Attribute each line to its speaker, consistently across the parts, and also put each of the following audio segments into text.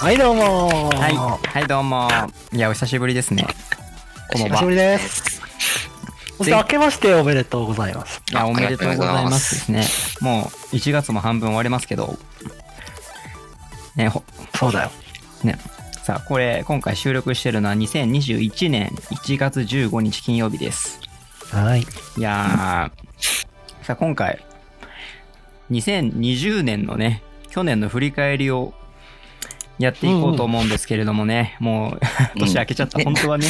Speaker 1: はいどうもー
Speaker 2: はい、はい、どうも。いや、お久しぶりですね。こん
Speaker 1: 久
Speaker 2: ば
Speaker 1: し
Speaker 2: ん
Speaker 1: ぶ
Speaker 2: は。い
Speaker 1: りですそして明けましておめでとうございます
Speaker 2: や、おめでとうございますですね。もう1月も半分終わりますけど。ね、ほ
Speaker 1: そうだよ
Speaker 2: ね。さあ、これ、今回収録してるのは2021年1月15日金曜日です。
Speaker 1: はい
Speaker 2: いやー、さあ、今回、2020年のね、去年の振り返りをやっていこうと思うんですけれどもね、もう 年明けちゃった、
Speaker 3: うん
Speaker 2: 本当はね、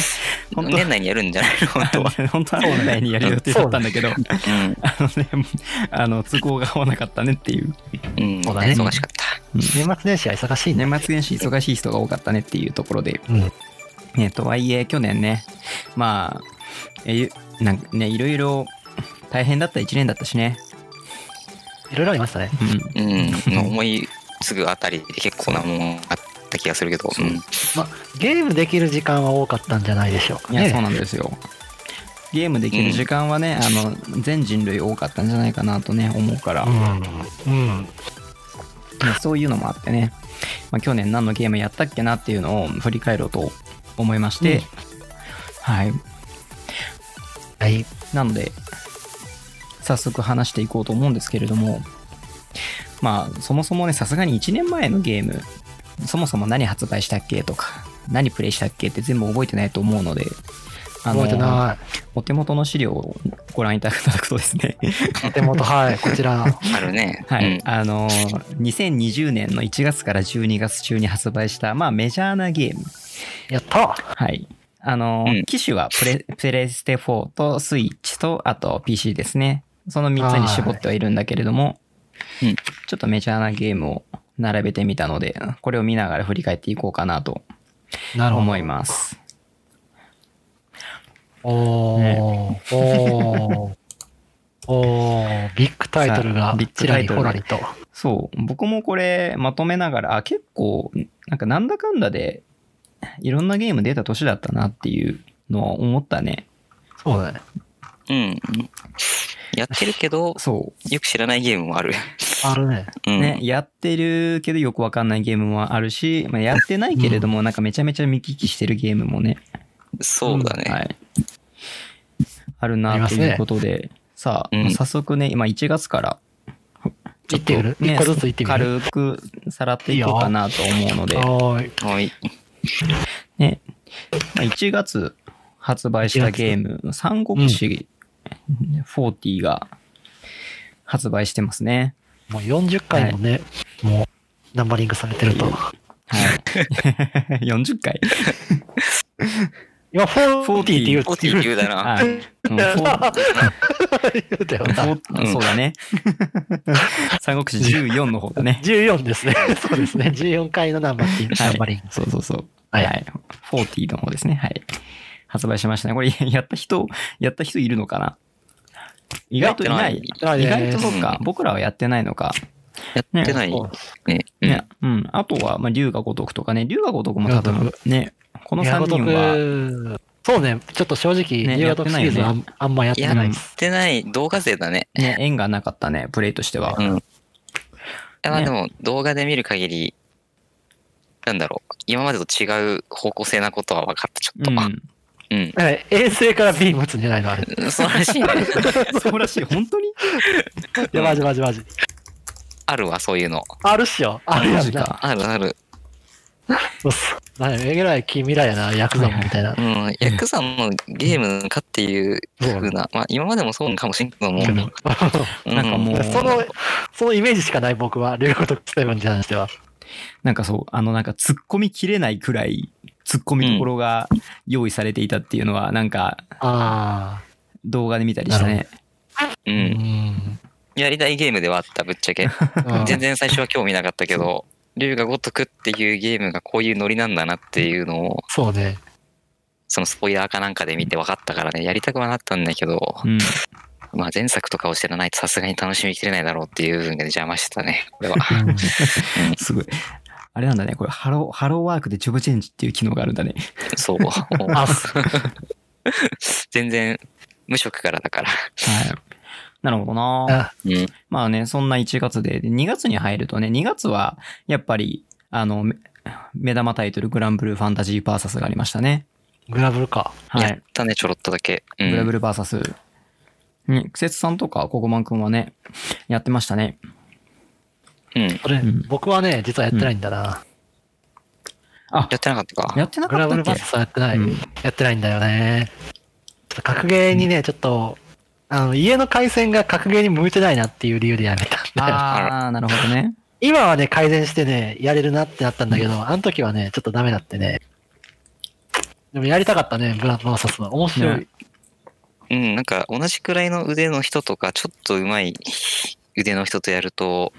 Speaker 2: 本当は
Speaker 3: 年内にやるんじゃないの本当は。
Speaker 2: 本当は本来にやる予定だったんだけど、
Speaker 3: うん。
Speaker 2: あのね、 あの、通行が合わなかったねっていう、
Speaker 3: うん。
Speaker 1: そうだね
Speaker 3: 忙しかった。
Speaker 1: 年末年始は忙しいね
Speaker 2: 年末年始忙しい人が多かったねっていうところで、
Speaker 1: うん
Speaker 2: ね、とはいえ、去年ね、まあ、え、なんかね、いろいろ大変だった1年だったしね、
Speaker 1: いろいろありましたね
Speaker 2: うん、
Speaker 3: うん。思いつぐあたりで結構なもんあった気がするけど。うん。
Speaker 1: まあゲームできる時間は多かったんじゃないでしょうか
Speaker 2: いや、そう
Speaker 1: ね
Speaker 2: なんですよ。ゲームできる時間はね、あの、全人類多かったんじゃないかなとね、思うから、ね
Speaker 1: うんうん
Speaker 2: そういうのもあってね、まあ、去年何のゲームやったっけなっていうのを振り返ろうと思いまして、
Speaker 1: うん
Speaker 2: はい。
Speaker 1: はい
Speaker 2: なので、早速話していこうと思うんですけれども、まあ、そもそもね、さすがに1年前のゲーム、そもそも何発売したっけとか、何プレイしたっけって全部覚えてないと思うので、あ
Speaker 1: 覚えて
Speaker 2: の、
Speaker 1: な
Speaker 2: お手元の資料をご覧いただくとですね、
Speaker 1: いお手元 はいこちら
Speaker 3: あるね。
Speaker 2: はい、あの、2020年の1月から12月中に発売した、まあ、メジャーなゲーム、
Speaker 1: やった
Speaker 2: はい。あの、
Speaker 3: うん
Speaker 2: 機種はプ レプレステ4とスイッチと、あと PC ですね。その3つに絞ってはいるんだけれども、
Speaker 3: はいうん
Speaker 2: ちょっとメジャーなゲームを並べてみたので、これを見ながら振り返っていこうかなと
Speaker 1: なるほど
Speaker 2: 思います。
Speaker 1: おーおーおービッグタイトル
Speaker 2: さあ
Speaker 1: が
Speaker 2: ビッグ
Speaker 1: ちら
Speaker 2: タイ
Speaker 1: り
Speaker 2: トル
Speaker 1: ほ
Speaker 2: が
Speaker 1: らりと
Speaker 2: そう、僕もこれまとめながら、あ、結構、なんかなんだかんだで、いろんなゲーム出た年だったなっていうのは思ったね。
Speaker 1: そうだね
Speaker 3: うん。うん。やってるけど、
Speaker 2: そ
Speaker 3: よく知らないゲームもある。
Speaker 1: あるね
Speaker 3: う
Speaker 2: う。
Speaker 3: ん。
Speaker 2: ね、やってるけどよくわかんないゲームもあるし、まあ、やってないけれども、なんかめちゃめちゃ見聞きしてるゲームもね、
Speaker 3: そうだ
Speaker 2: は
Speaker 3: ね。
Speaker 2: い。ある
Speaker 1: あり
Speaker 2: な
Speaker 1: ま
Speaker 2: と
Speaker 1: すね
Speaker 2: いうことで、さあ、
Speaker 3: うん
Speaker 2: まあ早速ね、今1月から、
Speaker 1: 行ってみる
Speaker 2: ね
Speaker 1: 一個ずつ行ってみる
Speaker 2: 軽くさらっていこうかなと思うので、
Speaker 1: はーい
Speaker 3: はい。
Speaker 2: ね、まあ1月発売したゲーム、三国志40が発売してますね。
Speaker 1: もう40回もね、もうナンバリングされてると。
Speaker 2: はい。40回。
Speaker 1: 今40って言う
Speaker 3: ポティ
Speaker 1: 言
Speaker 3: 言うだな。
Speaker 2: はい。うん40
Speaker 1: うだよ な
Speaker 2: そうそうだね。 三国志14の方だね。
Speaker 1: 14ですね。そうですね。14回のナンバリング。
Speaker 2: は
Speaker 1: ナンバリン
Speaker 2: い
Speaker 1: グ。。
Speaker 2: そうそうそう。
Speaker 1: はい
Speaker 2: はい。40の方ですね。はい。発売しましたね。これ、やった人、やった人いるのかな意外といない。意
Speaker 1: やってない
Speaker 2: 外とそうか。
Speaker 3: うん
Speaker 2: 僕らはやってないのか。
Speaker 3: やってない。
Speaker 1: そう
Speaker 3: ね。うん
Speaker 2: ね。うん。あとは、まあ、龍が如くとかね。龍が如くも多
Speaker 1: 龍
Speaker 2: 分
Speaker 1: が
Speaker 2: ね、この
Speaker 1: いや
Speaker 2: 3人は、
Speaker 1: ごとくそうね。ちょっと正直、
Speaker 2: ね
Speaker 1: 夕方シリーズは
Speaker 2: や
Speaker 1: あ
Speaker 2: って
Speaker 1: んあんまやって
Speaker 3: や
Speaker 1: ない
Speaker 2: ん
Speaker 1: で
Speaker 3: っ
Speaker 1: す。
Speaker 3: てない動画勢だね。
Speaker 2: ね、縁がなかったね、プレイとしては。
Speaker 3: うん。いやまあ
Speaker 2: ね
Speaker 3: でも動画で見る限り、なんだろう、今までと違う方向性なことは分かった、ちょっ
Speaker 2: う
Speaker 3: と。
Speaker 2: ん。
Speaker 3: うん。
Speaker 1: だから衛星からビーム打つんじゃないのあれ。
Speaker 3: うん、そうらしいね。
Speaker 2: そうらしい。本当に
Speaker 1: いや、マジマジマジ。
Speaker 3: あるわ、そういうの。
Speaker 1: あるっしょ。ある
Speaker 2: マ
Speaker 1: や
Speaker 2: ジ
Speaker 1: んな。
Speaker 2: か。
Speaker 3: あるある。
Speaker 1: そうっす。なんやえぐらい近未来やな。ヤクザもみたいな
Speaker 3: う。ん。ヤクザのゲームかっていう
Speaker 1: そう
Speaker 3: 風な、まあ今までもそうかもしれんけども
Speaker 1: け、ど
Speaker 3: う
Speaker 2: なんかもう
Speaker 1: その、そのイメージしかない僕は、竜ごとくセブンに関しては。
Speaker 2: なんかそう、あのなんか突っ込みきれないくらい突っ込みどころが用意されていたっていうのはなんか
Speaker 1: あ
Speaker 2: 動画で見たりしたね。
Speaker 3: う。
Speaker 1: あ。うんん。
Speaker 3: やりたいゲームではあった、ぶっちゃけ。 全然最初は興味なかったけど、竜が如くっていうゲームがこういうノリなんだなっていうのを、
Speaker 1: そうね。
Speaker 3: そのスポイラーかなんかで見て分かったからね、やりたくはなったんだけど、
Speaker 2: うん。
Speaker 3: まあ前作とかを知らないとさすがに楽しみきれないだろうっていう部分が邪魔してたね、こ れは。
Speaker 2: すごい。あれなんだね、これハロー、ハローワークでジョブチェンジっていう機能があるんだね。
Speaker 3: そう。
Speaker 1: あ、そ
Speaker 3: 全然無職からだから。
Speaker 2: はい。なるほど
Speaker 1: う
Speaker 2: な
Speaker 1: あ
Speaker 3: うん。
Speaker 2: まあね、そんな1月で、で2月に入るとね、2月はやっぱり、あの、め目玉タイトルグランブルーファンタジー VS がありましたね。
Speaker 1: グラブルか。
Speaker 2: は
Speaker 3: や
Speaker 2: い
Speaker 3: っ。たね、ちょろっとだけ。うん
Speaker 2: グラブル VS。ね、クセツさんとかココマンくんはね、やってましたね。
Speaker 3: うん。
Speaker 1: それ、
Speaker 2: うん
Speaker 1: 僕はね、実はやってないんだな。
Speaker 2: あ
Speaker 3: や、ってなかったか。
Speaker 2: やってな
Speaker 1: グ
Speaker 2: か
Speaker 1: ラ
Speaker 2: っ
Speaker 1: ブル
Speaker 2: たっ
Speaker 1: バ
Speaker 2: け
Speaker 1: スはやってない、
Speaker 2: うん
Speaker 1: やってないんだよね。ちょっと格ゲーにね、ちょっと、あの、家の回線が格ゲーに向いてないなっていう理由でやめたんだよ。
Speaker 2: ああ、なるほどね。
Speaker 1: 今はね、改善してね、やれるなってなったんだけど、あの時はね、ちょっとダメだってね。でもやりたかったね、ブラバーサスは。面白い。
Speaker 2: ね
Speaker 3: うん、なんか同じくらいの腕の人とか、ちょっと上手い腕の人とやると、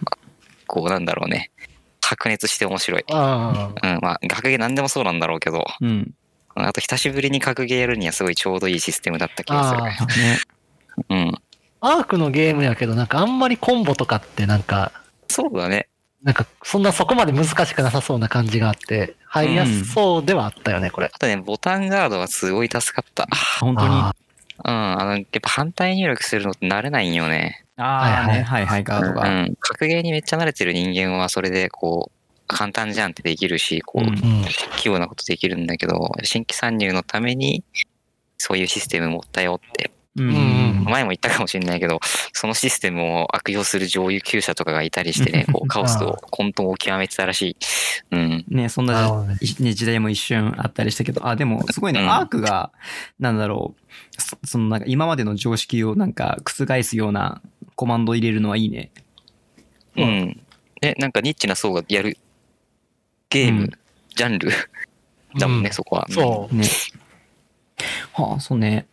Speaker 3: こうなんだろうね。白熱して面白い。
Speaker 1: ああ、
Speaker 3: うん、まあ、格ゲー何でもそうなんだろうけど、
Speaker 2: うん。
Speaker 3: あと久しぶりに格ゲーやるにはすごいちょうどいいシステムだった気がする
Speaker 1: あ。
Speaker 2: ね。
Speaker 3: うん。
Speaker 1: あ。アークのゲームやけど、なんかあんまりコンボとかってなんか、
Speaker 3: そうだね。
Speaker 1: なんかそんなそこまで難しくなさそうな感じがあって、入りやすそうではあったよね、これ。
Speaker 3: あとね、ボタンガードはすごい助かった。
Speaker 2: 本当に。
Speaker 1: あ
Speaker 2: あ
Speaker 3: うん、あの、やっぱ反対入力するのって慣れないんよね。
Speaker 2: あ
Speaker 1: はい
Speaker 2: ー、
Speaker 1: はい
Speaker 2: ねはいはい、ガード
Speaker 3: う
Speaker 2: が。
Speaker 3: ん、格ゲーにめっちゃ慣れてる人間はそれでこう簡単じゃんってできるしこう、
Speaker 2: うん
Speaker 1: ー。うん。
Speaker 3: 器用なことできるんだけど新規参入のためにそういうシステム持ったよって
Speaker 2: うん
Speaker 1: うんうん
Speaker 3: 前も言ったかもしれないけどそのシステムを悪用する上位級者とかがいたりして ねこうカオスを混沌を極めてたらしい、うん、
Speaker 2: ね、そん
Speaker 1: なる
Speaker 2: な
Speaker 1: ほどね
Speaker 2: 時,、ね、時代も一瞬あったりしたけど、あ、でもすごいね、
Speaker 3: うん
Speaker 2: アークが、なんだろう、そそのなんか今までの常識をなんか覆すようなコマンド入れるのはいいね。
Speaker 3: うん、でなんかニッチな層がやるゲーム、
Speaker 2: うん
Speaker 3: ジャンルだもんね、
Speaker 1: うん
Speaker 3: そこは
Speaker 1: そう。
Speaker 2: ね。はあ、そうね。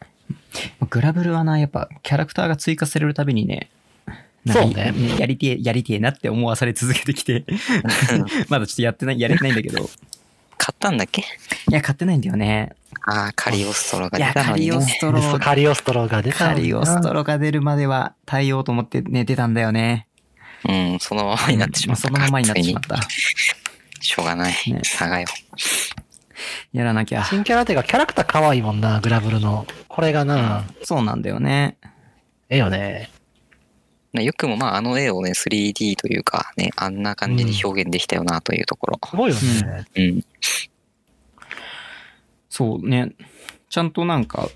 Speaker 2: グラブルはな、やっぱキャラクターが追加されるたびにね、なんか
Speaker 1: そうね
Speaker 2: やりてえ、やりてえなって思わされ続けてきて、 まだちょっとやってない、やれてないんだけど、
Speaker 3: 買ったんだっけ
Speaker 2: いや、買ってないんだよね。
Speaker 3: ああカリオストロが
Speaker 2: い
Speaker 3: 出
Speaker 2: や、
Speaker 3: た
Speaker 2: カ
Speaker 3: のに、
Speaker 2: リオ
Speaker 3: ね、
Speaker 2: ストロー
Speaker 1: カリオストロが出た
Speaker 2: カ
Speaker 1: のに
Speaker 2: リ
Speaker 1: な
Speaker 2: オストロが出るまでは耐えようと思ってね、出たんだよね。
Speaker 3: うんそのままになってしまった
Speaker 2: うんそのままになってしまっ
Speaker 3: 勝手
Speaker 2: た。
Speaker 3: しょうがない。
Speaker 2: ね
Speaker 3: 差がよ。
Speaker 2: やらなきゃ。
Speaker 1: 新キャラっていうか、キャラクター可愛いもんな、グラブルの。これがな、
Speaker 2: そうなんだよね。
Speaker 1: ええよね。
Speaker 3: ねよくもまああの絵をね 3D というかねあんな感じに表現できたよなというところ。
Speaker 1: すごいよね。
Speaker 3: うん。
Speaker 2: そうね。ちゃんとなんか、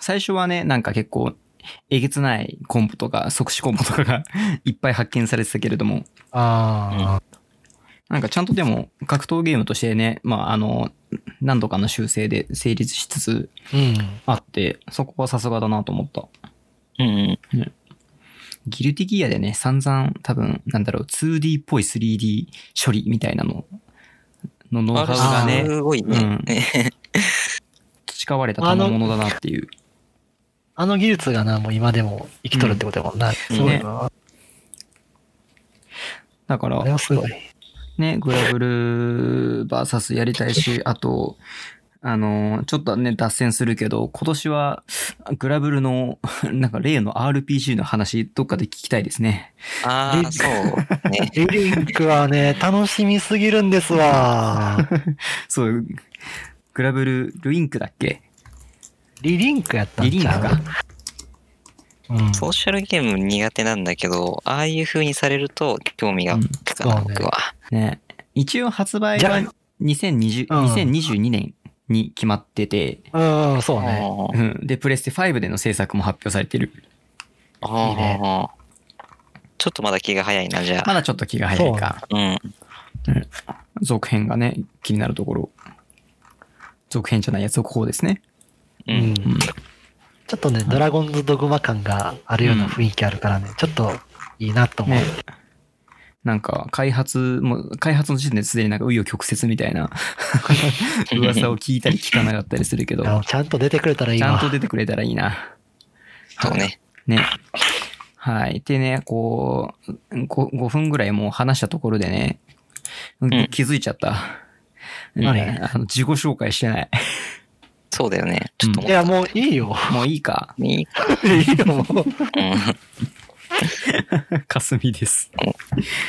Speaker 2: 最初はね、なんか結構、えげつないコンボとか、即死コンボとかが いっぱい発見されてたけれども、
Speaker 1: ああ、
Speaker 2: なんかちゃんとでも格闘ゲームとしてね、まああの、何度かの修正で成立しつつ
Speaker 1: うん。
Speaker 2: あって、そこはさすがだなと思った。
Speaker 3: うんうん。
Speaker 2: ギルティギアでね、散々多分、なんだろう、2D っぽい 3D 処理みたいなの、のノウハウが
Speaker 3: あれ
Speaker 2: ね、
Speaker 3: すごいね。
Speaker 2: うん
Speaker 3: ね
Speaker 2: 培われた賜物だなっていう。
Speaker 1: あの技術がな、もう今でも生きとるってことやもんな。すごいな。
Speaker 2: だか
Speaker 1: あれ
Speaker 2: ら、
Speaker 1: はすごい。
Speaker 2: ね、グラブル VS やりたいし、あと、あの、ちょっとね、脱線するけど、今年は、グラブルの、 なんか例の RPG の話、どっかで聞きたいですね。
Speaker 3: あ
Speaker 1: で
Speaker 3: あ、そう。ね。
Speaker 1: リリンクはね、楽しみすぎるんですわ。
Speaker 2: そう、グラブル、ルインクだっけ
Speaker 1: リリンクやったん
Speaker 2: リリン
Speaker 1: ち
Speaker 2: ク
Speaker 1: ゃう
Speaker 2: か。
Speaker 1: うん。
Speaker 3: ソーシャルゲーム苦手なんだけど、ああいう風にされると興味が
Speaker 2: うん
Speaker 3: つかな、
Speaker 1: そうね
Speaker 3: 僕は。
Speaker 2: ね。一応発売
Speaker 1: じゃ
Speaker 2: が
Speaker 1: あ
Speaker 2: 2020
Speaker 1: うん
Speaker 2: 2022年に決まってて、
Speaker 1: うん、そうね。
Speaker 3: あ
Speaker 2: うん、で、プレステ5での制作も発表されてる。
Speaker 3: あ
Speaker 1: いいね
Speaker 3: ああちょっとまだ気が早いな、じゃ
Speaker 2: ま
Speaker 3: あ。
Speaker 2: だちょっと気が早いか。
Speaker 3: うん。
Speaker 2: 続編がね、気になるところ。続編じゃないや、続報ですね。
Speaker 3: う
Speaker 1: うんん。。ちょっとね、ドラゴンズドグマ感があるような雰囲気あるからね、ちょっといいなと思う
Speaker 2: ね。。なんか、開発も、開発の時点ですでになんか、紆余曲折みたいな噂を聞いたり聞かなかったりするけど、
Speaker 1: あのちゃんと出てくれたらいい
Speaker 2: ちゃん
Speaker 1: わ
Speaker 2: と。出てくれたらいいな。
Speaker 3: そうね。
Speaker 2: ね。はい。でね、こう、5, 分ぐらいもう話したところでね、
Speaker 3: ん
Speaker 2: 気づいちゃった。
Speaker 1: 何
Speaker 2: うんあの自己紹介して ない。
Speaker 3: そうだよね。ちょっと
Speaker 1: い
Speaker 3: も
Speaker 1: や、もういいよ。
Speaker 2: もういいか。
Speaker 3: う、いい
Speaker 1: いいよ、もう。
Speaker 3: うん。
Speaker 2: かすみです。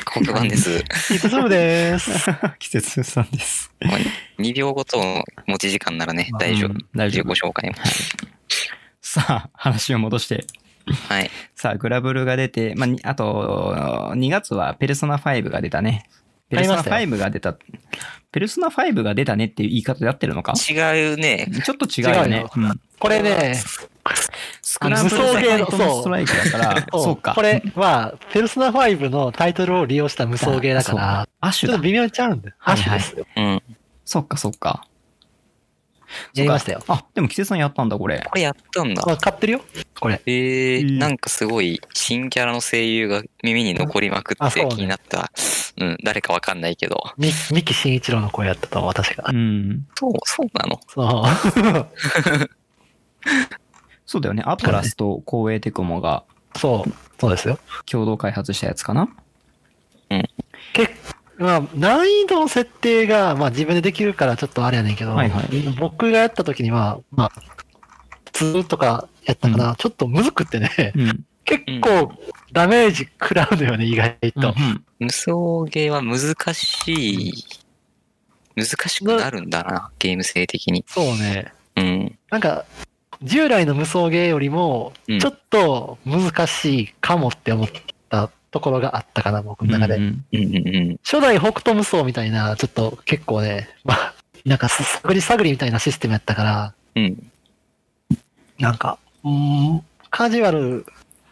Speaker 3: 黒板です。
Speaker 1: いつもでーす。
Speaker 2: 季節さんです。
Speaker 3: もう2秒ごとの持ち時間ならね、大丈夫
Speaker 2: う。ん大丈夫
Speaker 3: 自己紹介も。
Speaker 2: さあ、話を戻して。
Speaker 3: はい。
Speaker 2: さあ、グラブルが出て、まあ、にあと、2月はペルソナ5が出たね。ペルソナ
Speaker 1: 買い
Speaker 2: 5が出た。ペルソナ5が出たねっていう言い方で合ってるのかち
Speaker 3: 違うね。
Speaker 2: ょっと違うよ
Speaker 1: 違う
Speaker 2: ね
Speaker 1: よ。
Speaker 2: うん
Speaker 1: これね、
Speaker 2: スクランブルサイトのストライクだから、
Speaker 1: そう
Speaker 2: そうか。
Speaker 1: これは、ペルソナ5のタイトルを利用した無双ゲーだか
Speaker 2: そう
Speaker 1: ら、、
Speaker 2: アッシ
Speaker 1: ち
Speaker 2: ュ
Speaker 1: ょっ
Speaker 2: だ
Speaker 1: と。微妙にちゃうんだよ。
Speaker 2: はい
Speaker 1: アッシュ
Speaker 2: はい
Speaker 1: ですよ。
Speaker 3: うん。
Speaker 2: そっかそっか。
Speaker 1: やりましたよ。
Speaker 2: あ、でも季節さんやったんだ、これ。
Speaker 3: これやったんだ。
Speaker 1: あ買ってるよ。これ。
Speaker 3: え
Speaker 2: うん
Speaker 3: ー、なんかすごい新キャラの声優が耳に残りまく
Speaker 1: あ
Speaker 3: っ
Speaker 1: そう
Speaker 3: て
Speaker 1: ね
Speaker 3: 気になった。うん、誰かわかんないけど。
Speaker 1: み三木真一郎の声やったと思う、確か。
Speaker 2: うん。
Speaker 3: そう、そうなの
Speaker 1: そう。
Speaker 2: そうだよね。アトラスと光栄テクモが
Speaker 1: そう。そうですよ。
Speaker 2: 共同開発したやつかな。
Speaker 1: 結まあ、難易度の設定が、まあ、自分でできるからちょっとあれやねんけど、
Speaker 2: はいはい
Speaker 1: 僕がやった時には、まあ、普通とかやったから、ちょっとむずくってね、
Speaker 2: うん。
Speaker 1: 結構ダメージ食らうのよね、意外
Speaker 2: うんう
Speaker 1: と。
Speaker 2: ん
Speaker 3: 無双ゲーは難しい。難しくなるんだな、ゲーム性的に。
Speaker 1: そうね。
Speaker 3: うん。
Speaker 1: なんか、従来の無双ゲーよりも、
Speaker 3: うん
Speaker 1: ちょっと難しいかもって思ったところがあったかな、僕の中で。
Speaker 2: うんうん
Speaker 3: うんうんうん。
Speaker 1: 初代北斗無双みたいな、ちょっと結構ね、まあ、なんか探り探りみたいなシステムやったから、
Speaker 3: うん。
Speaker 1: なんか、うーん、カジュアル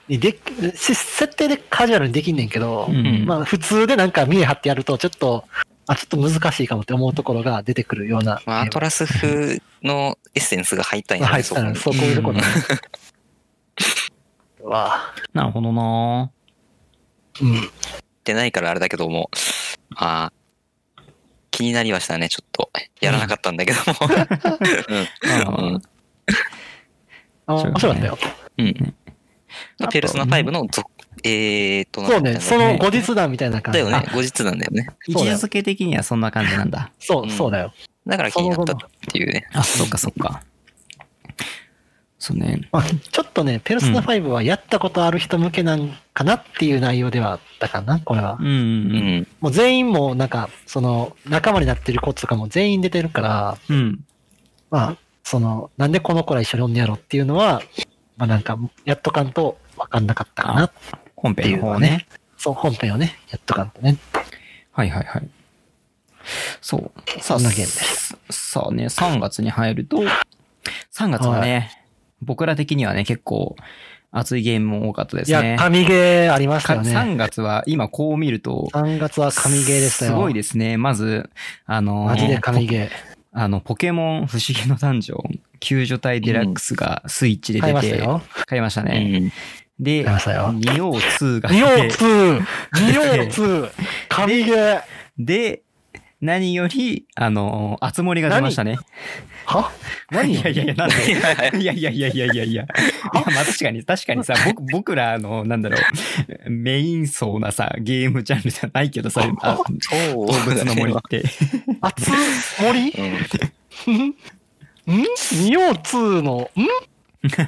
Speaker 1: にでき、し設定でカジュアルにできんねんけど、
Speaker 2: うん
Speaker 1: まあ普通でなんか見え張ってやると、ちょっと、あ、ちょっと難しいかもって思うところが出てくるような。
Speaker 3: まあ、アトラス風のエッセンスが入ったんやね
Speaker 1: はい、そ
Speaker 3: そこ
Speaker 1: う
Speaker 3: に
Speaker 1: そうこういうところね。う わあ
Speaker 2: なるほどな
Speaker 1: うん。
Speaker 3: ってないからあれだけども、あー気になりましたね、ちょっと。やらなかったんだけども。うん
Speaker 2: ぁ。
Speaker 1: あ
Speaker 2: そうだね
Speaker 1: 面白かったよ。
Speaker 3: うん。
Speaker 2: あと
Speaker 3: ペルソナ5の続、えーっと、
Speaker 1: そう
Speaker 3: なん
Speaker 1: ね、
Speaker 3: だ
Speaker 1: その後日談みたいな感
Speaker 3: だ
Speaker 1: じ。
Speaker 3: よね
Speaker 1: あ。
Speaker 3: 後日なんだよね。
Speaker 2: 位置づけ的にはそんな感じなんだ。
Speaker 1: そうう、
Speaker 3: ん
Speaker 1: そうだよ。
Speaker 3: だから気になったっていうね。
Speaker 2: あ、そっかそっか。そうね。
Speaker 1: まあ、ちょっとね、ペルソナ5はやったことある人向けなんかなっていう内容ではあったかな、これは
Speaker 2: う。んう
Speaker 3: うんん。
Speaker 1: もう全員もなんか、その、仲間になってる子とかも全員出てるから、
Speaker 2: うん。うん。
Speaker 1: まあ、その、なんでこの子ら一緒におんねやろっていうのは、まあなんか、やっとかんとわかんなかったかな。
Speaker 2: 本
Speaker 1: って
Speaker 2: 編の方
Speaker 1: いうのは
Speaker 2: ね。
Speaker 1: そう、本編をね、やっとかんとね。
Speaker 2: はいはいはい。そう。。
Speaker 1: そんなゲームです
Speaker 2: さあね、3月に入ると、3月はね、僕ら的にはね、結構熱いゲームも多かったで
Speaker 1: い
Speaker 2: す
Speaker 1: や、
Speaker 2: ね。
Speaker 1: 神ゲーありましたよね。
Speaker 2: 3月は今こう見ると、
Speaker 1: 3月は神ゲーでしたよ。
Speaker 2: すごいですね。まず、あの、
Speaker 1: マジで神ゲー。
Speaker 2: あの、ポケモン不思議のダンジョン、救助隊デラックスがスイッチで
Speaker 1: 買い
Speaker 2: 出、
Speaker 1: ましてたよ。
Speaker 2: 買いました
Speaker 3: う
Speaker 2: ね。
Speaker 3: ん。
Speaker 2: で、
Speaker 1: 買いましたよ。
Speaker 2: 仁王2が出
Speaker 1: リオ
Speaker 2: て、
Speaker 1: 2リオ2神ゲー
Speaker 2: で、何より、あの、あつ森が出ましたね。
Speaker 1: はい
Speaker 2: やいやいや、なん でいやいやいやいやいやいや。いや、まあ確かに、確 かにさ、僕、僕らの、なんだろう、メイン層なさ、ゲームジャンルじゃないけどさ、あ
Speaker 3: そ
Speaker 2: 動
Speaker 3: う。
Speaker 2: 物の森って。
Speaker 1: あつ森
Speaker 3: うん。
Speaker 1: んニオ2の、 ん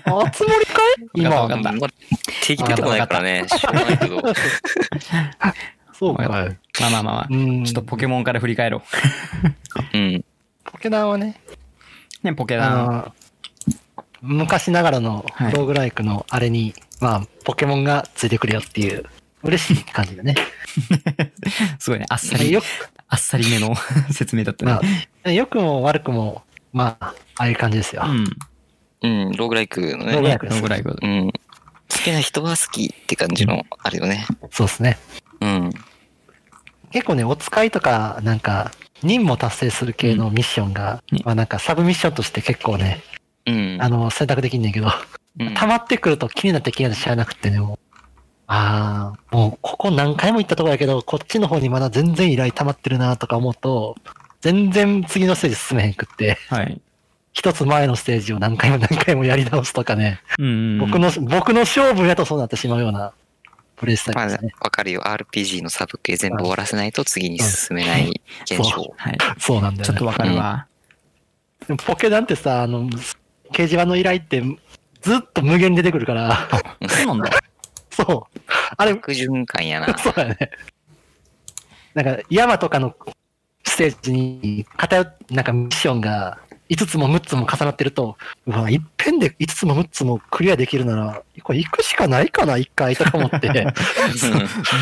Speaker 1: あつ森かい今。
Speaker 2: わかった
Speaker 3: まあ敵出てこないからね、知らないけど。
Speaker 1: そう
Speaker 2: わか
Speaker 1: か。
Speaker 2: まあまあまあま
Speaker 1: うん
Speaker 2: あ、ちょっとポケモンから振り返ろう。
Speaker 3: うん。
Speaker 1: ポケダンはね、
Speaker 2: ね、ポケダン。
Speaker 1: あの昔ながらの
Speaker 2: はい
Speaker 1: ローグライクのあれに、まあ、ポケモンがついてくるよっていう、嬉しい感じ だね。
Speaker 2: すごいね、あっさり、
Speaker 1: よ
Speaker 2: あっさりめの 説明だったね
Speaker 1: ま。あ、よくも悪くも、まあ、ああいう感じですよ。
Speaker 2: うん。
Speaker 3: うん、ローグライク
Speaker 1: ロー
Speaker 3: の
Speaker 1: グライ
Speaker 3: ね。
Speaker 1: クです
Speaker 2: ロングライブ
Speaker 3: う。ん。好きな人は好きって感じの、あるよね。
Speaker 1: そうですね。
Speaker 3: うん。
Speaker 1: 結構ね、お使いとか、なんか、任務を達成する系のミッションが、
Speaker 2: うん
Speaker 1: まあなんかサブミッションとして結構ね、
Speaker 3: うん。
Speaker 1: あの、選択できんねんけど、
Speaker 3: うん
Speaker 1: 溜まってくると気になって気になって知らなくてね、もう。ああ、もうここ何回も行ったところやけど、こっちの方にまだ全然依頼溜まってるなとか思うと、全然次のステージ進めへんくって、
Speaker 2: はい。
Speaker 1: 一つ前のステージを何回も何回もやり直すとかね、
Speaker 2: うんうん。
Speaker 1: 僕の、僕の勝負やとそうなってしまうようなプレイスタ
Speaker 3: ま
Speaker 1: イルで
Speaker 3: あ
Speaker 1: すね。、
Speaker 3: わかるよ。RPG のサブ系全部終わらせないと次に進めない現象。
Speaker 2: はい。
Speaker 1: そうなんだ
Speaker 2: ち
Speaker 1: よ、
Speaker 2: ょっ
Speaker 1: ね
Speaker 2: と。わかるわ。
Speaker 1: でもポケなんてさ、あの、掲示板の依頼ってずっと無限に出てくる から、
Speaker 2: そうなんだ。
Speaker 1: そう。あれ、
Speaker 3: 悪循環や な。
Speaker 1: そうだね。なんか、山とかのステージに偏っ、なんかミッションが、 5つも6つも重なってると、うわ、いっぺんで5つも6つもクリアできるなら、これ行くしかないかな、1回とか思 って、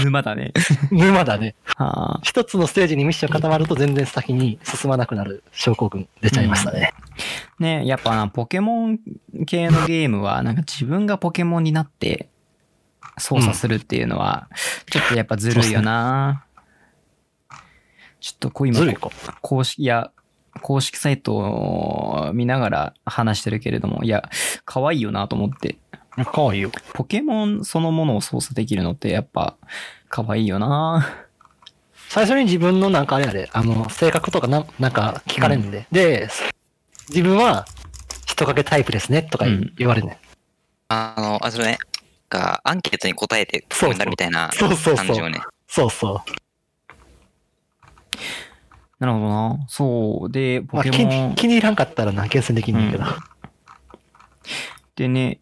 Speaker 2: 沼だね。
Speaker 1: 沼だね。
Speaker 2: はあ。
Speaker 1: 一つのステージにミッション固まると全然先に進まなくなる症候群出ちゃいましたね。
Speaker 2: ねやっぱな、ポケモン系のゲームは、なんか自分がポケモンになって操作するっていうのは、ちょっとやっぱずるいよな。ちょっとこう今
Speaker 1: ずるいか。
Speaker 2: 公式、いや、公式サイトを見ながら話してるけれども、いや、可愛いよなと思って。
Speaker 1: かわいいよ。
Speaker 2: ポケモンそのものを操作できるのってやっぱ可愛いよな
Speaker 1: 最初に自分のなんかあれあれ、あの、性格とかななんか聞かれるんで、で、自分は人影タイプですねとか言,、
Speaker 2: うん
Speaker 1: われるね。
Speaker 3: あの、あ、それね、がアンケートに答えて
Speaker 1: そうそう
Speaker 3: こうになるみたいな
Speaker 1: そうそうそう
Speaker 3: 感じをね。
Speaker 1: そうそ
Speaker 2: なるほどな。そう。で、
Speaker 1: う。ま
Speaker 2: ポ
Speaker 1: あ、
Speaker 2: ケ
Speaker 1: 気
Speaker 2: モン
Speaker 1: に気に入らんかったらな、厳選できんねんけど。
Speaker 2: でね、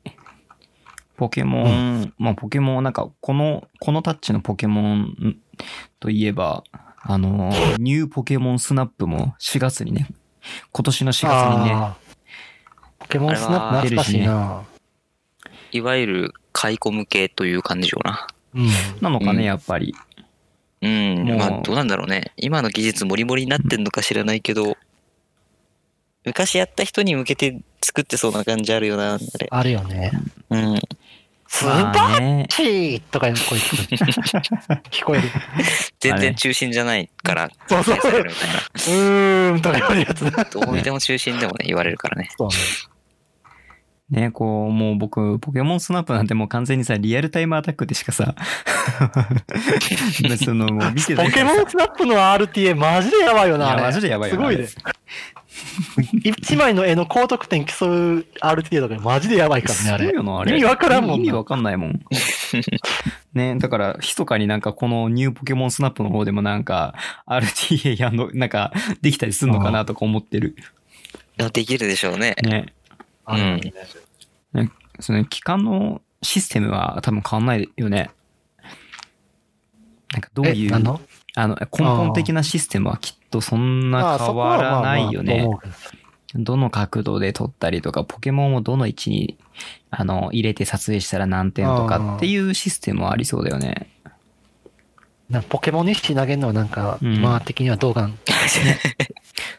Speaker 2: ポケモン、まあポケモン、なんかこの、このタッチのポケモンといえば、あのー、ニューポケモンスナップも4月にね、今年の4月にね、
Speaker 1: あーポケモンスナップ懐かしいな。
Speaker 3: いわゆる買い込む系という感じよな。
Speaker 1: うん。
Speaker 2: なのか
Speaker 3: うん
Speaker 2: ね、やっぱり。
Speaker 3: うん、
Speaker 2: もう
Speaker 3: まあどうなんだろうね。今の技術モリモリになってんのか知らないけど、昔やった人に向けて作ってそうな感じあるよな、あれ。
Speaker 1: あるよね。
Speaker 3: うん。
Speaker 1: スー
Speaker 2: ま
Speaker 1: パ
Speaker 2: あね
Speaker 1: ー、チーとかいう声聞こえ る聞こえる。
Speaker 3: 全然中心じゃないから、
Speaker 1: そうそう
Speaker 3: 制されるみたいな。
Speaker 1: うーんとか言われるやつだ。
Speaker 3: どう見ても中心でもね、言われるからね。
Speaker 1: そうね。
Speaker 2: ね、こう、もう僕、ポケモンスナップなんてもう完全にさ、リアルタイムアタックでしかさ、 その、もう見て
Speaker 1: ポ
Speaker 2: ないか
Speaker 1: ケ
Speaker 2: ら
Speaker 1: モ
Speaker 2: さ
Speaker 1: ンスナップの RTA マジでやばいよな。あ
Speaker 2: い
Speaker 1: れ
Speaker 2: やマジでやばいよ
Speaker 1: すごい
Speaker 2: あ
Speaker 1: ね
Speaker 2: れ。
Speaker 1: 一枚の絵の高得点競う RTA とかマジでやばいからね、あ
Speaker 2: すごい
Speaker 1: れ。
Speaker 2: よな、あれ。
Speaker 1: 意味わからんもんな
Speaker 2: 意味わかんない もん。ね、だから、密かになんかこのニューポケモンスナップの方でもなんか、RTA やんの、なんか、できたりすんのかなとか思ってる。
Speaker 3: いやできるでしょ うね。
Speaker 2: ね。
Speaker 1: あるよね
Speaker 2: その、期間のシステムは多分変わんないよね。なんかどうい
Speaker 1: え
Speaker 2: う、
Speaker 1: なんの
Speaker 2: あの、根本的なシステムはきっとそんな変わらないよね。どの角度で撮ったりとか、ポケモンをどの位置に、あの、入れて撮影したら何点とかっていうシステムはありそうだよね。
Speaker 1: なんかポケモンに石投げるのはなんか、
Speaker 2: うん
Speaker 1: まあ的にはどうかん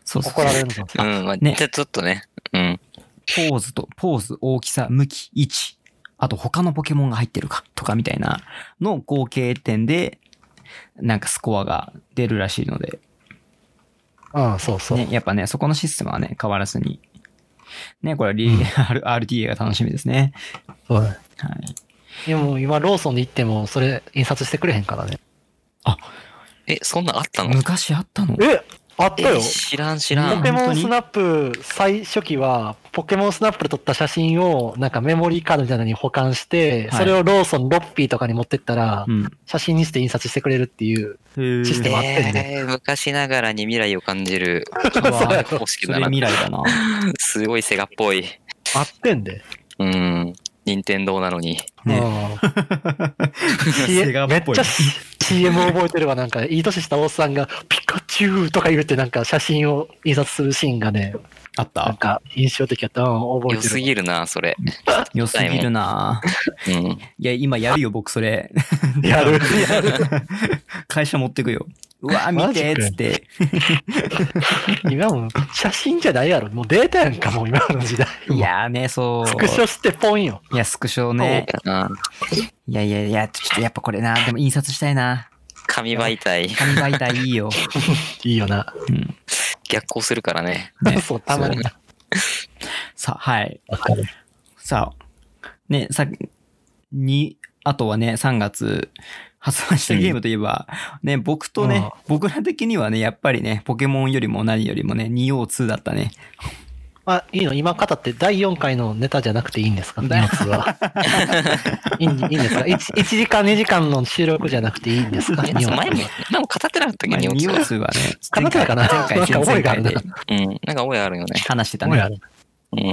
Speaker 2: そうそう
Speaker 1: 怒られるのか。
Speaker 3: うん、まあ、
Speaker 2: ね
Speaker 3: じゃあちょっとね。うん。
Speaker 2: ポーズと、ポーズ、大きさ、向き、位置、あと他のポケモンが入ってるかとかみたいなの合計点で、なんかスコアが出るらしいので、
Speaker 1: ああ、そうそう。
Speaker 2: ね、やっぱね、そこのシステムはね、変わらずに。ね、これはリ、R- RTA が楽しみですね。
Speaker 1: そうね
Speaker 2: はい。
Speaker 1: でも今、ローソンに行っても、それ印刷してくれへんからね。
Speaker 3: え、そんなんあったの
Speaker 2: 昔あったの
Speaker 1: えあった
Speaker 3: え、
Speaker 1: よ
Speaker 3: 知らん知
Speaker 2: う
Speaker 3: ら
Speaker 2: ん
Speaker 1: ポ
Speaker 3: ん
Speaker 1: ケ。
Speaker 2: 本
Speaker 1: モ
Speaker 2: 当
Speaker 1: ン
Speaker 2: に
Speaker 1: スナップ最初期は、ポケモンスナップで撮った写真を、なんかメモリーカードみたいなのに保管して、
Speaker 2: はい
Speaker 1: それをローソンロッピーとかに持ってったら
Speaker 2: う、ん。
Speaker 1: 写真にして印刷してくれるっていう、システムあってんね
Speaker 3: えー昔ながらに未来を感じる
Speaker 2: そ れは
Speaker 3: 方式
Speaker 2: そ
Speaker 3: だ
Speaker 2: れ
Speaker 3: な。
Speaker 2: 未来だな。
Speaker 3: すごいセガっぽい。
Speaker 1: あってんで。
Speaker 3: うん。任天堂なのに。
Speaker 2: ね
Speaker 1: うん CM
Speaker 2: セガっぽ
Speaker 1: め
Speaker 2: い
Speaker 1: っちゃ CM 覚えてるわ。なんか、いい年したおっさんが、ピカチュウとか言って、なんか写真を印刷するシーンがね、
Speaker 2: あっ
Speaker 1: なん
Speaker 2: た
Speaker 1: か印象的やった。うん覚え
Speaker 3: 良
Speaker 1: てる
Speaker 3: す
Speaker 1: わ。
Speaker 3: ぎるな、それ。
Speaker 2: 良すぎる な
Speaker 3: うん。
Speaker 2: いや、今やるよ、僕それ。
Speaker 1: やる。やる
Speaker 2: 会社持ってくよ。うわー、見
Speaker 1: マジ
Speaker 2: て
Speaker 1: か
Speaker 2: ー
Speaker 1: よ
Speaker 2: っつって。
Speaker 1: 今も写真じゃないやろ。もうデータやんか、もう今の時代。
Speaker 2: いやーね、そう。
Speaker 1: スクショしてポンよ。
Speaker 2: いや、スクショね。
Speaker 3: あー
Speaker 2: いやいやいや、ちょっとやっぱこれな、でも印刷したいな。
Speaker 3: 紙媒体、
Speaker 2: 紙媒体いい よ。
Speaker 1: いいよな。
Speaker 2: うん。
Speaker 3: 逆行するからね。
Speaker 2: ね
Speaker 1: そう、たまにな。
Speaker 2: さあ、はい。
Speaker 1: わかる。
Speaker 2: さあ、ね、さ、に、あとはね、3月発売したゲームといえば、ね、僕とね
Speaker 1: あ、
Speaker 2: 僕ら的にはね、やっぱりね、ポケモンよりも何よりもね、2O2 だったね。
Speaker 1: あ、いいの今語って第4回のネタじゃなくていいんですか
Speaker 2: だ
Speaker 1: 二つは。 いいんいいんですか 1, 一時間、2時間の収録じゃなくていいんですか
Speaker 3: え前も、前
Speaker 1: 2
Speaker 3: も語ってなかったっ
Speaker 2: ま
Speaker 3: け
Speaker 2: あ、
Speaker 3: ど、日本
Speaker 2: 2O2 はね、
Speaker 1: 語ってたかな
Speaker 2: 前回、
Speaker 1: なんか
Speaker 2: 前
Speaker 1: 覚え
Speaker 2: 々
Speaker 1: があ
Speaker 2: 回
Speaker 1: るな
Speaker 2: で
Speaker 3: うん。なんか覚えあるよね。
Speaker 2: 話してた
Speaker 1: おや
Speaker 2: ね。
Speaker 3: うん。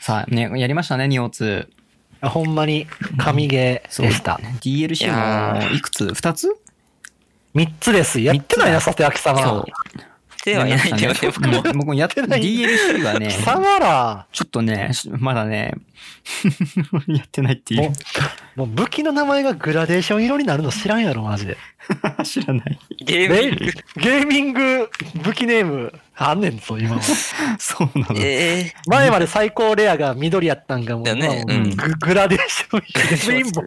Speaker 2: さあ、ね、やりましたね、2O2。
Speaker 1: あほんまに神ゲーでした。
Speaker 2: DLC
Speaker 3: いや
Speaker 2: もいくつ ?2 つ
Speaker 1: 3つです。やってないな、
Speaker 2: 三
Speaker 1: さて、秋様。
Speaker 2: そう。
Speaker 3: てはいないんだよね、僕も。
Speaker 2: うん僕もやって
Speaker 1: やってない
Speaker 2: DLC はね
Speaker 1: 貴、様ら、
Speaker 2: ちょっとね、しまだね、 やってないっていう。
Speaker 1: もう武器の名前がグラデーション色になるの知らんやろ、マジで。
Speaker 2: 知らない。
Speaker 3: ゲ
Speaker 1: ゲ
Speaker 3: ーム、
Speaker 1: ーゲーミング武器ネームあんねんぞ、今は。
Speaker 2: そうなの。
Speaker 3: え
Speaker 1: 前まで最高レアが緑やったんがもう、
Speaker 3: だね
Speaker 1: 今はもう
Speaker 2: うん
Speaker 1: ググラデーションレインボー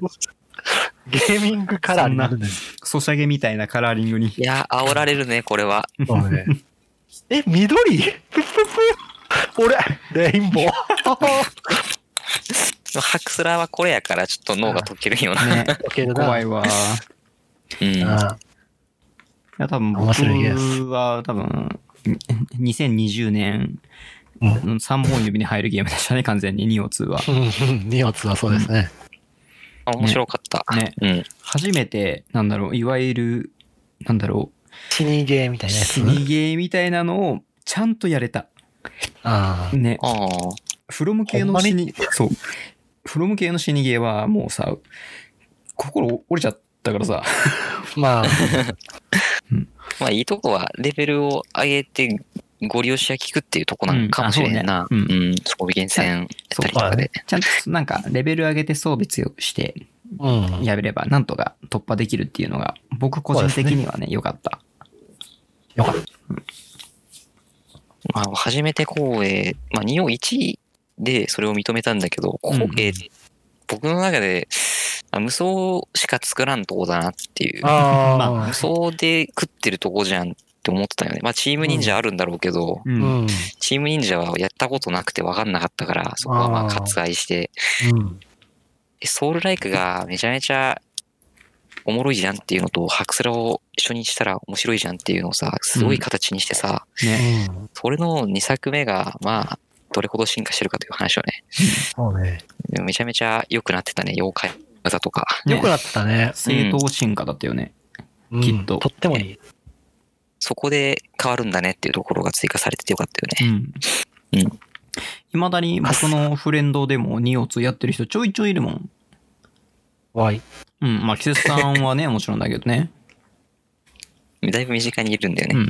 Speaker 1: ゲーミングカラーになるねん
Speaker 2: ソシャゲみたいなカラーリングに
Speaker 3: ー、いや、煽られるね、これは。
Speaker 1: そうね。え、緑 プププ俺、レインボー。
Speaker 3: ハクスラーはこれやから、ちょっと脳が溶けるような。
Speaker 2: ね、
Speaker 1: 溶けるな。
Speaker 2: 怖いわ。い
Speaker 3: うん。
Speaker 1: あ
Speaker 2: や、多分僕
Speaker 1: 面白いゲーム
Speaker 2: は多分、に2020年、
Speaker 1: うん
Speaker 2: 3本指に入るゲームでしたね、完全に、2を2は。
Speaker 1: うんうん二発はそうですね。
Speaker 3: あ面白かった。
Speaker 2: ね、
Speaker 3: うん。
Speaker 2: 初めて、なんだろう、いわゆる、なんだろ
Speaker 1: 死にゲーみた
Speaker 2: う、
Speaker 1: いなやつ
Speaker 2: 死。にゲーみたいなのを、ちゃんとやれた。
Speaker 1: あ
Speaker 2: ね、
Speaker 3: ああ。
Speaker 2: フロム系の死に、そう。フロム系の死にゲーは、もうさ、心折れちゃったからさ、
Speaker 1: あまあ、
Speaker 3: まあいいとこはレベルを上げてご利用しや聞くっていうとこなんかもしれないな。
Speaker 2: う
Speaker 3: うんん
Speaker 2: あそうね
Speaker 3: 装備厳選やったりと
Speaker 1: そう
Speaker 3: か
Speaker 1: だ
Speaker 3: で
Speaker 1: ね。
Speaker 2: ちゃんと、なんか、レベル上げて装備強くして、
Speaker 1: うん。
Speaker 2: やめればなんとか突破できるっていうのが僕個人的にはね良、かった
Speaker 1: よかった。
Speaker 3: まあ、初めて光栄、まあ、2を1位でそれを認めたんだけど、光栄、僕の中で、あ無双しか作らんとこだなっていう。
Speaker 1: あ
Speaker 3: 無双で食ってるとこじゃんって思ってたよね。まあ、チーム忍者あるんだろうけど、
Speaker 1: あ、うん。
Speaker 3: チーム忍者はやったことなくて分かんなかったから、そこはまあ
Speaker 1: あー
Speaker 3: 割愛して、
Speaker 1: うん。
Speaker 3: えソウルライクがめちゃめちゃおもろいじゃんっていうのと、ハクスラを一緒にしたら面白いじゃんっていうのをさ、すごい形にしてさ、
Speaker 2: ね
Speaker 1: うん
Speaker 3: それの2作目が、まあ、どれほど進化してるかという話をね、
Speaker 1: そうね。
Speaker 3: でもめちゃめちゃ良くなってたね、妖怪技とか。
Speaker 2: ね
Speaker 1: よくなってたね。
Speaker 2: 正当進化だったよね、
Speaker 1: うん
Speaker 2: きっと
Speaker 1: とってもいい。
Speaker 3: そこで変わるんだねっていうところが追加されててよかったよ
Speaker 2: う
Speaker 3: ね。
Speaker 2: ん
Speaker 3: うん
Speaker 2: いまだに僕のフレンドでも2を2やってる人ちょいちょいいるもん
Speaker 1: わい。
Speaker 2: うんまあ季節さんはねもちろんだけどね
Speaker 3: だいぶ身近にいるんだよ
Speaker 2: う
Speaker 3: ね。
Speaker 2: ん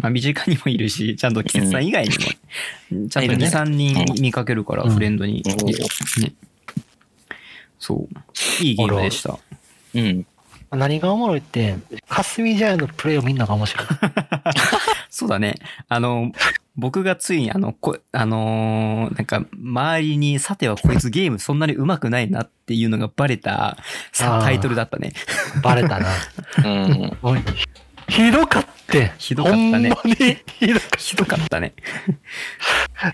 Speaker 2: まあ身近にもいるしちゃんと季節さん以外にもちゃんと
Speaker 3: いるね
Speaker 2: 23人見かけるから
Speaker 1: うん
Speaker 2: フレンドに、
Speaker 3: うん
Speaker 2: ねそういいゲームでした
Speaker 3: うん。
Speaker 1: 何がおもろいって、かすみジャイアンのプレイをみんなが面 白い。
Speaker 2: そうだね。あの、僕がついにあの、こあのーなんか、周りに、さてはこいつゲームそんなに上手くないなっていうのがバレたさ
Speaker 1: あー
Speaker 2: タイトルだったね。
Speaker 1: バレたな。
Speaker 3: うん。
Speaker 1: おいひどかって。
Speaker 2: ひどかったね
Speaker 1: ほんまにひどかった
Speaker 2: ひどかったね。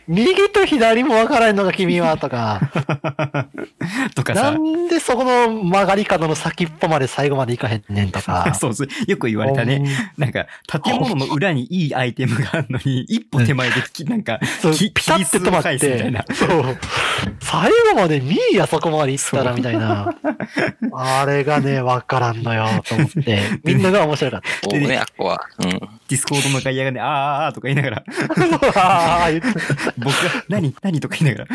Speaker 1: 右と左もわからんのか君はと か、
Speaker 2: とか
Speaker 1: な
Speaker 2: さ、。
Speaker 1: んでそこの曲がり角の先っぽまで最後まで行かへんねんとか
Speaker 2: そうそう、よく言われたね。なんか、建物の裏にいいアイテムがあるのに、一歩手前でき、なんか、
Speaker 1: そう。
Speaker 2: き
Speaker 1: ピタって止ま
Speaker 2: 切り数を返
Speaker 1: っ
Speaker 2: すみたいな
Speaker 1: て、そう。最後まで見いや、そこまで行ったらみたい な。あれがね、わからんのよ、と思って。みんなが面白かっ
Speaker 3: おうね、あっこは。うん。
Speaker 2: ディスコードの外野がね、あーあーあーとか言いながら、
Speaker 1: た。ああ、言って
Speaker 2: 僕が、 何何とか言いなが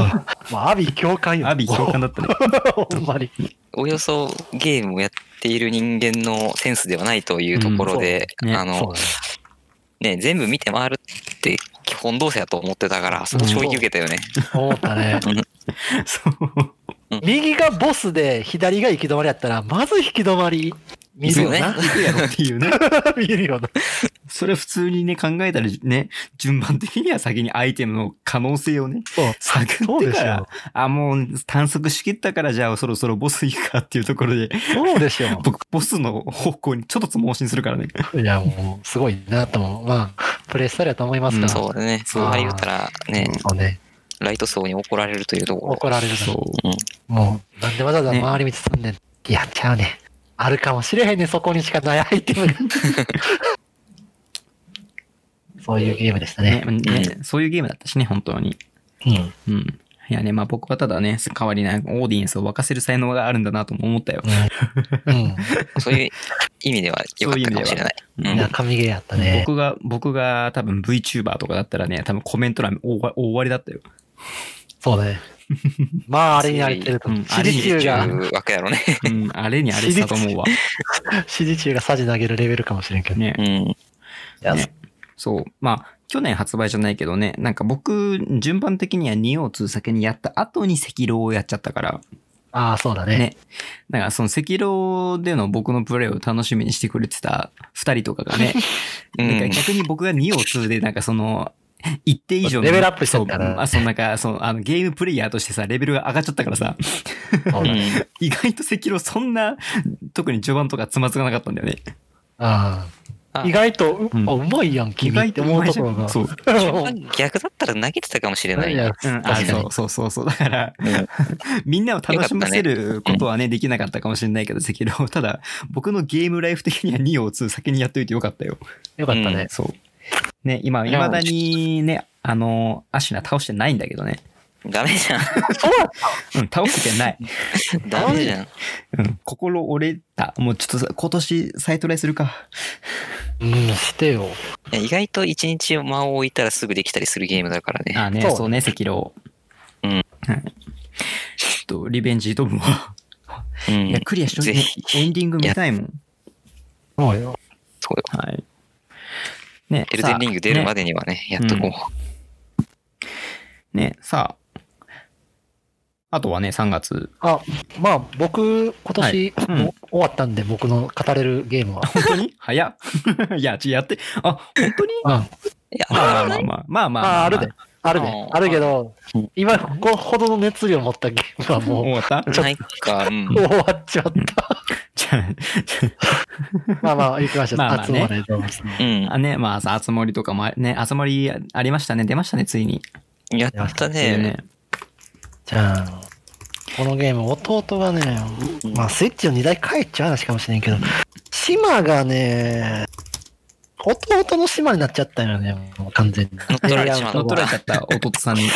Speaker 1: まあ、アビ共感よ。
Speaker 2: ら、アビ共感だったね。
Speaker 1: ほんまに。
Speaker 3: およそゲームをやっている人間のセンスではないというところで、
Speaker 2: うんそうね
Speaker 3: あ
Speaker 1: そう
Speaker 3: の、ね、全部見て回るって基本動作やと思ってたから、そこ衝撃受けたよね。
Speaker 1: だね思ったね。
Speaker 2: そう。
Speaker 1: 右がボスで、左が行き止まりやったら、まず引き止まり見るよな。
Speaker 3: そ
Speaker 2: 行くやろっていうね。
Speaker 1: 見るよな。
Speaker 2: それ普通にね、考えたらね、順番的には先にアイテムの可能性をね、
Speaker 1: そう。
Speaker 2: 探
Speaker 1: そ
Speaker 2: っ
Speaker 1: う
Speaker 2: て
Speaker 1: で
Speaker 2: か
Speaker 1: し
Speaker 2: ら
Speaker 1: ょ、。
Speaker 2: あ、もう探索しきったから、じゃあそろそろボス行くかっていうところで、
Speaker 1: そうでしょ。
Speaker 2: 僕、ボスの方向にちょっとずつ盲信するからね。
Speaker 1: いや、もう、すごいなとも、まあ、プレイスタイルだと思いますから。
Speaker 2: ん
Speaker 1: そ
Speaker 3: そうだね。
Speaker 1: そう
Speaker 3: ああ言うたら、ね、
Speaker 1: うね。
Speaker 3: ライト層に怒られるというところ。
Speaker 1: 怒られるな
Speaker 2: そ
Speaker 1: もう、なんでわざわざ
Speaker 2: ね
Speaker 1: 周り道すんねん。いやっちゃうね。あるかもしれへんねん、そこにしかないアイテムが。そういうゲームでした
Speaker 2: う。ね
Speaker 1: ね。
Speaker 2: ねそういうゲームだったしね、本当に。
Speaker 1: うん。
Speaker 2: うん。いやね、まあ僕はただね、代わりなオーディエンスを沸かせる才能があるんだなとも思ったよ。
Speaker 1: うん。
Speaker 3: そういう意味では良かったかもしれない。
Speaker 2: そういう意味では
Speaker 3: う
Speaker 1: いうや、
Speaker 3: ん
Speaker 1: 神ゲーやったね。
Speaker 2: 僕が、僕が多分 VTuber とかだったらね、多分コメント欄大わ大終わりだったよ。
Speaker 1: そうだね。まあ、あれになりてると。
Speaker 2: うん
Speaker 1: 支持中
Speaker 2: あ
Speaker 1: が
Speaker 2: れ、
Speaker 3: いう枠やろね。
Speaker 2: うん、あれにあれしたと思うわ。
Speaker 1: 支持中がサジ投げるレベルかもしれんけど。
Speaker 2: ね
Speaker 3: う。ん。
Speaker 1: いや
Speaker 2: ねそう。まあ、去年発売じゃないけどね、なんか僕、順番的には仁王通先にやった後に赤狼をやっちゃったから、
Speaker 1: ああ、そうだね。
Speaker 2: ね。だからその赤狼での僕のプレイを楽しみにしてくれてた二人とか がね、
Speaker 3: うん
Speaker 2: なんか逆に僕が2を2でなんかその、一定以上の
Speaker 1: レベルアップしちゃったな
Speaker 2: そうあ、そうなんか、そう、あの、ゲームプレイヤーとしてさ、レベルが上がっちゃったからさ、
Speaker 1: そう
Speaker 3: う
Speaker 1: だね
Speaker 3: ん
Speaker 2: 意外と赤狼そんな、特に序盤とかつまずかなかったんだよね。
Speaker 1: あ
Speaker 3: あ
Speaker 1: あ意外と、う
Speaker 2: うん
Speaker 1: あうまいやん、君って 思うところが。
Speaker 2: そう。
Speaker 3: 逆だったら投げてたかもしれ ない。
Speaker 1: いや
Speaker 2: うん、あ
Speaker 1: 確かに
Speaker 2: そうそうそうそう。だから、
Speaker 3: うん
Speaker 2: みんなを楽しませることはね、できなかったかもしれないけど、赤狼。ただ、僕のゲームライフ的には2を2先にやっといてよかったよ。
Speaker 1: よかったね。
Speaker 2: そう。ね、今、未だにね、あの、アシュナ倒してないんだけどね。
Speaker 3: ダメ じゃん。
Speaker 2: うん、倒せて ない。
Speaker 3: ダメじゃん。
Speaker 2: うん、心折れた。もうちょっとさ今年再トライするか。
Speaker 1: うん、してよ。
Speaker 3: いや意外と一日間を置いたらすぐできたりするゲームだからね。
Speaker 2: あね、
Speaker 1: そう
Speaker 2: そうね、赤狼。
Speaker 3: うん
Speaker 2: はい。ちょっと、リベンジ挑むわ。
Speaker 3: うん
Speaker 2: いや、クリアしとい
Speaker 3: ぜひ。
Speaker 2: て、エンディング見たいもん。
Speaker 1: そうよ。
Speaker 3: そうよ。
Speaker 2: はい。ね、
Speaker 3: エルデンリング出るま
Speaker 2: で。
Speaker 3: でにはね、やっとこう。
Speaker 2: ねね、さあ。あとはね、3月。
Speaker 1: あ、まあ僕、今年、
Speaker 2: はいうん
Speaker 1: もう終わったんで、僕の語れるゲームは。
Speaker 2: 本当 に早っ。 いや、ちやって。あ、本当に
Speaker 1: うん。
Speaker 3: いや、
Speaker 2: ま
Speaker 3: あ
Speaker 2: あまあまあまあまあま
Speaker 1: あ
Speaker 2: あ。
Speaker 1: あるで。あるね。
Speaker 3: あー
Speaker 1: あるけど
Speaker 3: うん、
Speaker 1: 今こほどの熱量を持ったゲームはもう
Speaker 2: 終わった
Speaker 1: ちょっと
Speaker 3: ないか。うん。
Speaker 1: 終わっちゃった。
Speaker 2: じゃあ
Speaker 1: まあまあ、行きましょう。
Speaker 2: まあまあね
Speaker 1: 集まれと思います
Speaker 3: う
Speaker 1: ね
Speaker 3: ん
Speaker 2: あね、まあさ、あつ森とかもあね、あつ森ありましたね、出ましたね、ついに。
Speaker 3: やったね。。
Speaker 1: じゃあ、このゲーム、弟がね、まあ、スイッチの2台帰っちゃう話かもしれんけど、島がね、弟の島になっちゃったよね、もう完全に。
Speaker 3: 乗っ取られちまう
Speaker 2: 乗っ取られちゃった弟さん に。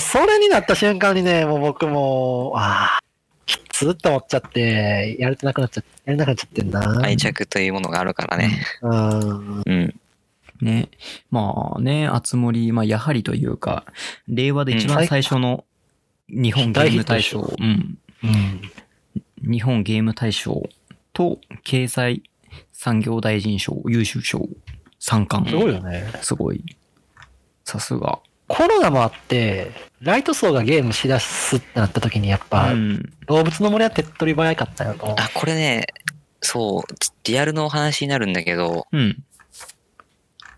Speaker 1: それになった瞬間にね、もう僕も、ああ、きつっと思っちゃって、やれてなくなっちゃって、やれなくなっちゃってんな。
Speaker 3: 愛着というものがあるからね。
Speaker 1: うん。
Speaker 3: うん。
Speaker 2: ね。まあね、あつ森、まあやはりというか、令和で一
Speaker 1: う
Speaker 2: 番
Speaker 1: ん
Speaker 2: 最初の日本ゲーム大賞
Speaker 1: 大、
Speaker 2: うん。
Speaker 1: うん。
Speaker 2: 日本ゲーム大賞と経済産業大臣賞、優秀賞、三
Speaker 1: す
Speaker 2: 冠。
Speaker 1: ごいよね。
Speaker 2: すごい。さすが。
Speaker 1: コロナもあって、ライト層がゲームしだすってなった時に、やっぱ、
Speaker 2: うん。
Speaker 1: 動物の森は手っ取り早かったよと。
Speaker 3: あ、これね、そう、リアルのお話になるんだけど、
Speaker 2: うん。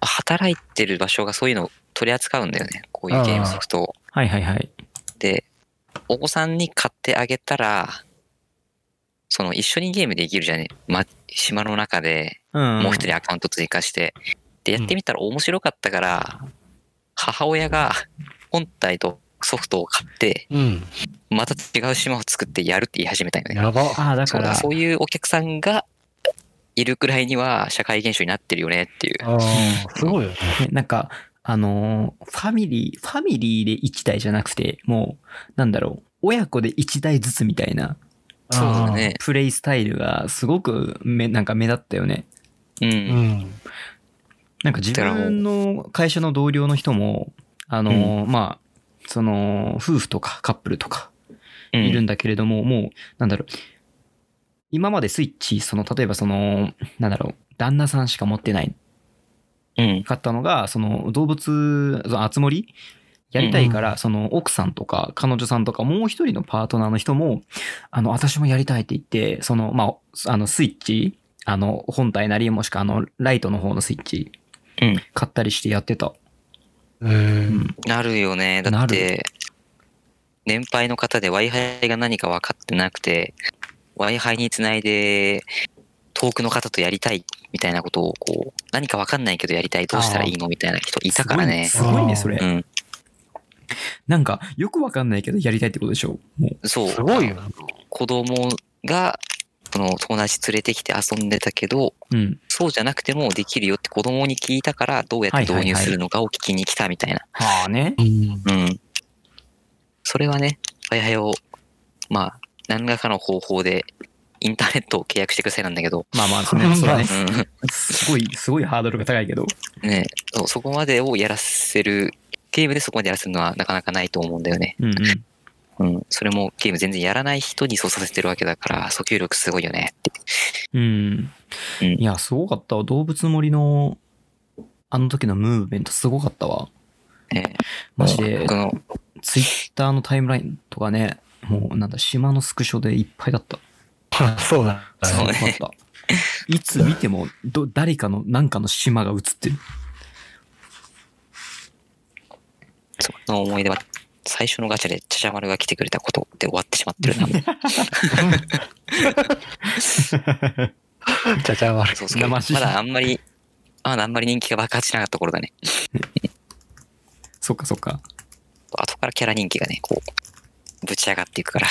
Speaker 3: 働いてる場所がそういうのを取り扱うんだよね。こういうゲームソフトを。
Speaker 2: はいはいはい。
Speaker 3: で、お子さんに買ってあげたら、その一緒にゲームできるじゃね、ま、島の中で
Speaker 2: うん。
Speaker 3: もう一人アカウント追加して、で、やってみたら面白かったから、母親が本体とソフトを買って、
Speaker 1: うん。
Speaker 3: また違う島を作ってやるって言い始めたよね。
Speaker 1: やば。
Speaker 2: ああ、だ
Speaker 3: そ
Speaker 2: か
Speaker 3: うだ
Speaker 2: ら、
Speaker 3: そういうお客さんがいるくらいには社会現象になってるよねっていう。
Speaker 1: あーすごいよね。
Speaker 2: ねなんか、あのーファミリー、ファミリーで1台じゃなくて、もう、なんだろう、親子で1台ずつみたいな、
Speaker 3: そうだね。
Speaker 2: プレイスタイルがすごくめ、なんか目立ったよね。
Speaker 3: う
Speaker 1: あ
Speaker 3: ん
Speaker 1: ー。うん。
Speaker 2: なんか自分の会社の同僚の人も、あのーまあ、その、夫婦とかカップルとか
Speaker 3: うん
Speaker 2: いるんだけれども、もう、なんだろう、今までスイッチ、その、例えばその、なんだろう、旦那さんしか持ってない
Speaker 3: うん。
Speaker 2: 買ったのが、その動物、そのあつ森やりたいから、その奥さんとか彼女さんとかもう一人のパートナーの人も、あの、私もやりたいって言って、その、まあ、あの、スイッチ、あの、本体なり、もしくはあの、ライトの方のスイッチ
Speaker 3: うん、
Speaker 2: 買ったりしてやってた。
Speaker 1: うん。
Speaker 3: なるよね。だ
Speaker 2: な
Speaker 3: って、年配の方で Wi-Fi が何か分かってなくて、Wi-Fi につないで、遠くの方とやりたいみたいなことを、こう、何か分かんないけどやりたい、どうしたらいいのみたいな人いたからね。
Speaker 2: すごいすごいね、それ
Speaker 3: う。ん。
Speaker 2: なんか、よくわかんないけど、やりたいってことでしょ。もう。
Speaker 3: そう。
Speaker 1: すごいよ。
Speaker 3: 子供が、その友達連れてきて遊んでたけど、
Speaker 2: うん。
Speaker 3: そうじゃなくてもできるよって子供に聞いたから、どうやって導入するのかを聞きに来たみたいな。
Speaker 2: はあね
Speaker 1: う。ん。
Speaker 3: うん。それはね、Wi-Fi を、まあ、何らかの方法で、インターネットを契約してくださいなんだけど、
Speaker 2: まあまあ、それ はそれはね。
Speaker 3: う
Speaker 2: すごい、すごいハードルが高いけど。
Speaker 3: ん、ねそうそこまでをやらせる、ゲームでそこまでやらせるのはなかなかないと思うんだよね。
Speaker 2: うんうん。
Speaker 3: うん。それもゲーム全然やらない人にそうさせてるわけだから、訴求力すごいよねって。
Speaker 2: うん。
Speaker 3: うん
Speaker 2: いや、すごかったわ。動物の森の、あの時のムーブメントすごかったわ。
Speaker 3: ええ
Speaker 2: マジで
Speaker 3: 僕、の、
Speaker 2: ツイッターのタイムラインとかね、もうなんだ、島のスクショでいっぱいだった。
Speaker 1: そうだ。
Speaker 2: す
Speaker 3: そう
Speaker 2: ごか
Speaker 3: ね
Speaker 2: った。いつ見ても、ど、誰かの、なんかの島が映ってる。
Speaker 3: その思い出は、最初のガチャでチャチャ丸が来てくれたことで終わってしまってるな。
Speaker 1: ちゃちゃ悪い。
Speaker 3: そうそう。
Speaker 2: 生
Speaker 3: ま
Speaker 2: 々しい
Speaker 3: だあんまり、まだあんまり人気が爆発しなかった頃だね。
Speaker 2: そっかそっか。
Speaker 3: 後からキャラ人気がね、こう、ぶち上がっていくから。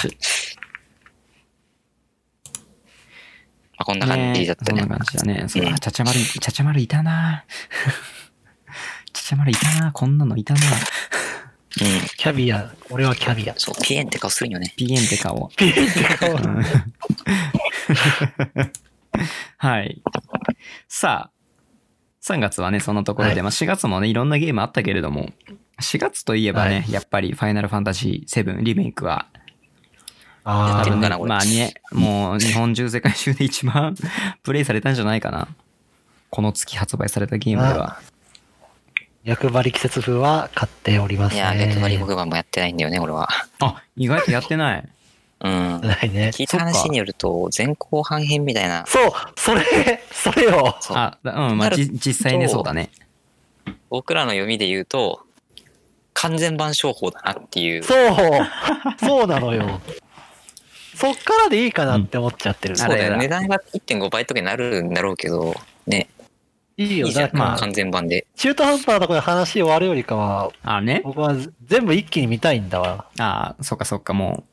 Speaker 3: まあこんな感じだったね。
Speaker 2: そんな感じだね。そう
Speaker 3: うん
Speaker 2: あちゃちゃまる、ちゃちゃまるいたな ちゃちゃまるいたなこんなのいたな
Speaker 3: う
Speaker 1: キャビア、俺はキャビア
Speaker 3: ん。。 そう、ピエンって顔するんよね。
Speaker 2: ピエンって顔。
Speaker 1: ピエって顔
Speaker 2: うんはい。さあ、3月はね、そんなところで、
Speaker 1: はい
Speaker 2: まあ4月もね、いろんなゲームあったけれども、4月といえばね、
Speaker 1: は
Speaker 2: やっぱりファイナルファンタジー7リメイクは、
Speaker 3: や
Speaker 1: あ
Speaker 3: っ
Speaker 2: 多
Speaker 3: てる
Speaker 2: 分
Speaker 3: か
Speaker 2: ね、
Speaker 1: あ、
Speaker 3: なこれ
Speaker 2: まあね、もう日本中、世界中で一番 プレイされたんじゃないかな。この月発売されたゲームでは。
Speaker 1: 役張り季節風は買っております
Speaker 3: い
Speaker 1: ね。
Speaker 3: やー、逆張り黒板もやってないんだよね、俺は。
Speaker 2: あ、意外とやってない。
Speaker 3: うん。
Speaker 1: ないね。
Speaker 3: 聞いた
Speaker 2: そっ
Speaker 3: 話
Speaker 2: か
Speaker 3: によると、前後半編みたいな、
Speaker 1: そう、それ、それよ。
Speaker 3: そう
Speaker 2: あ、だうん、まあ、じ実際ね、そうだね。
Speaker 3: 僕らの読みで言うと、完全版商法だなっていう。
Speaker 1: そう、そうなのよ。そっからでいいかなって思っちゃってる。
Speaker 2: ん
Speaker 3: そう
Speaker 2: あ
Speaker 3: だ
Speaker 2: れ
Speaker 3: よ
Speaker 2: だ
Speaker 3: ね。値段が1.5倍とかになるんだろうけど、ね、
Speaker 1: いい
Speaker 3: い
Speaker 1: よ。
Speaker 3: いじゃ
Speaker 1: だ
Speaker 3: ん、
Speaker 1: から、
Speaker 2: まあ
Speaker 3: 完全版で。
Speaker 1: 中途半端なところで話終わるよりかは、
Speaker 2: あね。
Speaker 1: 僕は全部一気に見たいんだわ。
Speaker 2: あそっかそっか、も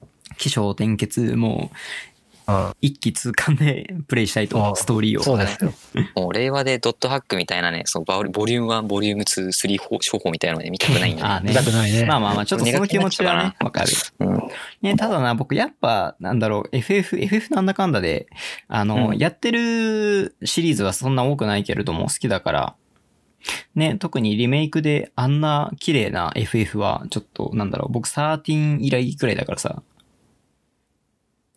Speaker 2: う、起承転結、も
Speaker 1: うん
Speaker 2: う、一気通貫で プレイしたい
Speaker 1: そ
Speaker 2: と、
Speaker 1: う
Speaker 2: ストーリーを。
Speaker 1: そうですよ。
Speaker 3: もう令和でドットハックみたいなね、そのバボリューム1、ボリューム2、3法商法みたいなのね、見たくないんだ
Speaker 2: あ
Speaker 3: よね。
Speaker 2: ね
Speaker 1: 見たくないね。
Speaker 2: まあまあまあ、ちょっとその気持ちはね、わかる。
Speaker 3: うん
Speaker 2: ね、ただな、僕やっぱ、なんだろう、FF、FF なんだかんだで、あの、
Speaker 3: うん
Speaker 2: やってるシリーズはそんな多くないけれども、好きだから、ね、特にリメイクであんな綺麗な FF は、ちょっと、なんだろう、僕13以来くらいだからさ、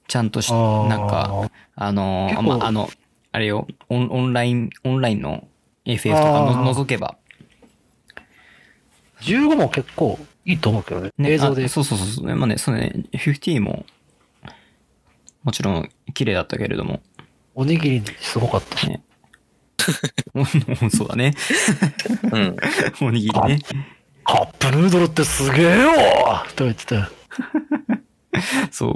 Speaker 2: ちゃんとし、なんか、
Speaker 1: あー、
Speaker 2: あの
Speaker 1: 結、構
Speaker 2: まあ、あの、あれよ、オンオンライン、オンラインの FF とかの
Speaker 1: あー
Speaker 2: 覗けば、
Speaker 1: 15も結構いいと思うけどね。
Speaker 2: ね、
Speaker 1: 映像で
Speaker 2: あ。そうそうそうそう。まあね、そうね、50も、もちろん綺麗だったけれども、
Speaker 1: おにぎりすごかったし。
Speaker 2: ね。そうだね。
Speaker 3: うん。
Speaker 2: おにぎりね。
Speaker 1: カップヌードルってすげえよとか言ってたよ。
Speaker 2: そう。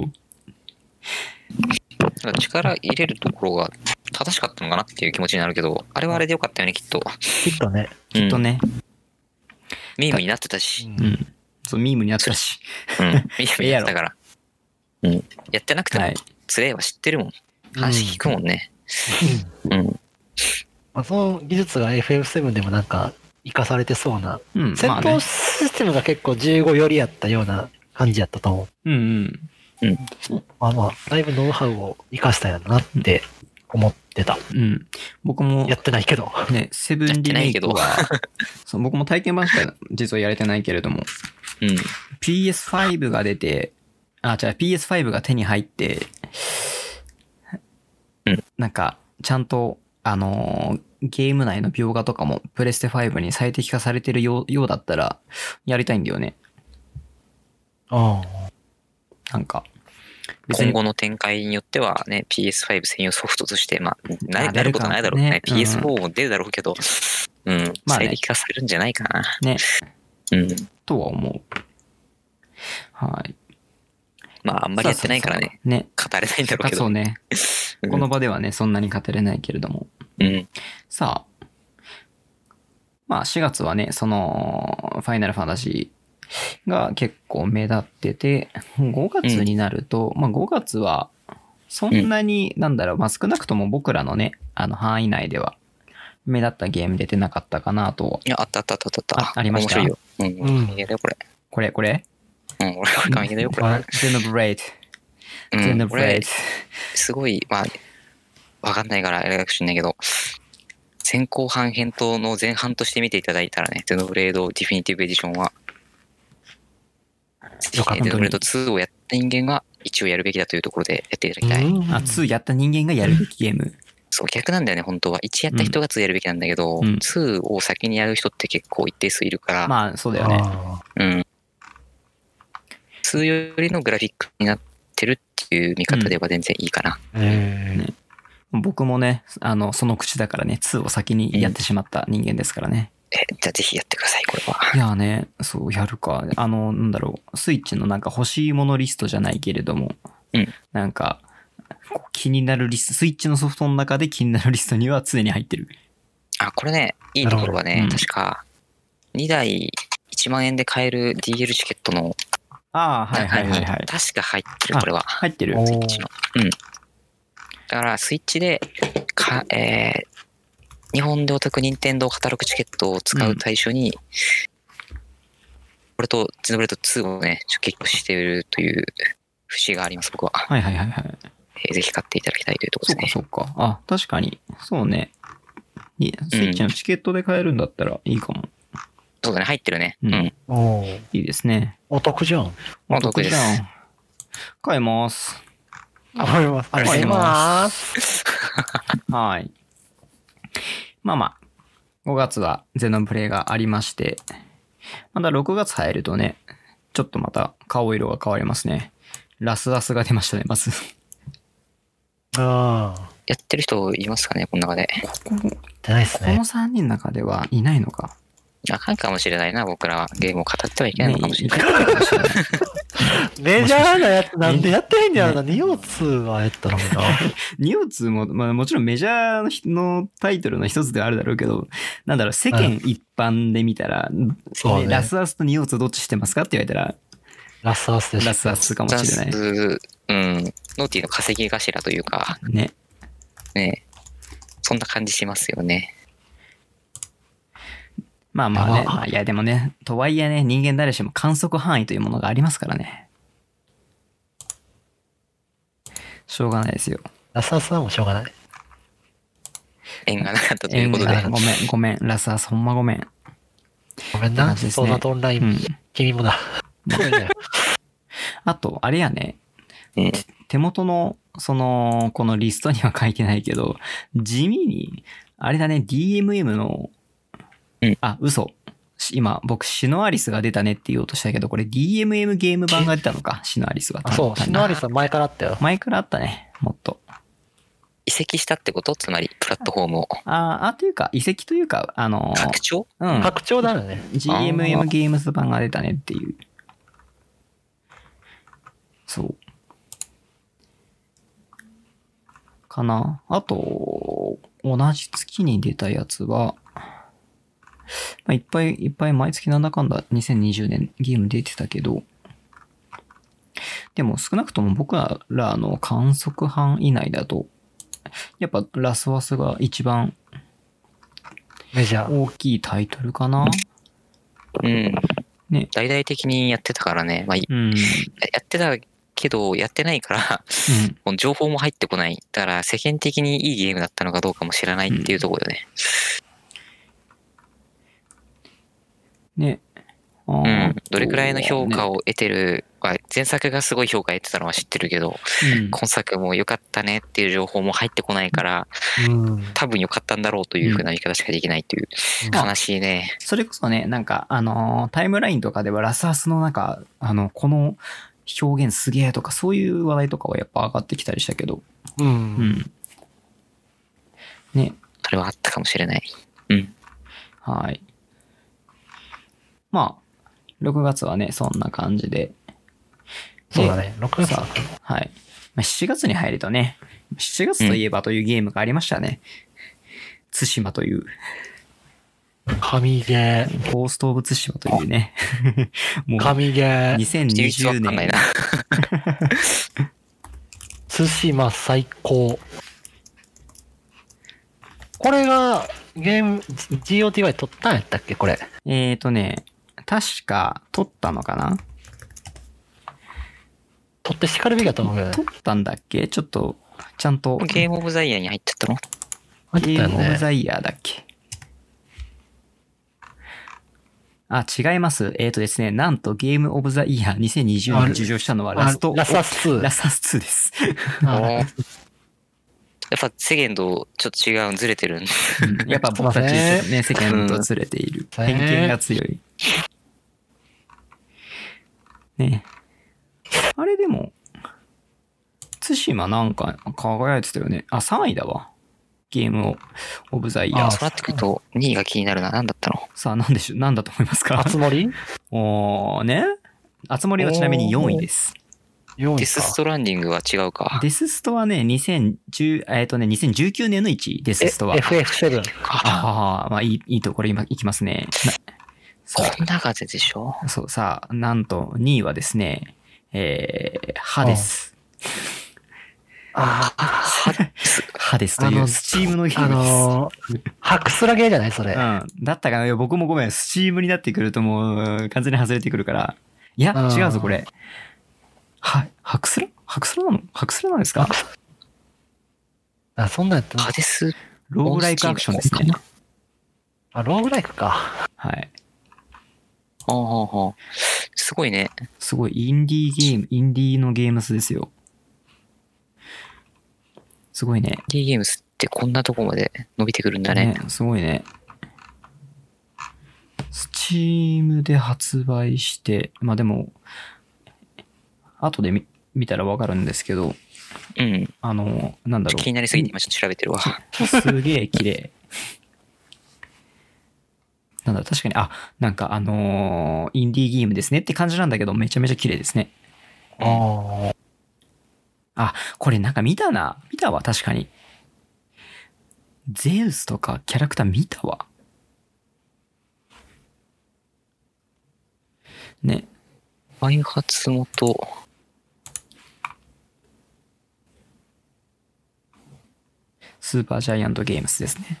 Speaker 3: だから力入れるところが正しかったのかなっていう気持ちになるけど、あれはあれでよかったよね、きっと。
Speaker 1: きっとね。
Speaker 3: き
Speaker 2: と。ね。
Speaker 3: ミームになってたし。
Speaker 1: うん
Speaker 2: うん。そう、ミームになったし。
Speaker 3: うん。ミームになってたから。うん。やってなくて
Speaker 2: は
Speaker 3: も
Speaker 2: い、。
Speaker 3: つれは知ってるもん。話聞くもんね。うん。
Speaker 1: まあ、その技術が FF7 でもなんか活かされてそうな。
Speaker 2: うん。
Speaker 1: 戦
Speaker 2: まあね
Speaker 1: 闘システムが結構15よりやったような感じやったと思
Speaker 2: うんうん。
Speaker 1: う。まあまあ、だいぶノウハウを活かしたんやなって思ってた。
Speaker 2: うん。僕も
Speaker 1: や、ってないけど。
Speaker 2: ね、セブンリメイクは、 そう僕も体験版しか実はやれてないけれども、
Speaker 3: うん。
Speaker 2: PS5 が出て、あ、じゃあ PS5 が手に入って、
Speaker 3: うん
Speaker 2: なんか、ちゃんと、あのーゲーム内の描画とかもプレステ5に最適化されてるようようだったら、やりたいんだよね。
Speaker 1: あ
Speaker 2: なんか。別
Speaker 3: 今
Speaker 2: に
Speaker 3: 後の展開によってはね、PS5 専用ソフトとして、まあ、な
Speaker 2: あ
Speaker 3: なることはないだろうね。
Speaker 2: 出るかね
Speaker 3: PS4 も出るだろうけど、うん。
Speaker 2: まあね
Speaker 3: 最適化されるんじゃないかな。
Speaker 2: ね、
Speaker 3: うん。
Speaker 2: とは思う。はい。
Speaker 3: まあ、あんまりやってないから
Speaker 2: そ
Speaker 3: ね、
Speaker 2: うそうそう。ね。
Speaker 3: 語れないんだろうけ
Speaker 2: そ
Speaker 3: ど
Speaker 2: う。 ね。この場ではね、そんなに語れないけれども。
Speaker 3: うん。
Speaker 2: さあ、まあ4月はね、その、ファイナルファンタジーが結構目立ってて、5月になると、まあ5月は、そんなに、なんだろう、まあ少なくとも僕らのね、あの範囲内では、目立ったゲーム出てなかったかなと。
Speaker 3: いや、あったあったあったあった。
Speaker 2: あありました
Speaker 3: 面白いよ。うん。
Speaker 1: うん
Speaker 3: 神ゲーだよ、これ。
Speaker 2: これ、これ
Speaker 3: うん、俺、これ神ゲーだよ、これ。
Speaker 1: あ。
Speaker 2: ゼノブレイド。ゼ
Speaker 3: う
Speaker 2: ノ
Speaker 3: ん、
Speaker 2: ブレイ
Speaker 3: 俺
Speaker 2: ド、。
Speaker 3: すごい、まあ、わかんないから、あれかもしんないけど、前後半編との前半として見ていただいたらね、ゼノブレードディフィニティブエディションは、ぜ
Speaker 2: よかっ
Speaker 3: ひ
Speaker 2: た
Speaker 3: ねゼノブレード2をやった人間が一応やるべきだというところでやっていただきたい。
Speaker 1: うん
Speaker 2: あ、2やった人間がやるべきゲーム。
Speaker 3: そう、逆なんだよね、本当は。1やった人が2やるべきなんだけど、
Speaker 2: うん
Speaker 3: 2を先にやる人って結構一定数いるから、
Speaker 2: まあ、そうだよね。
Speaker 1: あ
Speaker 3: うん。2よりのグラフィックになってるっていう見方では全然いいかな。
Speaker 1: ーえー
Speaker 2: 僕もね、あの、その口だからね、2を先にやってしまった人間ですからね。
Speaker 3: え、じゃあぜひやってください、これは。
Speaker 2: いやーね、そう、やるか。あの、なんだろう、スイッチのなんか欲しいものリストじゃないけれども、
Speaker 3: うん
Speaker 2: なんか、こう気になるリスト、スイッチのソフトの中で気になるリストには常に入ってる。
Speaker 3: あ、これね、いいところは
Speaker 2: な
Speaker 3: ね
Speaker 2: る、ほどうん
Speaker 3: 確か、2台1万円で買える DL チケットの
Speaker 2: ああ、はいは
Speaker 3: 中
Speaker 2: い
Speaker 3: に、
Speaker 2: はいはい。
Speaker 3: 確か入ってる、
Speaker 2: あ
Speaker 3: これは。
Speaker 2: 入ってる
Speaker 1: お。
Speaker 3: スイッチの。うん。だから、スイッチで、か、えー日本でお得任天堂カタログチケットを使う対象に、これと、ジノブレード2をね、ちょっと結構しているという節があります、僕は。
Speaker 2: はいはいはいはい。
Speaker 3: えーぜひ買っていただきたいというとこ
Speaker 2: そ
Speaker 3: ろ
Speaker 2: う
Speaker 3: で
Speaker 2: か
Speaker 3: すね。
Speaker 2: そうか。あ、確かに。そうね。いスイッチのチケットで買えるんだったらいいかも。
Speaker 3: そうだね、入ってるね。
Speaker 2: う
Speaker 3: うんん。
Speaker 1: おー
Speaker 2: いいですね。
Speaker 1: お得じゃん。
Speaker 3: お得です
Speaker 2: ん。買えます。
Speaker 1: あります。あ
Speaker 3: りがとうござい
Speaker 1: ま。
Speaker 2: ますはい。まあまあ、5月はゼノンプレイがありまして、まだ6月入るとね、ちょっとまた顔色が変わりますね。ラスアスが出ましたね、まず。
Speaker 1: ああ、
Speaker 3: やってる人いますかね、この中で。
Speaker 2: ここ、こ
Speaker 1: じゃないです
Speaker 2: の
Speaker 1: ね。
Speaker 2: 3人の中ではいないのか。
Speaker 3: あかんかもしれないな、僕らは。ゲームを語ってはいけな
Speaker 2: ね
Speaker 3: いのかもしれない。
Speaker 1: メジャーなやつなんでやってないんだろうな。ニオツはやったのにな。
Speaker 2: ニオツも、まあもちろんメジャーのひのタイトルの一つではあるだろうけど、なんだろう、世間一般で見たら、
Speaker 1: そうね
Speaker 2: ねラスアスとニオツどっちしてますかって言われたら、
Speaker 1: ラスアスで
Speaker 2: ラ
Speaker 1: し
Speaker 2: スアスかも
Speaker 3: ダン
Speaker 2: しれない。
Speaker 3: ス、うん。ノーティーの稼ぎ頭というか、
Speaker 2: ね。
Speaker 3: ねそんな感じしますよね。
Speaker 2: まあまあね、
Speaker 1: やば
Speaker 2: まあいやでもね、とはいえね、人間誰しも観測範囲というものがありますからね。しょうがないですよ。
Speaker 1: ラスアスはもうしょうがない。
Speaker 3: 縁がなかったと
Speaker 2: え
Speaker 3: い
Speaker 2: ー
Speaker 3: うこ
Speaker 2: ご
Speaker 3: と
Speaker 2: め
Speaker 3: で。
Speaker 2: ん、ごめん、ごめん、ラスアスほんまごめん。
Speaker 1: ごめんな。
Speaker 2: マジです
Speaker 1: ソ
Speaker 2: ね
Speaker 1: ーダとオンライ
Speaker 2: う
Speaker 1: ン、
Speaker 2: ん。
Speaker 1: 君 もだ。ごめんね
Speaker 2: あと、あれやね、
Speaker 3: うん
Speaker 2: 手元の、その、このリストには書いてないけど、地味に、あれだね、DMM の
Speaker 3: うん、
Speaker 2: あ、嘘。し今、僕、シノアリスが出たねって言おうとしたけど、これ DMM ゲーム版が出たのか、シノアリスは。
Speaker 1: あそう、シノアリスは前からあったよ。
Speaker 2: 前からあったね、もっと。
Speaker 3: 移籍したってことつまり、プラットフォームを。
Speaker 2: あーあ、というか、移籍というか、あのー
Speaker 3: 拡張
Speaker 2: うん、
Speaker 1: 拡張だよね。
Speaker 2: GMM ゲームズ版が出たねっていう。そう。かな。あと、同じ月に出たやつは、まあ、いっぱいいっぱい毎月なんだかんだ2020年ゲーム出てたけど、でも少なくとも僕らの観測範囲内だと、やっぱラスワスが一番
Speaker 1: メジャー。
Speaker 2: 大きいタイトルかな。
Speaker 3: うん。
Speaker 2: ね
Speaker 3: 大々的にやってたからね。まあ、い
Speaker 2: うん。
Speaker 3: やってたけど、やってないから、
Speaker 2: うん
Speaker 3: もう情報も入ってこない。だから、世間的にいいゲームだったのかどうかも知らないっていうところよね。
Speaker 2: ね。あ
Speaker 3: う
Speaker 2: ー
Speaker 3: ん。どれくらいの評価
Speaker 2: を。
Speaker 3: を得てる、まあ前作がすごい評価得てたのは知ってるけど、
Speaker 2: うん
Speaker 3: 今作も良かったねっていう情報も入ってこないから、
Speaker 1: うん。
Speaker 3: 多分良かったんだろうというふうな言い方しかできないという、
Speaker 2: うん
Speaker 3: 悲しいね。
Speaker 2: それこそね、なんか、あのータイムラインとかではラスハスのなんか、あの、この表現すげえとか、そういう話題とかはやっぱ上がってきたりしたけど。
Speaker 1: う。
Speaker 2: うんん。ね。
Speaker 3: それはあったかもしれない。
Speaker 2: はい。まあ、6月はね、そんな感じで。
Speaker 1: そうだね。6月
Speaker 2: さあ、はい。まあ、7月に入るとね、7月といえばというゲームがありましたね。対馬という。
Speaker 1: 神ゲ
Speaker 2: ゴースト・オブ・ツシマというね。 も
Speaker 1: ー。
Speaker 2: う、
Speaker 1: 神ゲー。
Speaker 3: 一わ
Speaker 2: 2020
Speaker 3: かんない
Speaker 2: 年
Speaker 3: な。。
Speaker 1: 対馬最高。これが、ゲーム、G- GOTY 取ったんやったっけこれ。
Speaker 2: えーとね、確か、撮ったのかな
Speaker 1: 取って叱るべきだと思うけどね。
Speaker 2: 撮ったんだっけちょっと、ちゃんと、
Speaker 3: ゲームオブザイヤーに入っちゃったの
Speaker 1: 入って
Speaker 2: ゲ
Speaker 1: たよ
Speaker 2: ームオブ
Speaker 1: ね。
Speaker 2: ザイヤーだっけあ、違います。えーとですね、なんとゲームオブザイヤー2020年に受賞したのはラスト、
Speaker 1: あラスアス2。
Speaker 2: ラスト2です。
Speaker 1: あ
Speaker 3: おーやっぱ世間とちょっと違うんずれてるんで。
Speaker 2: うんやっぱ僕たちちょっとね、世間とずれている。
Speaker 1: うん
Speaker 2: 偏見が強い。ねえあれでも、対馬なんか輝いてたよね。あ、3位だわ。ゲームをオブザイヤ
Speaker 1: あ
Speaker 2: ー。
Speaker 3: そうなってくると2位が気になるな。なんだったの
Speaker 2: さあ、なんでしょう、なんだと思いますか
Speaker 1: 熱盛
Speaker 2: おーね。あつ森はちなみに4位です。
Speaker 1: 4
Speaker 3: デ
Speaker 1: 位
Speaker 3: スス
Speaker 1: か。
Speaker 3: トランディングは違うか。
Speaker 2: デスストはね、2010、えっ、とね、2019年の1位、デス
Speaker 1: え
Speaker 2: ストは。
Speaker 1: FF7。
Speaker 3: あ
Speaker 2: ああ、まあいい、いいところ今、いきますね。な
Speaker 3: こ
Speaker 2: さ
Speaker 3: んな風でしょ
Speaker 2: あ、そう、さあ、なんと2位はですね、えー、歯です。
Speaker 1: ああ、
Speaker 2: 歯ですとい
Speaker 1: あ
Speaker 2: う、
Speaker 1: の
Speaker 2: スチームのゲー
Speaker 1: あ
Speaker 2: ムです。
Speaker 1: のー、ハクスラゲーじゃないそれ。
Speaker 2: うん。だったかないや僕もごめん、スチームになってくるともう、完全に外れてくるから。いや、
Speaker 1: うん
Speaker 2: 違うぞ、これ。は、ハクスラハクスラなのハクスラなんですか
Speaker 1: あ、そんなんやった
Speaker 3: ハデス、
Speaker 2: ローグライクアクションです
Speaker 3: オンスチー
Speaker 2: ね
Speaker 3: ム。
Speaker 1: あ、ローグライクか。
Speaker 2: はい。
Speaker 3: ああ、ああすごいね。
Speaker 2: すごい、インディーゲーム、インディーのゲームスですよ。すごいね。
Speaker 3: D ゲームスってこんなとこまで伸びてくるんだね。
Speaker 2: すごいね。スチームで発売して、まあでも、後で見見たらわかるんですけど、
Speaker 3: うん。
Speaker 2: あの、なんだろう。
Speaker 3: 気になりすぎて今ちょっと調べてるわ。
Speaker 2: すげえ綺麗。なんだ、確かに、あ、なんかあのーインディーゲームですねって感じなんだけど、めちゃめちゃ綺麗ですね。
Speaker 1: あー
Speaker 2: これなんか見たな。見たわ、確かに。ゼウスとかキャラクター見たわ。ね。
Speaker 3: 開発元。
Speaker 2: スーパージャイアントゲームスですね。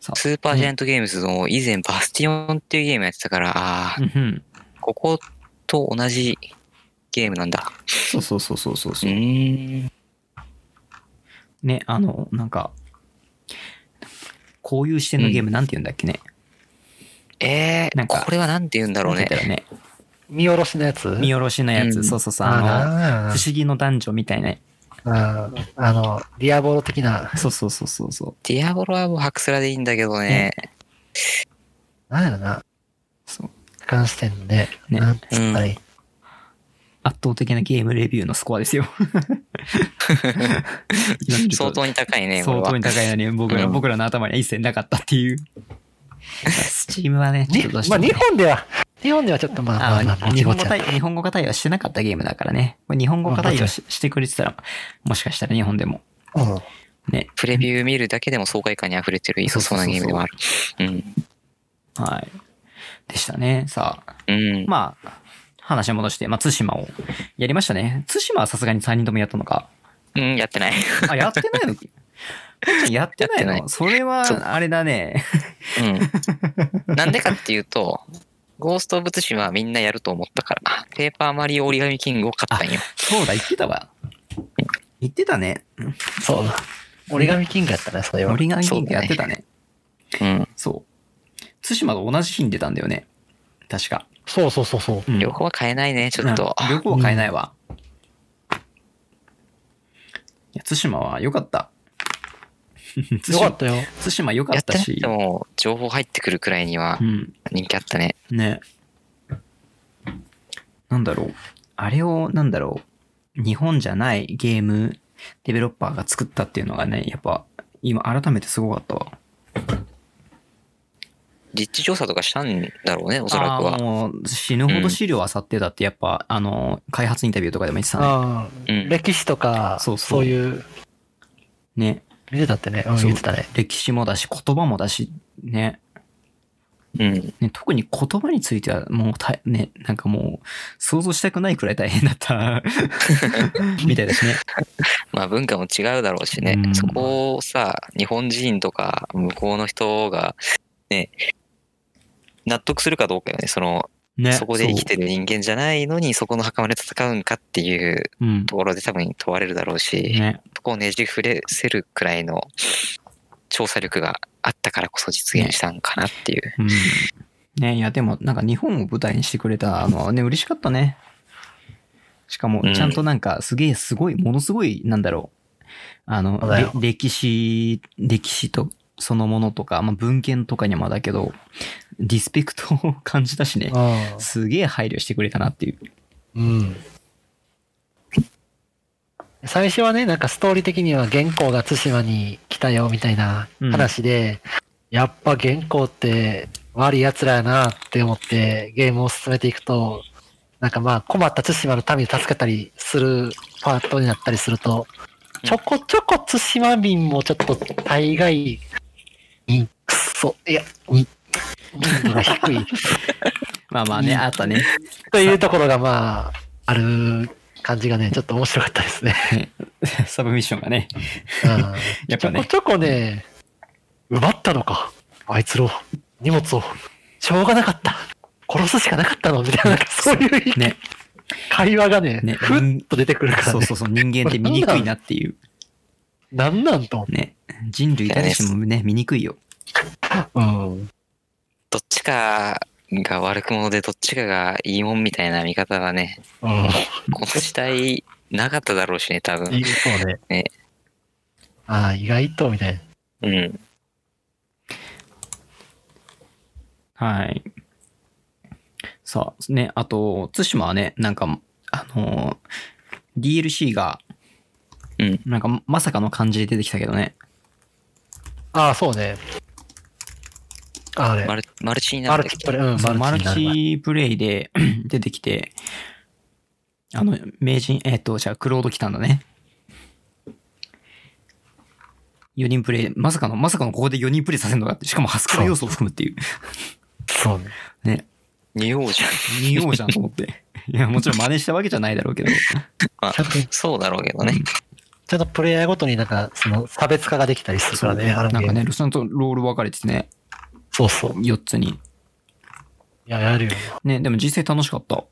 Speaker 2: さ
Speaker 3: スーパージャイアントゲームズの以前バスティオンっていうゲームやってたから、あ
Speaker 2: あ、うん
Speaker 3: ー
Speaker 2: うん。
Speaker 3: ここと同じゲームなんだ。
Speaker 2: そうそうそうそうそう
Speaker 3: う
Speaker 2: そう。
Speaker 3: ーん。
Speaker 2: ね、あの、なんか、こういう視点のゲームなんて言うんだっけね。
Speaker 3: え
Speaker 2: な
Speaker 3: ー、
Speaker 2: んか
Speaker 3: これはなんて言うんだろう
Speaker 2: なん
Speaker 3: ね
Speaker 2: て。言ったらね。
Speaker 1: 見下ろしのやつ
Speaker 2: 見下ろしのやつ、
Speaker 3: うん
Speaker 2: そうそうそう。あの、
Speaker 1: あ
Speaker 2: 不思議の男女みたいな。
Speaker 1: あーあの、ディアボロ的な、
Speaker 2: そうそうそうそうそう。
Speaker 3: ディアボロはもうハクスラでいいんだけどね。
Speaker 1: なんやろな、
Speaker 2: そう
Speaker 1: 俯瞰視点で、
Speaker 2: ね
Speaker 1: なんつったらいい
Speaker 2: 圧倒的なゲームレビューのスコアです よ。今見ると
Speaker 3: 相当に高いね、これ
Speaker 2: 相
Speaker 3: は
Speaker 2: 当。に高いのに僕ら、
Speaker 3: うん
Speaker 2: 僕らの頭には一切なかったっていう。スチームはね、ちょっ
Speaker 1: に
Speaker 2: とどうし
Speaker 1: まあ
Speaker 2: ても、
Speaker 1: 日本では、日本ではちょっとまあ、
Speaker 2: あ
Speaker 1: まあ、まあ、ぼ
Speaker 2: 日
Speaker 1: ちぼ
Speaker 2: 本語
Speaker 1: ち
Speaker 2: 対日本語化対応してなかったゲームだからね。これ日本語化対応ししてくれてたら、もしかしたら日本でも。
Speaker 1: うん
Speaker 2: ね。
Speaker 3: プレビュー見るだけでも爽快感に溢れてる、いそそうなゲームでもある。うん。
Speaker 2: はい。でしたね。さあ、
Speaker 3: うん。
Speaker 2: まあ、話を戻して、まあ、対馬をやりましたね。対馬はさすがに3人ともやったのか。
Speaker 3: うん、やってない。
Speaker 2: あ、やってないの やってない
Speaker 3: やって
Speaker 2: の
Speaker 3: な
Speaker 2: それは
Speaker 3: そう、
Speaker 2: あれだね。
Speaker 3: うん。なんでかっていうと、ゴースト・オブ・ツシマはみんなやると思ったから、ペーパーマリオ折り紙キングを買ったんよ。
Speaker 2: そうだ、言ってたわ。言ってたね。
Speaker 1: そうだ。折り紙キングやったね、それは。
Speaker 2: 折り紙
Speaker 3: そう
Speaker 2: 銀
Speaker 3: だ
Speaker 2: や
Speaker 3: ね
Speaker 2: ってたね。
Speaker 3: うん。
Speaker 2: そう。対馬が同じ日に出たんだよね。確か。
Speaker 1: そうそうそうそう。
Speaker 2: うん
Speaker 3: 両方は買えないね、ちょっと。
Speaker 2: うん両方は買えないわ。いや、対馬は良か った。
Speaker 1: よかったよ。
Speaker 2: 対馬良か
Speaker 3: や
Speaker 2: っ
Speaker 3: って
Speaker 2: た
Speaker 3: なく
Speaker 2: し。
Speaker 3: ても、情報入ってくるくらいには
Speaker 2: うん。
Speaker 3: 人気あったね。
Speaker 2: ね。なんだろう。あれを、なんだろう。日本じゃないゲームデベロッパーが作ったっていうのがね、やっぱ、今改めてすごかったわ。
Speaker 3: 実地調査とかしたんだろうね、おそらく
Speaker 2: あ
Speaker 3: は
Speaker 2: ー。もう死ぬほど資料漁ってたって、やっぱ、あの、開発インタビューとかでも言ってたね。
Speaker 1: あ
Speaker 3: う
Speaker 1: あ
Speaker 3: ん。
Speaker 1: 歴史とか、
Speaker 2: そ
Speaker 1: そうう
Speaker 2: そう
Speaker 1: いう、
Speaker 2: ね。
Speaker 1: 見てたってね。うん、
Speaker 2: そう
Speaker 1: 見てたね。
Speaker 2: 歴史もだし、言葉もだし、ね。
Speaker 3: うん。
Speaker 2: ね特に言葉については、もうた、ね、なんかもう、想像したくないくらい大変だっ た、みたいですね。
Speaker 3: まあ文化も違うだろうし
Speaker 2: う
Speaker 3: ね。
Speaker 2: ん
Speaker 3: そこをさ、日本人とか向こうの人が、ね、納得するかどうかよね。その、
Speaker 2: ね。
Speaker 3: そこで生きてる人間じゃないのに、そこの袴で戦うんかっていう
Speaker 2: そう。うん。
Speaker 3: ところで多分問われるだろうし、
Speaker 2: ね。
Speaker 3: そこをねじ伏れせるくらいの調査力があったからこそ実現したんかなっていう。
Speaker 2: うん。ねいや、でも、なんか日本を舞台にしてくれたのはね、嬉しかったね。しかも
Speaker 3: うん、
Speaker 2: ちゃんとなんか、すげえすごい、ものすごい、なんだろう。あの
Speaker 1: そうだよ、
Speaker 2: れ歴史、歴史と、そのものとか、まあ、文献とかにもだけど、リスペクトを感じたしね。すげえ配慮してくれたなっていう。
Speaker 1: うん。最初はね、なんかストーリー的には原稿が対馬に来たよみたいな話で、やっぱ原稿って悪い奴らやなって思ってゲームを進めていくと、なんかまあ困った対馬の民を助けたりするパートになったりすると、
Speaker 3: うん
Speaker 1: ちょこちょこ対馬民もちょっと大概、うんくそ、いや、うん民度が低い。
Speaker 2: まあまあね、
Speaker 1: うん
Speaker 2: あったね。
Speaker 1: というところがまあある感じがねちょっと面白かったですね。
Speaker 2: サブミッションがね。
Speaker 1: うんち
Speaker 2: やっぱ
Speaker 1: ょこ
Speaker 2: ね。
Speaker 1: ちょこね奪ったのかあいつの荷物をしょうがなかった殺すしかなかったのみたいななんかそういう
Speaker 2: ね。
Speaker 1: 会話がね
Speaker 2: ね
Speaker 1: ふっと出てくるから
Speaker 2: そう
Speaker 1: ね
Speaker 2: そうそう、人間って醜いなっていう。
Speaker 1: なんなんと思
Speaker 2: ね。人類誰しもね、醜いよ。
Speaker 1: う、うん、
Speaker 3: どっちかが悪く者でどっちかがいいもんみたいな見方はね、
Speaker 1: うん、
Speaker 3: この時代なかっただろうしね、多
Speaker 1: い
Speaker 3: 分
Speaker 1: い。そうね
Speaker 3: ね
Speaker 1: ああ意外とみたいな
Speaker 3: うん。
Speaker 2: はい。さあ、ね、あと、対馬はね、なんか、あのー DLC が、
Speaker 3: うん。
Speaker 2: なんか、まさかの感じで出てきたけどね。
Speaker 1: ああそうねあれ
Speaker 3: マルマルチにな
Speaker 1: マ
Speaker 3: る
Speaker 1: ル
Speaker 3: んだ
Speaker 1: チ
Speaker 3: っけ
Speaker 1: プレイうん
Speaker 2: そう
Speaker 1: マ
Speaker 2: マ
Speaker 1: ル
Speaker 2: ル
Speaker 1: チになる
Speaker 2: チプレイで 出てきて、あの、名人、えっ、と、じゃあ、クロード来たんだね。4人プレイ、まさかの、まさかのここで4人プレイさせるのかって、しかもハスクの要素を含むっていう。
Speaker 1: そうね
Speaker 2: ね、
Speaker 3: 匂おうじゃん。
Speaker 2: 見ようじゃんと思って。 いや、もちろん真似したわけじゃないだろう けど。
Speaker 3: まあ
Speaker 1: ちゃんと、
Speaker 3: そうだろうけどね。
Speaker 1: ちゃんとプレイヤーごとになんか、その差別化ができたりするからね、あのゲー
Speaker 2: なん
Speaker 1: ム
Speaker 2: かね、ちゃんとロール分かれててね、
Speaker 1: そうそう。い
Speaker 2: 4つに。
Speaker 1: や、やるよ。
Speaker 2: ね、でも実際楽しかった。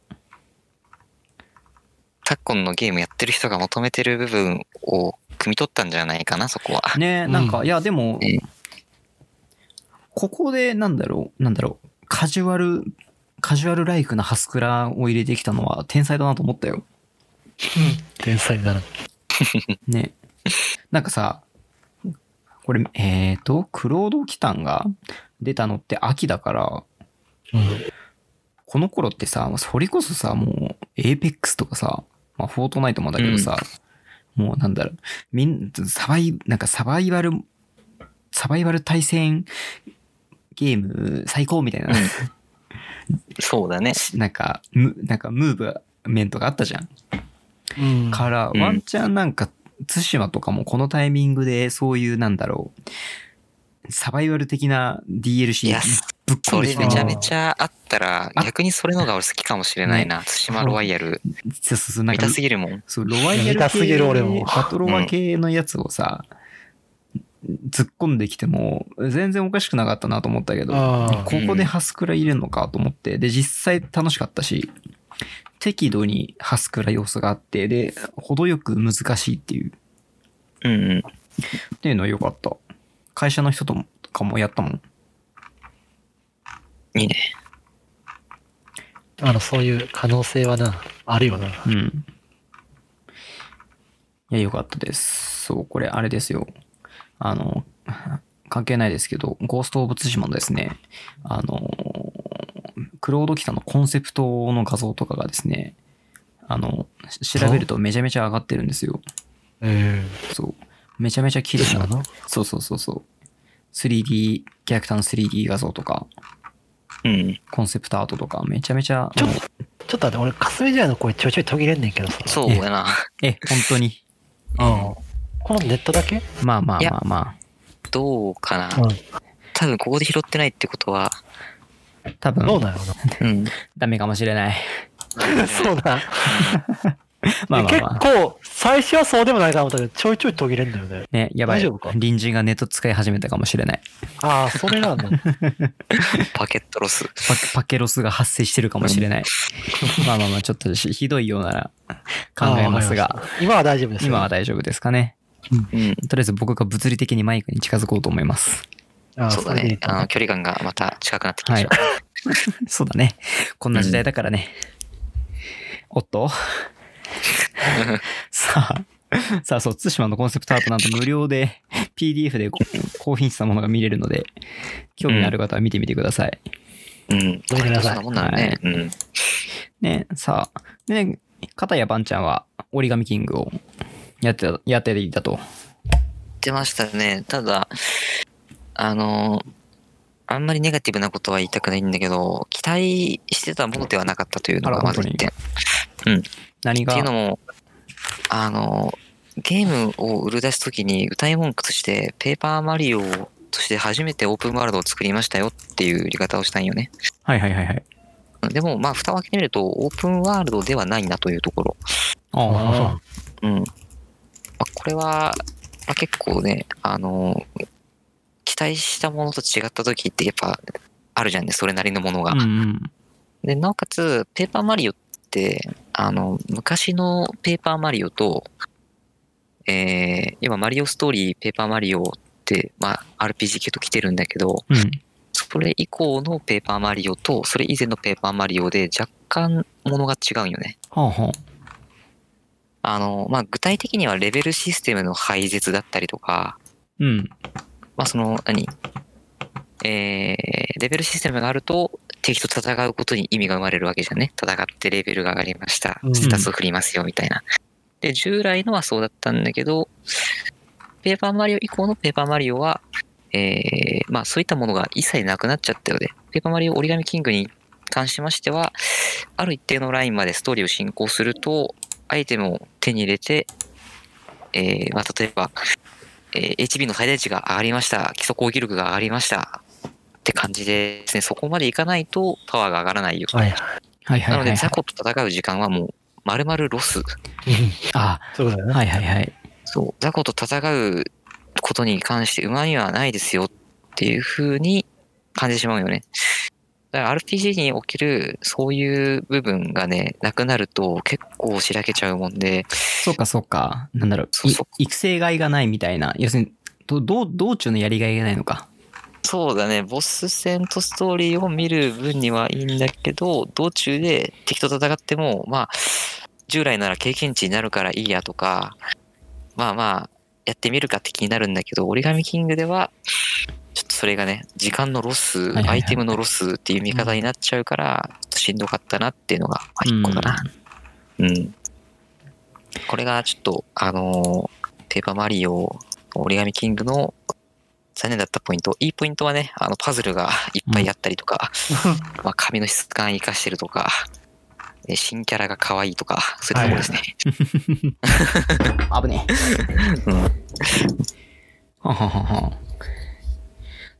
Speaker 3: 昨今のゲームやってる人が求めてる部分を汲み取ったんじゃないかな、そこは。
Speaker 2: ね、なんか、
Speaker 1: う
Speaker 2: いや、でも
Speaker 3: ええ、
Speaker 2: ここで、なんだろう、なんだろう、カジュアル、カジュアルライクなハスクラを入れてきたのは天才だなと思ったよ。
Speaker 1: 天才だな。
Speaker 2: ね。なんかさ、これ、えーと、クロード・キタンが出たのって秋だから、
Speaker 1: うん。
Speaker 2: この頃ってさ、それこそさ、もう、エーペックスとかさ、まあ、フォートナイトもだけどさ、もうなんだろう、みん、サバイ、なんかサバイバル、サバイバル対戦ゲーム最高みたいな、
Speaker 3: そうだね。
Speaker 2: なんか、むなんかムーブメントがあったじゃん。
Speaker 1: うん
Speaker 2: から、
Speaker 3: うん
Speaker 2: ワンチャンなんか、対馬とかもこのタイミングで、そういうなんだろう、サバイバル的ない DLC
Speaker 3: や
Speaker 2: ぶっ込
Speaker 3: そ
Speaker 2: んで
Speaker 3: れ
Speaker 2: きた
Speaker 3: め
Speaker 2: じ
Speaker 3: ち
Speaker 2: ゃ
Speaker 3: ゃ
Speaker 2: ん
Speaker 3: めちゃあったら、
Speaker 2: あ
Speaker 3: 逆にそれの方が俺好きかもしれないな。対馬ロワイヤル。
Speaker 2: そうそうそうなん
Speaker 3: 見
Speaker 2: か
Speaker 3: たすぎるもん。
Speaker 2: そう、ロワイヤ
Speaker 1: いや見た
Speaker 2: ル
Speaker 1: す
Speaker 2: 系
Speaker 1: ぎる俺も
Speaker 2: パトロワ系のやつをさ、突っ込んできても、全然おかしくなかったなと思ったけど、
Speaker 1: あ
Speaker 2: ここでハスクラ入れるのかと思って、で、実際楽しかったし、適度にハスクラ要素があって、で、程よく難しいっていう、
Speaker 3: うんうん。
Speaker 2: っていうのは良かった。会社の人ともとかもやったもん。
Speaker 3: いいね。
Speaker 1: あの、そういう可能性はな、あるよな。
Speaker 2: うん。いや、良かったです。そう、これあれですよ。あの、 関係ないですけど、ゴースト・オブ・ツシマのですね、あの、クロード・キタのコンセプトの画像とかがですね、あの、し調べるとめちゃめちゃ上がってるんですよ。
Speaker 1: え
Speaker 2: そう。めちゃめちゃ綺麗な。
Speaker 1: の
Speaker 2: そうそうそうそう。3D、キャラクターの 3D 画像とか、
Speaker 3: うん。
Speaker 2: コンセプトアートとか、めちゃめちゃ、
Speaker 1: ちょっと、ちょっと待って、俺、霞ジアの声ちょいちょい途切れんねんけどさ。
Speaker 3: そう
Speaker 2: ええ
Speaker 3: やな。
Speaker 2: え、本当に。
Speaker 1: うん。このネットだけ
Speaker 2: まあまあ
Speaker 3: いや
Speaker 2: まあま
Speaker 3: どうかな。多分ここで拾ってないってことは。
Speaker 2: あ。多
Speaker 1: うん。どう
Speaker 2: 分、
Speaker 1: なの
Speaker 3: うん。
Speaker 2: ダメかもしれない。
Speaker 1: そう な。
Speaker 2: まあまあ
Speaker 1: 結
Speaker 2: まあ。
Speaker 1: 構、最初はそうでもないかなと思ったけど、ちょいちょい途切れんだよね。
Speaker 2: ね、やば
Speaker 1: 大
Speaker 2: い
Speaker 1: 丈夫か。
Speaker 2: 隣人がネット使い始めたかもしれない。
Speaker 1: ああ、それなんだ。
Speaker 3: パケットロス。
Speaker 2: パパケロスが発生してるかもしれ ない。まあまあまあ、ちょっとしひどいようなら 考えま
Speaker 1: あ
Speaker 2: す
Speaker 1: あ。わ
Speaker 2: が、
Speaker 1: かりした今は大丈夫ですよ。
Speaker 2: 今は大丈夫ですかね。
Speaker 3: うん。
Speaker 2: とりあえず僕が物理的にマイクに近づこうと思います。
Speaker 1: ああ
Speaker 3: そうだ
Speaker 1: れでい
Speaker 3: ね
Speaker 1: い。と
Speaker 3: あ
Speaker 1: 思う
Speaker 3: の、距離感がまた近くなってきま
Speaker 2: は
Speaker 3: し
Speaker 2: い
Speaker 3: た。。
Speaker 2: そうだね。こんな時代だからね。おっとさあ、さあ、そう、対馬のコンセプトアートなんと無料で PDF でこ高品質なものが見れるので、興味のある方は見てみてください。
Speaker 3: うん。
Speaker 1: ごめんなさい
Speaker 3: そんなもんなんだね。うん。
Speaker 2: ね、さあ、でね、片やばんちゃんは折り紙キングをやってた、やっていたと。
Speaker 3: 言ってましたね。ただ、あの、あんまりネガティブなことは言いたくないんだけど、期待してたものではなかったというの
Speaker 2: あ
Speaker 3: が
Speaker 2: ら
Speaker 3: まず一点。
Speaker 2: 何
Speaker 3: っ
Speaker 2: が
Speaker 3: ていうのも、あの、ゲームを売り出すときに歌い文句として、ペーパーマリオとして初めてオープンワールドを作りましたよっていう売り方をしたんよね。
Speaker 2: はいはいはいはい。
Speaker 3: でも、まあ、蓋を開けてみると、オープンワールドではないなというところ。
Speaker 2: ああ、
Speaker 3: うん。まあ、これは、まあ、結構ね、あの、期待したものと違った時ってやっぱあるじゃんね、それなりのものが。
Speaker 2: うんうん。
Speaker 3: で、なおかつ、ペーパーマリオって、あの、昔のペーパーマリオと、えー、今、マリオストーリー、ペーパーマリオって、まあ、RPG 級と来てるんだけど、
Speaker 2: うん。
Speaker 3: それ以降のペーパーマリオと、それ以前のペーパーマリオで若干ものが違うんよね。
Speaker 2: はあは
Speaker 3: あの、まあ、具体的にはレベルシステムの廃絶だったりとか、
Speaker 2: あ。うん。
Speaker 3: まあ、その、何えー、レベルシステムがあると、敵と戦うことに意味が生まれるわけじゃんね。戦ってレベルが上がりました
Speaker 1: う。ん
Speaker 3: ステータスを振りますよ、みたいな。で、従来のはそうだったんだけど、ペーパーマリオ以降のペーパーマリオは、えー、まあ、そういったものが一切なくなっちゃったようで、ペーパーマリオ折り紙キングに関しましては、ある一定のラインまでストーリーを進行すると、アイテムを手に入れて、えー、まあ、例えば、えー HB の最大値が上がりました、基礎攻撃力が上がりましたって感じでですね、そこまでいかないとパワーが上がらないよ。
Speaker 1: はい
Speaker 2: はいはい
Speaker 3: な
Speaker 2: は
Speaker 3: の
Speaker 2: い、は
Speaker 3: で、
Speaker 2: い。
Speaker 3: ザコと戦う時間はもう、まるまるロス。
Speaker 2: あ
Speaker 1: そういうことだよね。
Speaker 2: はいはいはい。
Speaker 3: そう、ザコと戦うことに関してうまみはないですよっていう風に感じてしまうよね。だから RPG におけるそういう部分がね、なくなると結構しらけちゃうもんで、
Speaker 2: そうかそうか。なんだろう。
Speaker 3: そうそう
Speaker 2: い育成がいがないみたいな。要するに、どどう道中のやりがいがないのか。
Speaker 3: そうだね、ボス戦とストーリーを見る分にはいいんだけど、道中で敵と戦っても、まあ、従来なら経験値になるからいいやとか、まあまあ、やってみるかって気になるんだけど、折り紙キングでは、ちょっとそれがね、時間のロス、
Speaker 2: いはいはい
Speaker 3: アイテムのロスっていう見方になっちゃうから、ちょっとしんどかったなっていうのが、まあ、一個だな。うん。これがちょっと、あのーペーパーマリオ、折り紙キングの残念だったポイント。いいポイントはね、あの、パズルがいっぱいあったりとか、まあ、紙の質感生かしてるとか、え新キャラが可愛いとか、そういうところですね。
Speaker 2: 危ねえ。はははは。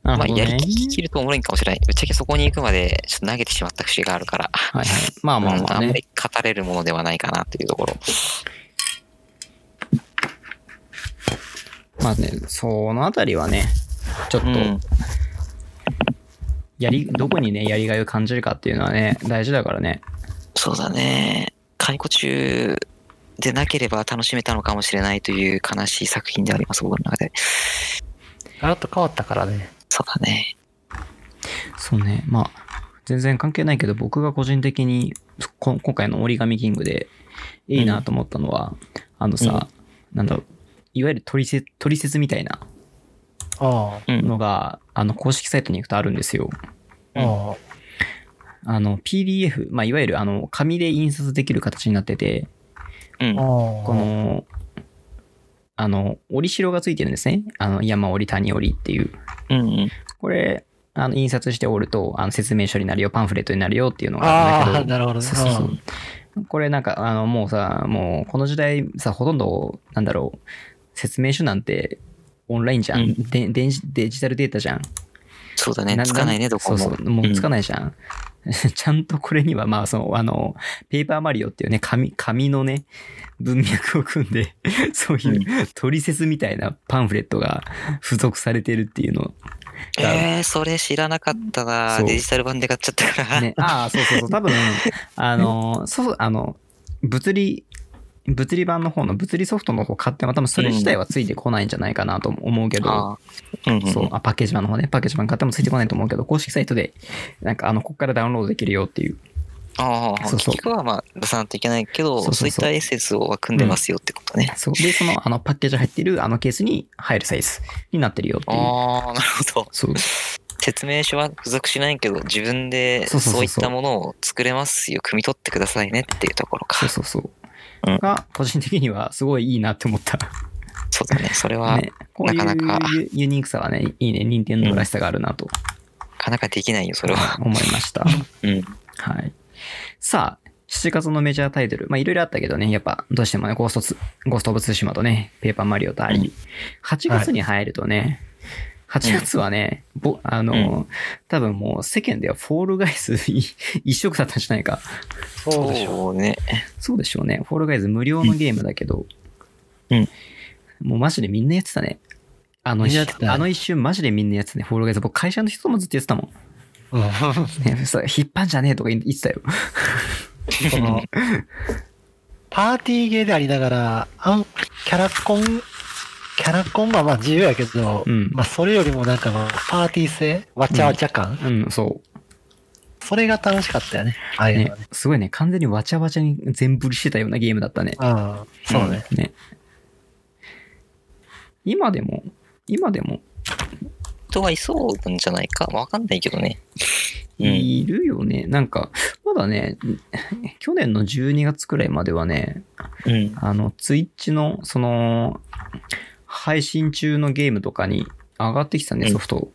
Speaker 2: な
Speaker 3: まあ、
Speaker 2: るほど
Speaker 3: や
Speaker 2: ね。
Speaker 3: りきるとおもろいんかもしれない。ぶっちゃけそこに行くまで、ちょっと投げてしまった節があるから、
Speaker 2: はいはい。まあまあ
Speaker 3: うん
Speaker 2: まあ
Speaker 3: あんま
Speaker 2: ね。
Speaker 3: り語れるものではないかなっていうところ。
Speaker 2: まあね、そのあたりはね、ちょっと、
Speaker 3: うん
Speaker 2: やり、どこにね、やりがいを感じるかっていうのはね、大事だからね。
Speaker 3: そうだね。解雇中でなければ楽しめたのかもしれないという悲しい作品であります、僕の中で。
Speaker 1: ガラッと変わったからね。
Speaker 3: そうだね。
Speaker 2: そうね、まあ、全然関係ないけど、僕が個人的に、こ今回の折り紙キングで、いいなと思ったのは、あのさ、なんだろう、いわゆる取説、取説みたいな
Speaker 1: あ
Speaker 2: のが、あの、公式サイトに行くとあるんですよ。
Speaker 1: あ、あ
Speaker 2: あの、PDF、まあ、いわゆる、あの、紙で印刷できる形になってて、
Speaker 3: うん
Speaker 1: あ、あ。あ。
Speaker 2: この、あの、折り代がついてるんですね。あの、山折り、谷折りっていう。
Speaker 3: うんうん。
Speaker 2: これ、あの、印刷して折ると、あの、説明書になるよ、パンフレットになるよっていうのがあるんだ
Speaker 1: ああ、な
Speaker 2: けど、
Speaker 1: るほどね。
Speaker 2: そうそうそう。これなんか、あの、もうさ、もう、この時代さ、ほとんど、なんだろう、説明書なんて、オンラインじゃん。
Speaker 3: うん
Speaker 2: で電子デジタルデータじゃん。
Speaker 3: そうだね。つかないね、どこも。
Speaker 2: そうそう、もうつかないじゃん。 ちゃんとこれには、まあ、その、あの、ペーパーマリオっていうね、紙、紙のね、文脈を組んで、そういう、取説みたいなパンフレットが付属されてるっていうのが、
Speaker 3: えー、それ知らなかったな。
Speaker 2: そう
Speaker 3: デジタル版で買っちゃったから。
Speaker 2: ね、 ああ、そうそうそう、多分、あの、そう、あの、物理、物理版の方の物理ソフトの方買っても多分それ自体はついてこないんじゃないかなと思うけど、
Speaker 3: あー、うんうん、
Speaker 2: そう、あ、パッケージ版の方ね、パッケージ版買ってもついてこないと思うけど、公式サイトで、なんかあの、ここからダウンロードできるよっていう
Speaker 3: ああ、
Speaker 2: そうそう
Speaker 3: 結局はまあ出さないといけないけど、
Speaker 2: そう
Speaker 3: そ
Speaker 2: そううそう
Speaker 3: いったエッセンスを組んでますよってことね。
Speaker 2: そうで、その、あの、パッケージ入ってるあのケースに入るサイズになってるよっていう。
Speaker 3: ああ、なるほど。
Speaker 2: そう。
Speaker 3: 説明書は付属しないけど、自分で
Speaker 2: そうそう
Speaker 3: そ
Speaker 2: そうう
Speaker 3: いったものを作れますよ、汲み取ってくださいねっていうところ
Speaker 2: そ
Speaker 3: か
Speaker 2: う。そうそう
Speaker 3: うん。
Speaker 2: が、個人的にはすごいいいなって思った。
Speaker 3: そうだね。それは、な
Speaker 2: ね。こういう
Speaker 3: なかなか
Speaker 2: ユユニークさはね、いいね、任天堂らしさがあるなと
Speaker 3: かなかできないよ、それは。
Speaker 2: 思いました。
Speaker 3: うん。
Speaker 2: はい。さあ、7月のメジャータイトル。まあ、いろいろあったけどね、やっぱ、どうしてもね、ゴーストツ、ゴーストオブツーシマとね、ペーパーマリオとあ
Speaker 3: うん
Speaker 2: り、8月に入るとね、8月はね、ぼ、あの、多分もう世間ではフォールガイズ一色だったんじゃないか。
Speaker 3: そ
Speaker 1: そうう
Speaker 3: で
Speaker 1: で
Speaker 3: し
Speaker 1: しょう。
Speaker 3: ょうね。
Speaker 2: そうでしょうね。フォールガイズ無料のゲームだけど、
Speaker 3: うん
Speaker 2: もうマジでみんなやってたね。あの
Speaker 1: みんなや
Speaker 2: 一
Speaker 1: って
Speaker 2: 瞬、
Speaker 1: た
Speaker 2: あの一瞬マジでみんなやってたね。フォールガイズ。僕会社の人もずっとやってたもん。
Speaker 1: うん
Speaker 2: ね、そう引っ張んじゃねえとか言ってたよ。
Speaker 1: そのパーティーゲーでありながら、あんキャラコン、キャラコンはまあ自由やけど、
Speaker 2: うん
Speaker 1: まあそれよりもなんかまあパーティー性、わちゃわちゃ感、
Speaker 2: うん、そう。
Speaker 1: それが楽しかったよね。ああいうの
Speaker 2: ね
Speaker 1: はね。、
Speaker 2: すごいね、完全にわちゃわちゃに全振りしてたようなゲームだったね。
Speaker 1: ああ、そうね。
Speaker 2: ね。今でも、今でも、
Speaker 3: 人がいそうなんじゃないか。わかんないけどね。うん
Speaker 2: いるよね。なんか、まだね、去年の12月くらいまではね、
Speaker 3: うん。
Speaker 2: あの、ツイッチの、その、配信中のゲームとかに上がってきたね、
Speaker 3: うん
Speaker 2: ソフト。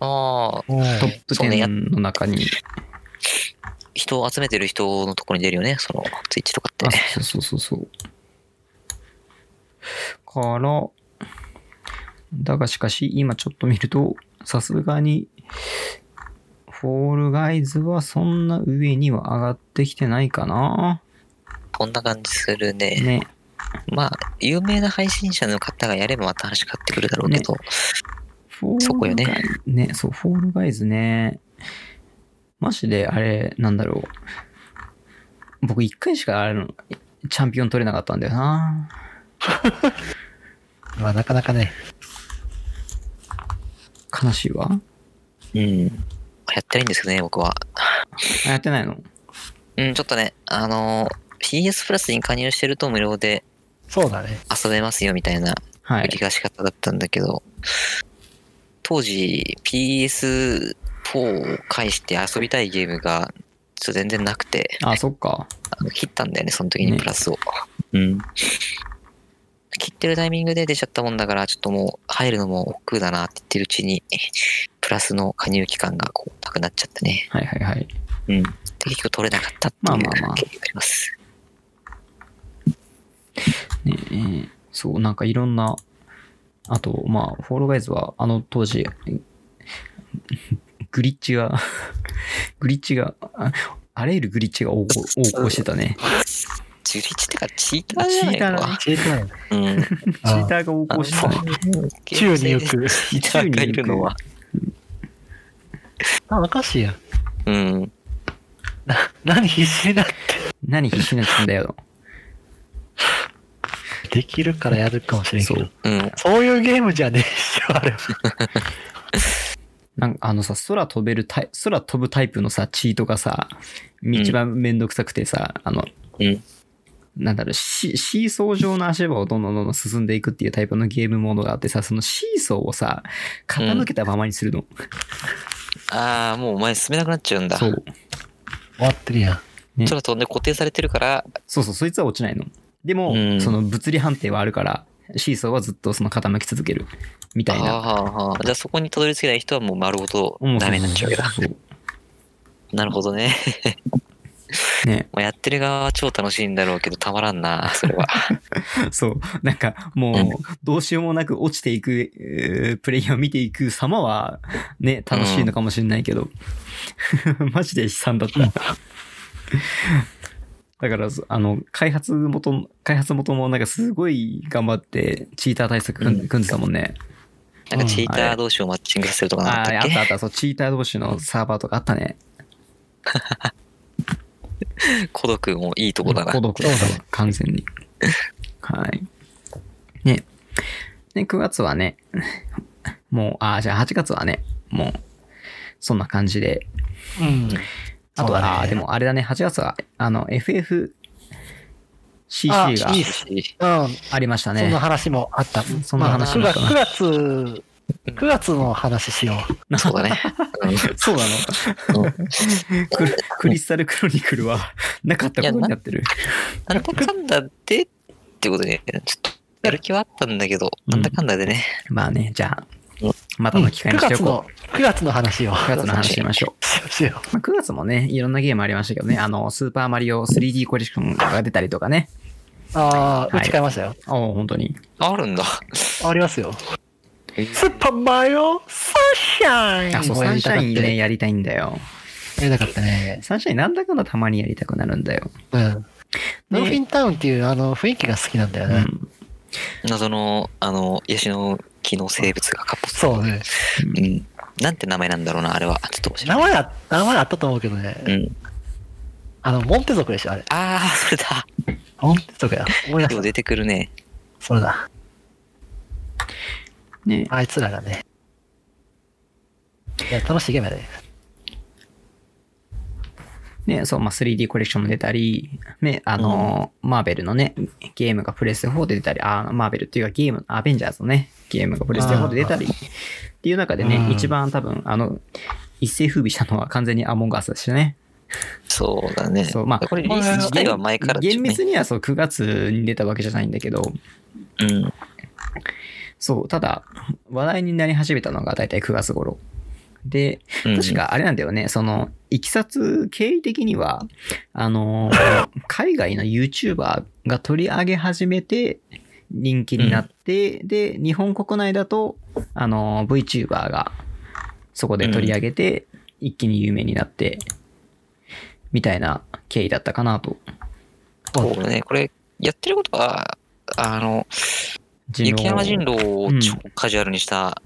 Speaker 3: ああ、
Speaker 2: トップ
Speaker 3: そうねやっ
Speaker 2: 10の中に。
Speaker 3: 人を集めてる人のところに出るよね。その、ツイッチとかって
Speaker 2: あ。そうそうそうそう。から、だがしかし、今ちょっと見ると、さすがに、フォールガイズはそんな上には上がってきてないかな。
Speaker 3: こんな感じするね。
Speaker 2: ね。
Speaker 3: まあ、有名な配信者の方がやればまた話変わってくるだろうけど、
Speaker 2: フォールガイズ
Speaker 3: そこよね。
Speaker 2: ね、そう、フォールガイズね。マジで、あれ、なんだろう。僕、一回しかあれの、チャンピオン取れなかったんだよな。
Speaker 1: まあなかなかね。
Speaker 2: 悲しいわ。
Speaker 3: うん。やってないんですけどね、僕は。
Speaker 2: あやってないの
Speaker 3: うん、ちょっとね、あのー、PS プラスに加入してると無料で
Speaker 1: そうだね。
Speaker 3: 遊べますよみたいな
Speaker 2: は
Speaker 3: 売
Speaker 2: い
Speaker 3: り。出し方だったんだけど、当時 PS4 を介して遊びたいゲームがちょっと全然なくて、
Speaker 2: あ、そっか。
Speaker 3: あの切ったんだよね、その時に
Speaker 2: ね
Speaker 3: プラスを。うん。切ってるタイミングで出ちゃったもんだから、ちょっともう入るのも億劫だなって言ってるうちに、プラスの加入期間がこうなくなっちゃってね。
Speaker 2: はいはいはい。
Speaker 3: うん。で、結局取れなかったっていう
Speaker 2: まあ
Speaker 3: 経
Speaker 2: まあまあ
Speaker 3: 緯があります。
Speaker 2: ねえーそう、なんかいろんな、あと、まあ、フォールガイズは、あの当時、 グリッチが、 グリッチが、ああらゆるグリッチが横行横行してたね。
Speaker 3: ジュリッチってかチーターじ
Speaker 2: チ
Speaker 3: ゃ
Speaker 2: ーター
Speaker 3: ないか
Speaker 2: がね、
Speaker 1: 知りたい。
Speaker 3: うん。
Speaker 2: チーターが横行してたね。
Speaker 1: 宙に浮く。
Speaker 3: チーターがいるのは。
Speaker 1: あ、おかしいやん。
Speaker 3: うん。
Speaker 1: な、何必死になって。
Speaker 2: 何必死になってんだよ。
Speaker 1: できるからやるかもしれんけど。
Speaker 2: そ
Speaker 1: そう
Speaker 2: う。
Speaker 3: うん。
Speaker 1: そういうゲームじゃねえっしょ、あれは。
Speaker 2: なんかあのさ、空飛べるタイ、空飛ぶタイプのさ、チートがさ、一番めんどくさくてさ、あの、
Speaker 3: うん。
Speaker 2: なんだろう、シシーソー状の足場をどんどんどんどん進んでいくっていうタイプのゲームモードがあってさ、そのシーソーをさ、傾けたままにするの。
Speaker 3: ああ、もうお前進めなくなっちゃうんだ。
Speaker 2: そう。
Speaker 1: 終わってるやん。
Speaker 2: ね
Speaker 3: 空飛んで固定されてるから、
Speaker 2: そうそう、そいつは落ちないの。でも、
Speaker 3: うん
Speaker 2: その物理判定はあるから、シーソーはずっとその傾き続ける。みたいな。
Speaker 3: はあはあはあじゃあそこにたどり着けない人はもう丸ごと
Speaker 2: もう
Speaker 3: ダメになっちゃうわけだ。
Speaker 2: そうそう
Speaker 3: なるほどね。
Speaker 2: そうね。
Speaker 3: もうやってる側は超楽しいんだろうけど、たまらんな、そ れは。
Speaker 2: そう。なんか、もう
Speaker 3: うん、
Speaker 2: どうしようもなく落ちていく、えープレイヤーを見ていく様は、ね、楽しいのかもしれないけど、 マジで悲惨だった。だから、そあの、開発元、開発元もなんかすごい頑張って、チーター対策組ん組んでたもんね。
Speaker 3: なんかチーター同士をマッチングさせるとかなか
Speaker 2: ああ、
Speaker 3: ったっ
Speaker 2: あっ
Speaker 3: け
Speaker 2: たあった、そう、チーター同士のサーバーとかあったね。
Speaker 3: 孤独もいいとこだな。
Speaker 2: 孤独だったわ完全 に。はい。ね。ね、9月はね、もう、ああ、じゃあ8月はね、もう、そんな感じで、
Speaker 1: うん。
Speaker 2: あとは、
Speaker 1: そうだね
Speaker 2: あーでもあれだね、8月は、あの、FFCC
Speaker 1: あ
Speaker 2: が
Speaker 1: いいっす
Speaker 3: し
Speaker 1: うん、
Speaker 2: ありました
Speaker 1: そん
Speaker 2: ね
Speaker 1: な。話もあった。
Speaker 2: そんな話もあったな
Speaker 1: まあ9月、9月、9月の話しよう。
Speaker 3: そうだね。
Speaker 2: そうな
Speaker 3: うん
Speaker 2: の クリクリスタルクロニクルは なかったことになってる。
Speaker 3: なんだかんだでってことで、ちょっとやる気はあったんだけど、
Speaker 2: うん
Speaker 3: なんだかんだでね。
Speaker 2: まあね、じゃあ
Speaker 3: うん、
Speaker 2: また
Speaker 1: うん
Speaker 2: の機会
Speaker 1: 9
Speaker 2: にしてお
Speaker 1: 月
Speaker 2: こ
Speaker 1: の、9月の話を。
Speaker 2: う。9月の話しましょ
Speaker 1: しようしよ
Speaker 2: う。まあ、9月もね、いろんなゲームありましたけどね、あの、スーパーマリオ 3D コレクションが出たりとかね。
Speaker 1: う。ああ、
Speaker 2: は
Speaker 1: 打
Speaker 2: い
Speaker 1: ち替えましたよ。
Speaker 2: ああ、本当に。
Speaker 3: あるんだ。
Speaker 1: ありますよ。
Speaker 3: えー
Speaker 1: スーパーマリオサンシャイン
Speaker 2: あ、そう、
Speaker 1: も
Speaker 2: サ
Speaker 1: や
Speaker 2: ン
Speaker 1: り
Speaker 2: シ
Speaker 1: たか
Speaker 2: ャ
Speaker 1: っ
Speaker 2: イン
Speaker 1: た
Speaker 2: ね、
Speaker 1: ね。
Speaker 2: やりたいんだよ。
Speaker 1: やりたかったね。
Speaker 2: サンシャインなんだかんだたまにやりたくなるんだよ。
Speaker 1: うん。ドルフィンタウンっていうあの雰囲気が好きなんだよ
Speaker 2: う
Speaker 1: ね。
Speaker 2: ん。
Speaker 3: 謎の、あの、ヤシの木の生物がカポ
Speaker 1: そうね。
Speaker 3: うん。なんて名前なんだろうな、あれは。ちょっと知ら
Speaker 1: 名
Speaker 3: ない。
Speaker 1: 前あ、名前あったと思うけどね。
Speaker 3: うん。
Speaker 1: あの、モンテ族でしょ、あれ。
Speaker 3: ああ、それだ。
Speaker 1: モンテ族や。思い出し
Speaker 3: 今日
Speaker 1: た。
Speaker 3: 出てくるね。
Speaker 1: それだ。
Speaker 2: ね
Speaker 1: あいつらがね。いや、楽しいゲームやで。
Speaker 2: ね、そう、まあ、3D コレクションも出たり、ね、あのーマーベルのね、ゲームがプレステ4で出たり、あーマーベルっていうかゲーム、アベンジャーズのね、ゲームがプレステ4で出たり、っていう中でね、
Speaker 1: うん
Speaker 2: 一番多分、あの、一世風靡したのは完全にアモンガスでしたね。
Speaker 3: そうだね。
Speaker 2: そう、まあ、
Speaker 3: これリリース自体は前からだよ
Speaker 2: 厳
Speaker 3: ね。
Speaker 2: 密にはそう、9月に出たわけじゃないんだけど、
Speaker 3: うん。
Speaker 2: そう、ただ、話題になり始めたのが大体9月頃。で、
Speaker 3: うん
Speaker 2: 確かあれなんだよね、その、いきさつ経緯的には、あ のー、海外の YouTuber が取り上げ始めて、人気になって、で、日本国内だと、あのー、VTuber がそこで取り上げて、一気に有名になって、みたいな経緯だったかなと。
Speaker 3: そうだね。これ、やってることは、あの、
Speaker 2: 人狼
Speaker 3: 雪山人狼を
Speaker 2: うん
Speaker 3: 超カジュアルにした、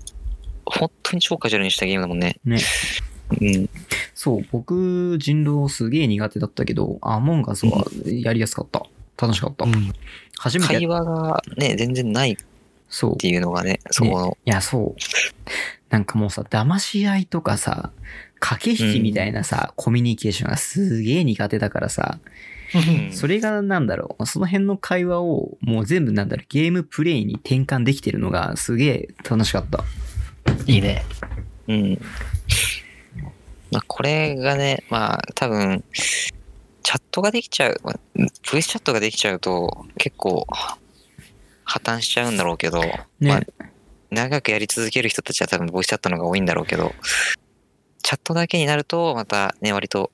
Speaker 3: 本当に超カジュアルにしたゲームだもんね。
Speaker 2: ね。
Speaker 3: うん。
Speaker 2: そう、僕、人狼すげえ苦手だったけど、アモンガスはやりやすかった。楽しかった。
Speaker 1: ん。
Speaker 2: 初めてやっ
Speaker 3: 会話がね、全然ないっ
Speaker 2: そう。
Speaker 3: ていうのがね、そこの、
Speaker 2: いや、そう。なんかもうさ、騙し合いとかさ、駆け引きみたいなさ、コミュニケーションがすげえ苦手だからさ、
Speaker 3: うん
Speaker 2: それがなんだろう、その辺の会話をもう全部なんだろう、ゲームプレイに転換できてるのがすげえ楽しかった。
Speaker 1: いいね。
Speaker 3: うん。まあ、これがね、まあ、多分、チャットができちゃう、まあボイスチャットができちゃうと、結構、破綻しちゃうんだろうけど、まあ
Speaker 2: ね。、
Speaker 3: 長くやり続ける人たちは多分ボイスチャットの方が多いんだろうけど、チャットだけになると、またね、割と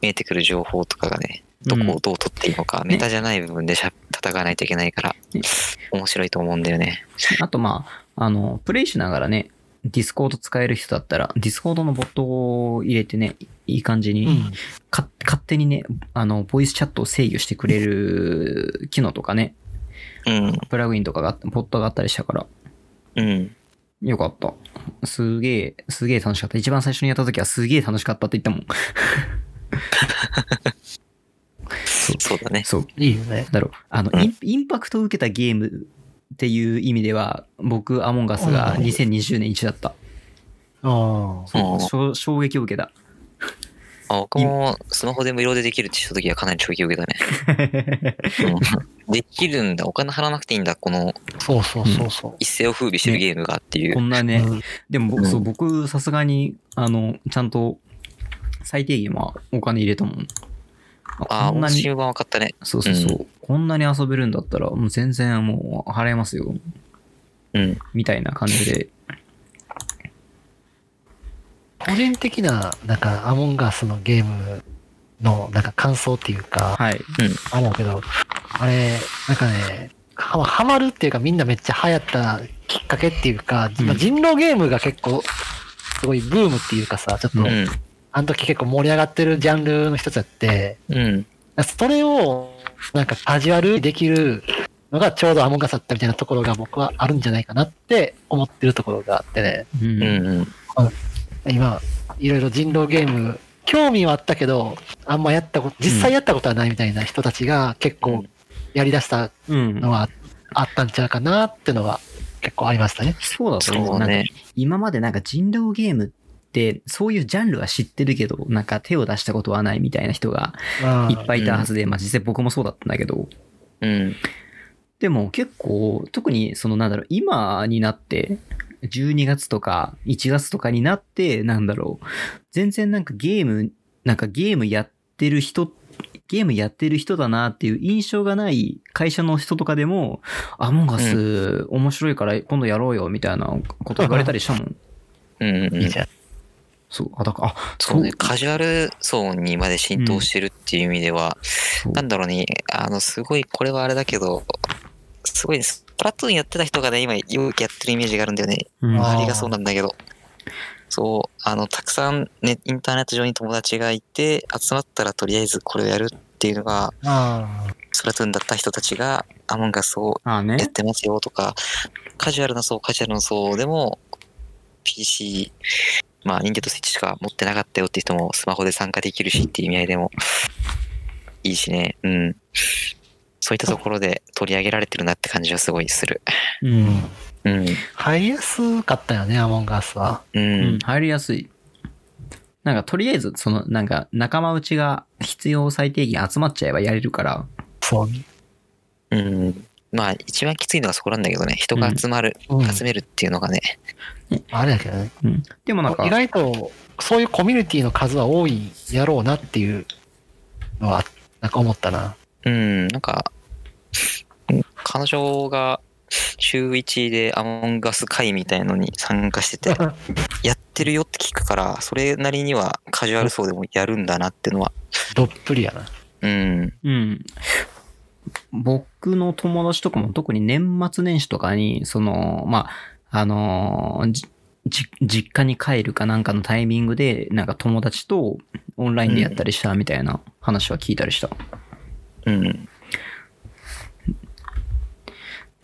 Speaker 3: 見えてくる情報とかがね、どこ
Speaker 2: うん
Speaker 3: をどう取っていいのか、
Speaker 2: ね
Speaker 3: メタじゃない部分でしゃ戦わないといけないから、
Speaker 2: ね
Speaker 3: 面白いと思うんだよね。
Speaker 2: あとまあ、あの、プレイしながらね、ディスコード使える人だったら、ディスコードのボットを入れてね、いい感じ
Speaker 1: う
Speaker 2: に、
Speaker 1: ん。
Speaker 2: か勝手にね、あの、ボイスチャットを制御してくれる機能とかね、
Speaker 3: うん、
Speaker 2: プラグインとかがあった、ボットがあったりしたから、
Speaker 3: うん。
Speaker 2: よかった。すげえ、すげえ楽しかった。一番最初にやった時はすげえ楽しかったって言ったもん。
Speaker 3: そうだね。
Speaker 2: そう。
Speaker 1: いいよね。
Speaker 2: だろう。あの、インインパクトを受けたゲームっていう意味では、僕、アモンガスが2020年1だった。
Speaker 1: ああ。
Speaker 3: うん
Speaker 2: そう衝撃を受け た。
Speaker 3: あ僕もスマホで無料でできるってした時はかなり衝撃を受け たね。うんできるんだ、お金払わなくていいんだ、この
Speaker 1: そうそうそうそう。
Speaker 3: 一世を風靡してるゲームがっていう。
Speaker 2: こんなね、
Speaker 1: うん
Speaker 2: でも僕、
Speaker 3: うん
Speaker 2: そう、僕、さすがに、あの、ちゃんと、最低限はお金入れたもん。
Speaker 3: ああ、
Speaker 2: こんな
Speaker 3: 面
Speaker 2: に、
Speaker 3: 白い分かったね。
Speaker 2: そうそうそう、こんなに遊べるんだったら、もう全然もう払えますよ。
Speaker 3: うん。
Speaker 2: みたいな感じ で。
Speaker 1: 個人的な、なんか、アモンガスのゲームの、なんか感想っていうか、
Speaker 2: はい。
Speaker 1: あるんだけど、あれ、なんかね、ははまるっていうか、みんなめっちゃ流行ったきっかけっていうか、
Speaker 2: うん
Speaker 1: まあ人狼ゲームが結構、すごいブームっていうかさ、ちょっと、
Speaker 3: うん。
Speaker 1: あの時結構盛り上がってるジャンルの一つやって、
Speaker 3: うん。
Speaker 1: それを、なんかカジュアルにできるのがちょうどアモンガスだったみたいなところが僕はあるんじゃないかなって思ってるところがあってね、
Speaker 2: う。
Speaker 3: うんん。うん。
Speaker 1: 今、いろいろ人狼ゲーム、興味はあったけど、あんまやったこと、実際やったことはないみたいな人たちが結
Speaker 3: う
Speaker 1: 構
Speaker 3: ん
Speaker 1: やり出した
Speaker 2: うん
Speaker 1: のはあったんちゃうかなってのは結構ありましたね。
Speaker 2: そうだと思う。
Speaker 3: そう
Speaker 2: なん
Speaker 3: ね
Speaker 2: か。今までなんか人狼ゲームって、そういうジャンルは知ってるけど、なんか手を出したことはないみたいな人が
Speaker 1: ま
Speaker 2: いっぱいいたはずで、まあ実際僕もそうだったんだけど、
Speaker 3: うん。
Speaker 2: でも結構、特にそのなんだろう、今になって、12月とか1月とかになって、なんだろう、全然なんかゲーム、なんかゲームやってる人、ゲームやってる人だなっていう印象がない会社の人とかでも、アモンガス面白いから今度やろうよみたいなこと言われたりしたもん。
Speaker 3: うん、う
Speaker 1: いい
Speaker 3: ん
Speaker 1: じ。ゃん。
Speaker 2: そう、あ、だから、あ、
Speaker 3: そうね、カジュアル層にまで浸透してるっていう意味では、
Speaker 2: そう
Speaker 3: なんだろうね、あの、すごい、これはあれだけど、すごいね、スプラトゥーンやってた人がね、今、よくやってるイメージがあるんだよね。
Speaker 2: うん
Speaker 1: あー
Speaker 3: 周りがそうなんだけど。そう、あの、たくさんね、インターネット上に友達がいて、集まったらとりあえずこれをやるっていうのが、
Speaker 1: ああ。
Speaker 3: スプラトゥーンだった人たちが、アモンガスを
Speaker 2: あーね
Speaker 3: やっ。てますよとか、カジュアルな層、カジュアルな層でも、PC、まあ、人間とスイッチしか持ってなかったよって人も、スマホで参加できるしっていう意味合いでも、いいしね、うん。そういったところで取り上げられてるなって感じはすごいする。
Speaker 2: うん。
Speaker 3: うん。
Speaker 1: 入りやすかったよね、アモンガスは。
Speaker 3: う
Speaker 2: うん
Speaker 3: ん。、
Speaker 2: 入りやすい。なんか、とりあえず、その、なんか、仲間内が必要最低限集まっちゃえばやれるから。
Speaker 1: そう。
Speaker 3: うん。まあ、一番きついのはそこなんだけどね、人が集まる、
Speaker 1: うん、
Speaker 3: 集めるっていうのがね、
Speaker 1: あれだけどね。
Speaker 2: うん。でもなんか
Speaker 1: 意、外と、そういうコミュニティの数は多いやろうなっていうのは、なんか思ったな。
Speaker 3: うん、なんか、うん彼女が週1でアモンガス会みたいのに参加してて、やってるよって聞くから、それなりにはカジュアル層でもやるんだなってのは、
Speaker 1: どっぷりやな。
Speaker 3: うん、
Speaker 2: うん。僕の友達とかも特に年末年始とかに、その、まあ、あのーじじ実家に帰るかなんかのタイミングで、なんか友達とオンラインでやったりしたみたいな話は聞いたりした。
Speaker 3: うん、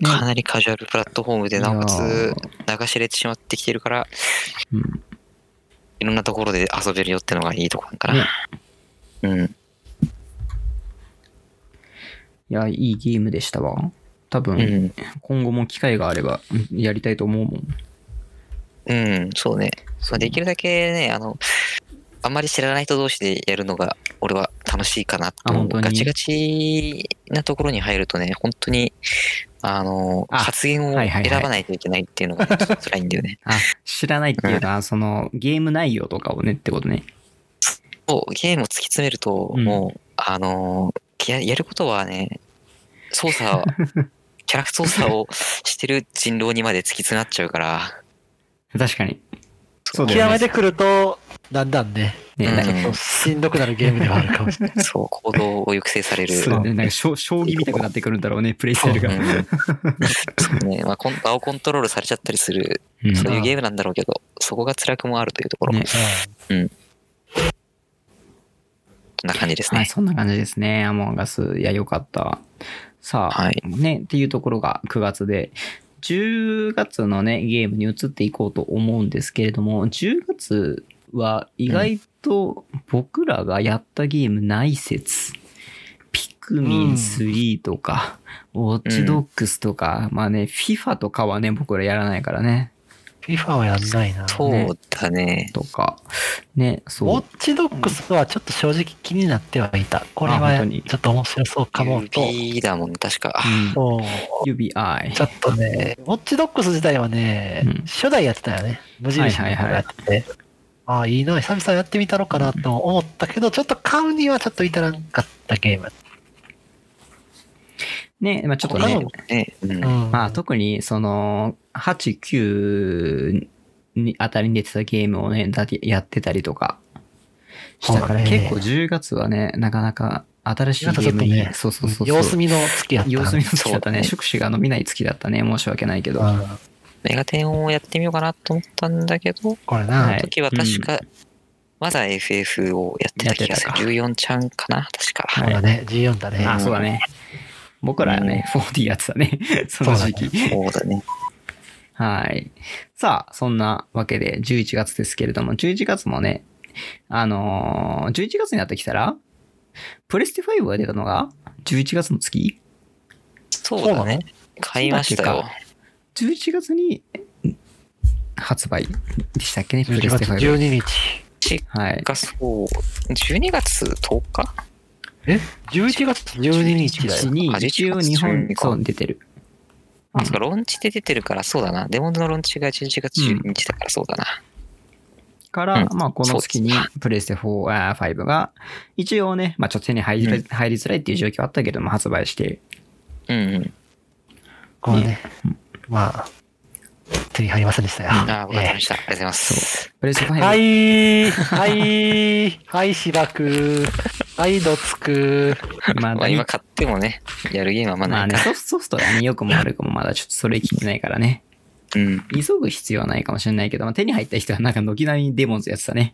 Speaker 2: ね
Speaker 3: かなりカジュアルプラットフォームで、なおか
Speaker 2: いや
Speaker 3: つ流し入れてしまってきてるから、
Speaker 2: うん
Speaker 3: いろんなところで遊べるよってのがいいとこなんか
Speaker 2: ね
Speaker 3: な。うん、
Speaker 2: いや、いいゲームでしたわ。多
Speaker 3: う
Speaker 2: 分、
Speaker 3: ん、
Speaker 2: 今後も機会があればうんやりたいと思うもん。
Speaker 3: うん、そうね。ま
Speaker 2: そ
Speaker 3: あ、できるだけね、あの、あんまり知らない人同士でやるのが、俺は楽しいかなと
Speaker 2: あ
Speaker 3: 思
Speaker 2: 本
Speaker 3: う。
Speaker 2: 当に
Speaker 3: ガチガチなところに入るとね、本当に、あの、
Speaker 2: あ
Speaker 3: 発言を
Speaker 2: はいはいは
Speaker 3: 選
Speaker 2: い
Speaker 3: ばないといけないっていうの が、ちょっと辛いんだよね。
Speaker 2: あ、知らないっていうのは、その、ゲーム内容とかをねってことね。
Speaker 3: そう、ゲームを突き詰めると、
Speaker 2: うん
Speaker 3: もう、あの、ややることはね、操作 を、キャラクター操作をしてる人狼にまで突き詰まっちゃう から、
Speaker 2: 確かに。そうだ
Speaker 1: 極
Speaker 2: よね
Speaker 1: めてくると、だんだんね、
Speaker 2: ね、
Speaker 3: うん
Speaker 2: なんか
Speaker 1: しんどくなるゲームではあるかもしれない。
Speaker 3: そう、行動を抑制される。
Speaker 2: そうね、なんか将将棋見たくなってくるんだろうね、プレイスタイル
Speaker 3: う
Speaker 2: が。
Speaker 3: んそうね、まあ、コン場をコントロールされちゃったりする
Speaker 2: うん
Speaker 3: そういうゲームなんだろうけど、そこが辛くもあるというところ、
Speaker 2: ね
Speaker 3: こんな感じです
Speaker 2: はい、
Speaker 3: ね。
Speaker 2: そんな感じですね。アモンガス。いや、よかった。さあ、
Speaker 3: はい
Speaker 2: ね、っていうところが9月で、10月のね、ゲームに移っていこうと思うんですけれども、10月は意外と僕らがやったゲームない説。ピクミン
Speaker 1: うん
Speaker 2: 3とか、ウォッチドックスとか、まあね、FIFA とかはね、僕らやらないからね、
Speaker 1: FIFA はやんないな。
Speaker 3: そうだね。
Speaker 2: とか、ね、
Speaker 1: ウ
Speaker 2: そ
Speaker 1: ォ
Speaker 2: う。
Speaker 1: ッチドックスはちょっと正直気になってはいた。これ
Speaker 2: あ本
Speaker 1: は
Speaker 2: 当
Speaker 1: ち
Speaker 2: に
Speaker 1: ょっと面白そうかもと。
Speaker 3: 指だもんね、確か。あ
Speaker 2: うん
Speaker 1: そう
Speaker 2: UBI
Speaker 1: ちょ。っとね、ウォッチドックス自体はね、
Speaker 2: うん
Speaker 1: 初代やってたよね。無印の
Speaker 2: はい
Speaker 1: 方
Speaker 2: はいは
Speaker 1: や
Speaker 2: い
Speaker 1: ってて。ああ、いいな、久々やってみたのかなと思ったけど、ちょっと買うにはちょっと至らんかったゲーム。
Speaker 2: ね、まあちょっと
Speaker 1: 他
Speaker 2: ね
Speaker 1: の、
Speaker 3: ね、うん。
Speaker 1: うん。
Speaker 2: まあ特にその8、9にあたりに出てたゲームをね、だってやってたりとかしたから、
Speaker 1: そうだね
Speaker 2: 結構10月はね、なかなか新しいゲ
Speaker 1: なんかちょ
Speaker 2: ー
Speaker 1: っと
Speaker 2: ムに、
Speaker 1: ね
Speaker 2: そうそうそうそう。
Speaker 1: 様子見の月やった。
Speaker 2: 様子見の月だったね。
Speaker 3: そう
Speaker 2: 触手が伸びない月だったね。申し訳ないけど。
Speaker 1: うん
Speaker 3: メガテンをやってみようかなと思ったんだけど、
Speaker 1: これな、
Speaker 2: はい
Speaker 3: 時は確か、まだ FF をやってた気がする
Speaker 2: や。ってたか
Speaker 3: 14ちゃんかな、確か。
Speaker 1: そうだね、G4 だね。
Speaker 2: あ、そうだね。僕らはね、4D やってたね。 その時期。
Speaker 3: そうだね。
Speaker 2: はい。さあ、そんなわけで11月ですけれども、11月もね、あのー11月になってきたら、プレステ5が出たのが11月の月
Speaker 3: そうだね。買いました
Speaker 2: そう
Speaker 3: よ
Speaker 2: だ。?11 月に、発売でしたっけね、プレ
Speaker 1: 11
Speaker 2: ス
Speaker 1: 月
Speaker 2: テ5。
Speaker 1: 12日。
Speaker 2: はい。
Speaker 3: がそう、12月10日
Speaker 1: え ?11 月12日だ
Speaker 2: 1
Speaker 1: よ。
Speaker 2: に
Speaker 3: あ
Speaker 2: 一応
Speaker 3: 11
Speaker 2: 日本
Speaker 3: 月12か
Speaker 2: そう出てる。
Speaker 3: あ、そうか、ローンチで出てるから、そうだな。デモンドのローンチが11月12日だから、そうだな。
Speaker 2: から、
Speaker 3: うん
Speaker 2: まあこの月に
Speaker 3: そう
Speaker 2: プレステ4、あー5が、一応ね、まあちょっと手に入り,、
Speaker 3: うん
Speaker 2: 入りづらいっていう状況あったけども、発売して、
Speaker 3: うんうん。
Speaker 1: これね、まあ、手に入りませんでしたよ。
Speaker 3: あー、わかりました。ありがとうございます。
Speaker 2: プレステ
Speaker 1: ええ
Speaker 2: 5、
Speaker 1: はい、はい、はい、しばく、はい、どつく。
Speaker 2: ま
Speaker 3: ま
Speaker 2: だ
Speaker 3: あ、
Speaker 2: に
Speaker 3: 今買ってもね、やるゲームはあんま
Speaker 2: ま
Speaker 3: な
Speaker 2: あ
Speaker 3: い
Speaker 2: ね、
Speaker 3: か
Speaker 2: ソフソフトはね、良くも悪くもまだちょっとそれきってないからね。
Speaker 3: ら。うん。
Speaker 2: 急ぐ必要はないかもしれないけど、まあ、手に入った人はなんか軒並みデモンズやってたね。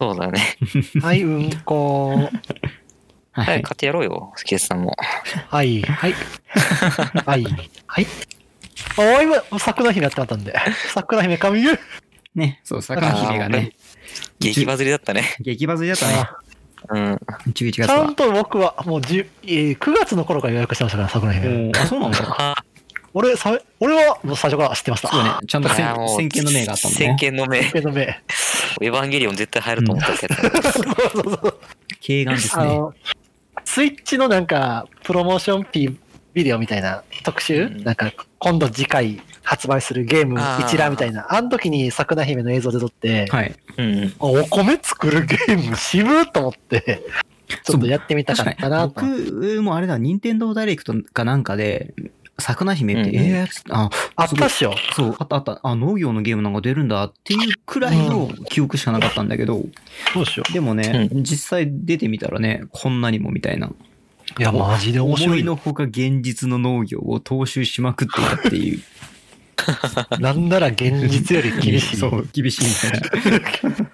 Speaker 3: そうだね。
Speaker 1: はい、うんこ。
Speaker 2: はい、
Speaker 3: 早く買ってやろうよ、スケさんも。
Speaker 1: はい、はい。はい、はい。あ、今、桜姫やってなったんで。桜姫神優
Speaker 2: ね、そう、桜姫がね、
Speaker 3: 激バズりだったね。
Speaker 2: 激バズりだったね、
Speaker 1: あ
Speaker 3: うん。
Speaker 2: 11月
Speaker 1: ちゃん
Speaker 2: は。
Speaker 1: と僕は、もうじゅ、えー9月の頃から予約してましたから、桜姫。
Speaker 2: おーあ、そうなん だ。
Speaker 3: あ
Speaker 1: 俺、さ俺はもう最初から知ってました。
Speaker 2: そうね、ちゃんと
Speaker 3: あ
Speaker 2: 先
Speaker 3: ーもう
Speaker 2: 先見の明があったもん
Speaker 3: 先
Speaker 2: ね。
Speaker 3: 見の明。エ
Speaker 1: 目の目。
Speaker 3: ヴァンゲリオン絶対入ると思ったけ ど。
Speaker 1: そうそうそう。
Speaker 2: 軽眼です
Speaker 1: あ
Speaker 2: ね。
Speaker 1: の、スイッチのなんか、プロモーションピビデオみたいな特集、
Speaker 3: うん
Speaker 1: なんか、今度次回発売するゲーム
Speaker 3: あー
Speaker 1: 一覧みたいな、あの時に桜姫の映像で撮って、
Speaker 2: はい。
Speaker 3: うんうん。
Speaker 1: あお米作るゲーム渋ーと思って、ちょっとやってみた
Speaker 2: 確
Speaker 1: か
Speaker 2: か
Speaker 1: ったな
Speaker 2: に、
Speaker 1: と。
Speaker 2: 僕もあれだ、任天堂ダイレクトかなんかで、桜姫って、
Speaker 3: うん
Speaker 2: えーあ、
Speaker 1: あっ
Speaker 2: すご
Speaker 1: た
Speaker 2: い
Speaker 1: っしょ。
Speaker 2: そう、あったあった、あ、農業のゲームなんか出るんだっていうくらいの記憶しかなかったんだけど、
Speaker 1: どうしよ
Speaker 2: でもね、
Speaker 3: う
Speaker 2: 実際出てみたらね、こんなにもみたいな。
Speaker 1: う。いや、マジで面白
Speaker 2: 思
Speaker 1: い
Speaker 2: い
Speaker 1: よ。
Speaker 2: のほか現実の農業を踏襲しまくっていたっていう。
Speaker 1: なんなら 現実より厳しい。
Speaker 2: そ
Speaker 1: そう
Speaker 2: う、厳しいみたいな。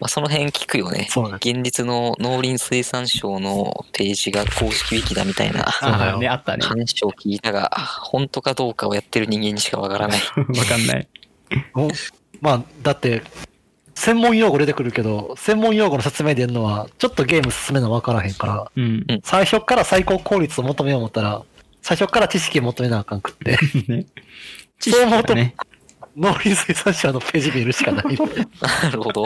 Speaker 3: まあ、その辺聞くよね。
Speaker 1: なんです。
Speaker 3: 現実の農林水産省のページが公式ウィキだみたいな
Speaker 1: そうだよ
Speaker 2: あーね、あったね。わ
Speaker 3: 話を聞いたが、本当かどうかをやってる人間にしかわからない。
Speaker 2: かんない。
Speaker 1: おまあ、だって、専門用語出てくるけど、専門用語の説明出るのは、ちょっとゲーム進めなの分からへんから、
Speaker 2: うん。
Speaker 1: 最初から最高効率を求めよう思ったら、最初から知識求めなあかんくっ て、
Speaker 2: ね。知
Speaker 1: そう思う
Speaker 2: 識
Speaker 1: と
Speaker 2: がね、
Speaker 1: 農林水産省のページ見るしか ない。
Speaker 3: なるほど。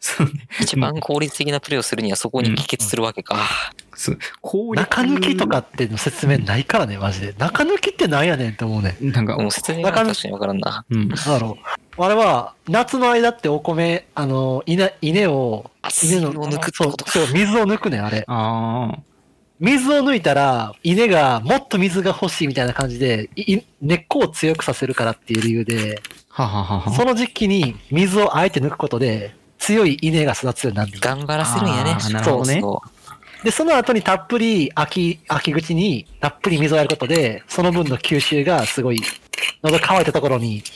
Speaker 2: そうね。
Speaker 3: 一番効率的なプレーをするにはそこに帰結するわけか。
Speaker 2: そう。効率
Speaker 1: 中抜きとか。っての説明ないからね、マジで。中抜きってなんやねんって思うねん。
Speaker 2: なんか
Speaker 3: も、う説明が確かにわからんな。
Speaker 2: うん。
Speaker 1: なんだろう。あれは、夏の間ってお米、あの、稲、稲を、
Speaker 3: あ
Speaker 1: 稲
Speaker 3: 水を抜くって
Speaker 1: そう
Speaker 3: こと、か
Speaker 1: そう、水を抜くねん、あれ。
Speaker 2: あ
Speaker 1: 水を抜いたら、稲がもっと水が欲しいみたいな感じで、いい根っこを強くさせるからっていう理由で、
Speaker 2: あ。はははは。
Speaker 1: その時期に水をあえて抜くことで、強い稲が育つようになる。
Speaker 3: 頑張らせるんやね
Speaker 2: あ。ーなるほどね
Speaker 3: そうそう
Speaker 1: で、その後にたっぷり秋、秋口にたっぷり水をやることで、その分の吸収がすごい、喉乾いたところにいっ
Speaker 2: は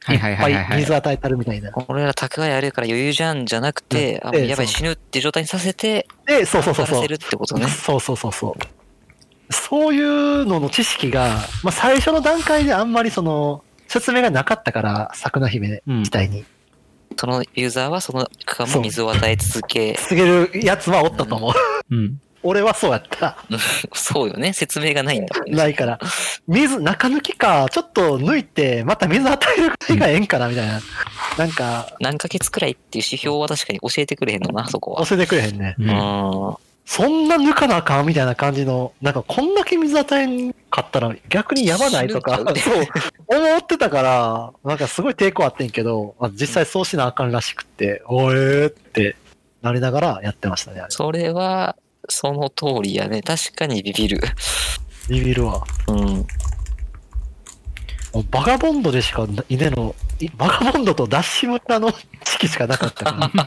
Speaker 1: ぱ
Speaker 2: いはいはいはい
Speaker 1: い
Speaker 2: はい。
Speaker 1: 水を与えたるみたいな。
Speaker 3: 俺ら蓄えあるから余裕じゃんじゃなくて、あ、もうやばい
Speaker 1: そう
Speaker 3: 死ぬって状態にさせて、
Speaker 1: で、そうそう
Speaker 3: 終
Speaker 1: そう
Speaker 3: わら
Speaker 1: そう
Speaker 3: せる。っ てことね。
Speaker 1: そうそうそうそう。そういうのの知識が、まあ最初の段階であんまりその、説明がなかったから、桜姫
Speaker 2: うん
Speaker 1: 自体に。
Speaker 3: そのユーザーはその区間も水を与え続け、
Speaker 1: 告げるやつはおったと思う。
Speaker 2: うん。
Speaker 1: 俺はそうやった。
Speaker 3: そうよね。説明がないんだもんね。
Speaker 1: ないから。水、中抜きか、ちょっと抜いて、また水与えるくらいがええんかな、みたいな。なんか、
Speaker 3: 何ヶ月くらいっていう指標は確かに教えてくれへんのな、そこは。
Speaker 1: 忘れてくれへんね。
Speaker 2: う。
Speaker 3: うんん。
Speaker 1: そんな抜かなあかんみたいな感じの、なんかこんだけ水与えんかったら逆にやばない とか、
Speaker 3: 死
Speaker 1: そ
Speaker 3: ぬんちゃ
Speaker 1: う、思ってたから、なんかすごい抵抗あってんけど、あ実際そうしなあかんらしくて、おえーってなりながらやってましたね、あれ。
Speaker 3: それは、その通りやね。確かにビビる。
Speaker 1: ビビるわ。
Speaker 3: うん。
Speaker 1: もうバガボンドでしか稲の、いバガボンドとダッシュ村の時期しかなかった から。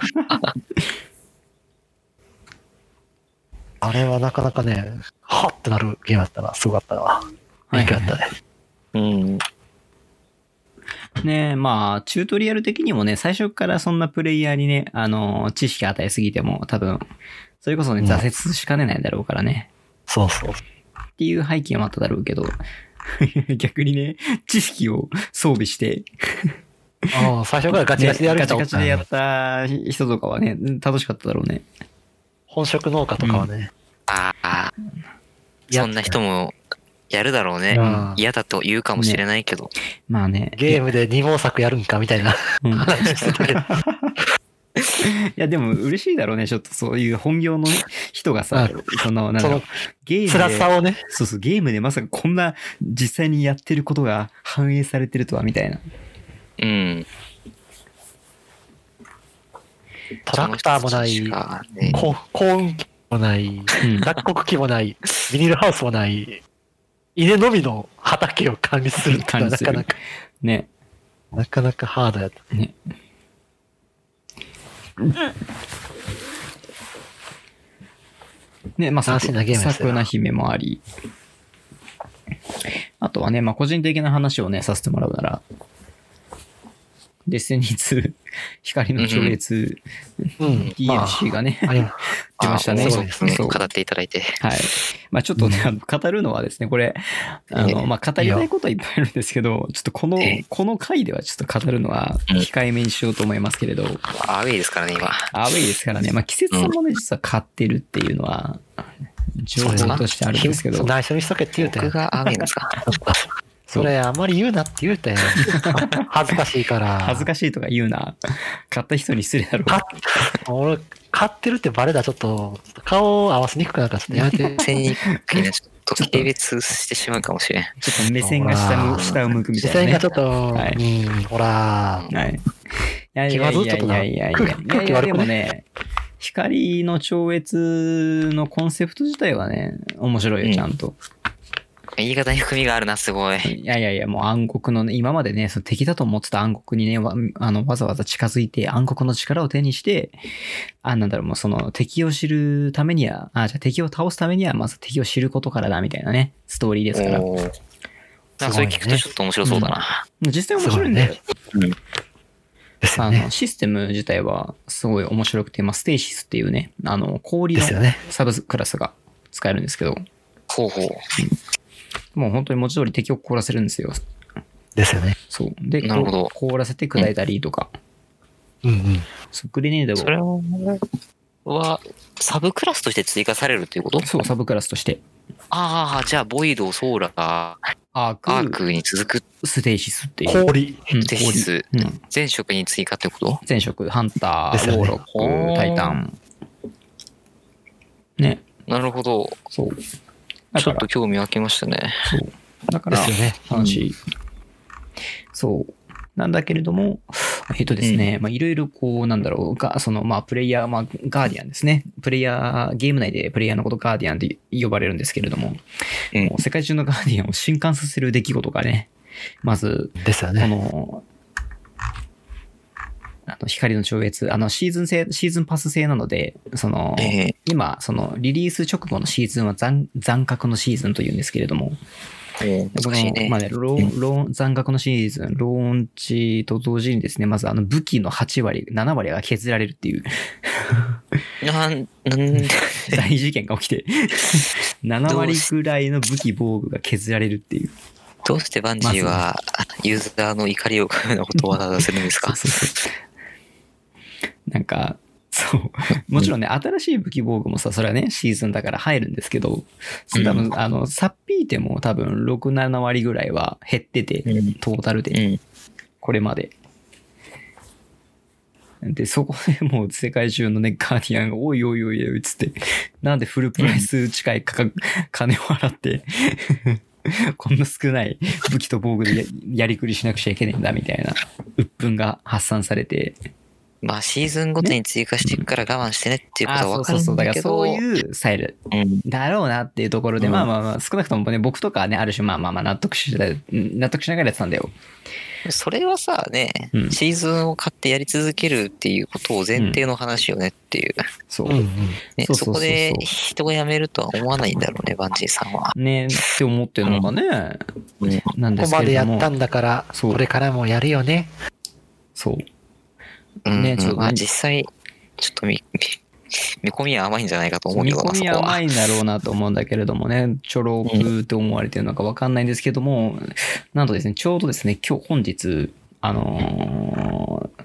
Speaker 1: あれはなかなかね、はっってなるゲームだったな。すごかったな。
Speaker 2: はい
Speaker 1: 勉強だったね。
Speaker 3: うん。
Speaker 2: ねえ、まあ、チュートリアル的にもね、最初からそんなプレイヤーにね、あの、知識与えすぎても、多分、それこそね、
Speaker 1: うん
Speaker 2: 挫折しかねないだろうからね。
Speaker 1: そうそう。
Speaker 2: っていう背景もあっただろうけど、 逆にね、知識を装備して、
Speaker 1: ああ、最初からガチガチでやる
Speaker 2: ね
Speaker 1: 人
Speaker 2: ガチ
Speaker 1: お
Speaker 2: ガ
Speaker 1: っ
Speaker 2: チ
Speaker 1: た
Speaker 2: で
Speaker 1: ね
Speaker 2: やった人とかはね、楽しかっただろうね。
Speaker 1: 本職農家とかはね。
Speaker 3: ああ。
Speaker 1: や
Speaker 3: そんな人もやるだろうね。
Speaker 1: うん
Speaker 3: 嫌だと言うかもしれないけど。
Speaker 2: まあね。
Speaker 1: ゲームで二毛作やるんかみた いな
Speaker 2: うん
Speaker 1: 話してたけど。
Speaker 2: いや、でも嬉しいだろうね。ちょっとそういう本業のね人がさ、その、なんだ
Speaker 1: そ
Speaker 2: ろ
Speaker 1: の
Speaker 2: う、ゲーム
Speaker 1: 辛
Speaker 2: で、
Speaker 1: さをね、
Speaker 2: そうそう、ゲームでまさかこんな実際にやってることが反映されてるとは、みたいな。
Speaker 3: うん。
Speaker 1: トラクターもない
Speaker 3: その人たちがね
Speaker 1: こ幸運機もない、
Speaker 2: うん
Speaker 1: 雑穀機もない、ビニールハウスもない、稲のみの畑を管理するってのはなかなか、
Speaker 2: ね。
Speaker 1: なかなかハードやった。
Speaker 2: ね。ね、まあ、さ
Speaker 1: 斬新なゲームですよ
Speaker 2: 桜姫もあり。あとはね、まあ、個人的な話をね、させてもらうなら、デスティニー2、光 の序列、
Speaker 1: うん。ま
Speaker 2: DLC がね、
Speaker 1: あ、あります
Speaker 2: 出ましたね
Speaker 3: あ
Speaker 1: そう
Speaker 3: そう
Speaker 1: です
Speaker 3: そう
Speaker 2: ね
Speaker 3: うん語っていただいて。
Speaker 2: はい。まあちょっとね、あの語るのはですね、これ、あ
Speaker 3: え
Speaker 2: の、
Speaker 3: え
Speaker 2: まあ語りたいことはいっぱいあるんですけど、ちょっとこの
Speaker 3: ええ、
Speaker 2: この回ではちょっと語るのは
Speaker 3: うん
Speaker 2: 控えめにしようと思いますけれど、
Speaker 3: アウェイですからね、今。
Speaker 2: アウェイですからね、まあ季節さんもね、実は買ってるっていうのは、情報としてあるんですけ
Speaker 1: ひ
Speaker 2: ど、
Speaker 1: 内緒にしとけって言うて
Speaker 3: 僕がアウェイですか。
Speaker 1: それあんまり言うなって言う て恥ずかしいから。
Speaker 2: 恥ずかしいとか言うな、買った人に失礼だろ
Speaker 1: 買っ俺、買ってるってバレたらちょっと、ちょっと顔を合わせにくくなるから、ち ょっとやめて。
Speaker 3: 戦にちょっと軽蔑してしまうかもしれん。
Speaker 2: う。ちょっと目線が下
Speaker 1: ほ
Speaker 2: 向
Speaker 1: ら
Speaker 2: 下を向くみ
Speaker 1: 視
Speaker 2: たいな、
Speaker 1: 線が
Speaker 2: ね。
Speaker 1: ちょっと、
Speaker 2: はい
Speaker 1: うん、ほら、
Speaker 2: はい。いやいやいやいやいやいやい
Speaker 1: 気まずいちょっとな空
Speaker 2: や
Speaker 1: 気
Speaker 2: いやい
Speaker 1: 空気
Speaker 2: や、
Speaker 1: 悪
Speaker 2: で
Speaker 1: く
Speaker 2: も
Speaker 1: ね
Speaker 2: ね、光の超越のコンセプト自体はね、面白いよ、ちゃんと。
Speaker 3: 言い方に含みがあるな、すごい。
Speaker 2: いやいやいや、もう暗黒のね、今までね、その敵だと思ってた暗黒にね、わあのわざわざ近づいて暗黒の力を手にして、あ、なんだろう、もうその敵を知るためには、あ、じゃあ敵を倒すためには、まず敵を知ることからだ、みたいなね、ストーリーですから。
Speaker 3: おーなんかそれ聞くとちょっと面白そうだな。
Speaker 2: 実際面白いんだよ。
Speaker 1: ですよ
Speaker 2: あ
Speaker 1: ね
Speaker 2: の。システム自体はすごい面白くて、まあ、ステーシスっていうね、あの氷
Speaker 1: で
Speaker 2: の
Speaker 1: すよね。
Speaker 2: サブクラスが使えるんですけど、
Speaker 3: ほうほう。
Speaker 2: もう本当に文字通り敵を凍らせるんですよ。
Speaker 1: ですよね。
Speaker 2: そう。で、
Speaker 3: なるほど
Speaker 2: こう凍らせて砕いたりとか、
Speaker 1: うんうん。
Speaker 2: そうグレネー
Speaker 3: そ
Speaker 2: ドを、
Speaker 3: れは、サブクラスとして追加されるということ
Speaker 2: そう、サブクラスとして、
Speaker 3: ああ、じゃあ、ボイド、ソーラー、ア
Speaker 2: アーク、
Speaker 3: ークに続く
Speaker 2: ステーシスっていう、
Speaker 1: 氷。
Speaker 2: うん
Speaker 3: テシス、
Speaker 2: 氷うん、
Speaker 3: 全職に追加ってこと
Speaker 2: 前職、ハンタ
Speaker 1: です
Speaker 2: ー、
Speaker 1: よ
Speaker 2: ウォ
Speaker 1: ね
Speaker 2: ーロック、タイタン。ね、
Speaker 3: なるほど。
Speaker 2: そう。だ
Speaker 3: ち
Speaker 2: か
Speaker 3: ょっ
Speaker 2: ら
Speaker 3: と、興味湧きましたね。
Speaker 2: そう。だか
Speaker 1: で
Speaker 2: ら、
Speaker 1: すよね。
Speaker 2: 話、そう。なんだけれども、えっとですね、まあいろいろこう、なんだろう、が、その、まあ、プレイヤー、まあ、ガーディアンですね。プレイヤー、ゲーム内でプレイヤーのことガーディアンって呼ばれるんですけれども、
Speaker 3: うん
Speaker 2: もう世界中のガーディアンを震撼させる出来事がね、まず、
Speaker 1: ですよ
Speaker 2: こ
Speaker 1: ね。
Speaker 2: の、あの、光の超越、あの、シーズン制、シーズンパス制なので、その、
Speaker 3: え
Speaker 2: 今、その、リリース直後のシーズンは残、残格のシーズンというんですけれども、
Speaker 3: え
Speaker 2: こ
Speaker 3: 難
Speaker 2: の
Speaker 3: しいね
Speaker 2: まあ。ね、ローン、ローン、残額のシーズン、ローンチと同時にですね、まずあの武器の8割、7割が削られるって いう
Speaker 3: なん、なん、
Speaker 2: 大事件が起き て、7割ぐらいの武器防具が削られるっていう。
Speaker 3: どうしてバンジーはユーザーの怒りを買うようなことをわざわざするんで す
Speaker 2: そう
Speaker 3: か
Speaker 2: そうそうなんか、 そう。もちろんね、新しい武器防具もさ、それはね、シーズンだから入るんですけど、それ多分、あの、さっぴいても多分6、7割ぐらいは減ってて、
Speaker 3: うん
Speaker 2: トータルで。
Speaker 3: うん。
Speaker 2: これまで。で、そこでもう世界中のね、ガーディアンが、おいおいおいおいっつって、なんでフルプライス近い価格、金を払って、 こんな少ない武器と防具でややりくりしなくちゃいけねえんだ、みたいな、鬱憤が発散されて。
Speaker 3: まあ、シーズンごとに追加していくから我慢してねっていうこと
Speaker 2: そう
Speaker 3: は分か
Speaker 2: そう
Speaker 3: る
Speaker 2: そう。
Speaker 3: ん
Speaker 2: だか
Speaker 3: だ
Speaker 2: ら
Speaker 3: け
Speaker 2: そ
Speaker 3: ど
Speaker 2: う、いうスタイル
Speaker 3: うん
Speaker 2: だろうなっていうところで、
Speaker 3: うん
Speaker 2: まあまあまあ、少なくともね、僕とかはね、ある種まあまあまあ納得し、納得しながらやってたんだよ。
Speaker 3: それはさ、ね
Speaker 2: う、ん
Speaker 3: シーズンを買ってやり続けるっていうことを前提の話よねっていう。
Speaker 2: そう。
Speaker 1: うんうん。
Speaker 3: ね
Speaker 2: そうそうそうそ
Speaker 3: そうこで人が辞めるとは思わないんだろうね、バンジーさんは。
Speaker 2: ねって思ってるのがね、
Speaker 3: うん
Speaker 2: なん
Speaker 1: こ
Speaker 2: で
Speaker 1: こ
Speaker 2: すけ
Speaker 1: まで
Speaker 2: れ
Speaker 1: や
Speaker 2: ども。
Speaker 1: ったんだから、
Speaker 2: そう
Speaker 1: これからもやるよね。
Speaker 2: そう。
Speaker 3: うん
Speaker 2: ねちょっと
Speaker 3: まあ実際、ちょっと見、 見見込みは甘いんじゃないかと思うけ
Speaker 2: 見
Speaker 3: どな、
Speaker 2: 込
Speaker 3: そ
Speaker 2: み
Speaker 3: こ
Speaker 2: は
Speaker 3: は
Speaker 2: 甘。いんだろうなと思うんだけれどもね、ちょろくって思われてるのかわかんないんですけども、なんとですね、ちょうどですね、今日、本日、あのー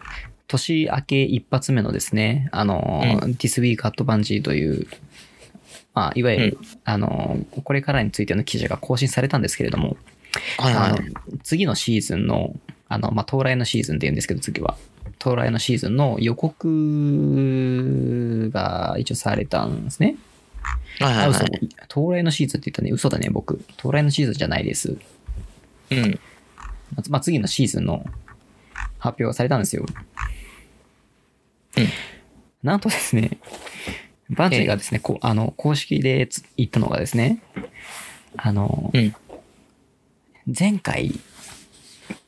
Speaker 2: 年明け一発目のですね、あのー This Week at Bungie という、まあ、いわゆる、あの、これからについての記事が更新されたんですけれども、
Speaker 3: はいはい
Speaker 2: あの
Speaker 3: はい。
Speaker 2: 次のシーズンの、あの、まあ、到来のシーズンって言うんですけど、次は。到来のシーズンの予告が一応されたんですね。
Speaker 3: はいはい
Speaker 2: あ
Speaker 3: は
Speaker 2: 嘘
Speaker 3: い。
Speaker 2: 到来のシーズンって言ったね、嘘だね、僕。到来のシーズンじゃないです。
Speaker 3: うん。
Speaker 2: まあ、次のシーズンの発表がされたんですよ。
Speaker 3: うん
Speaker 2: なんとですね、バンジーがですね、こうあの公式でつ言ったのがですね、あの、
Speaker 3: うん
Speaker 2: 前回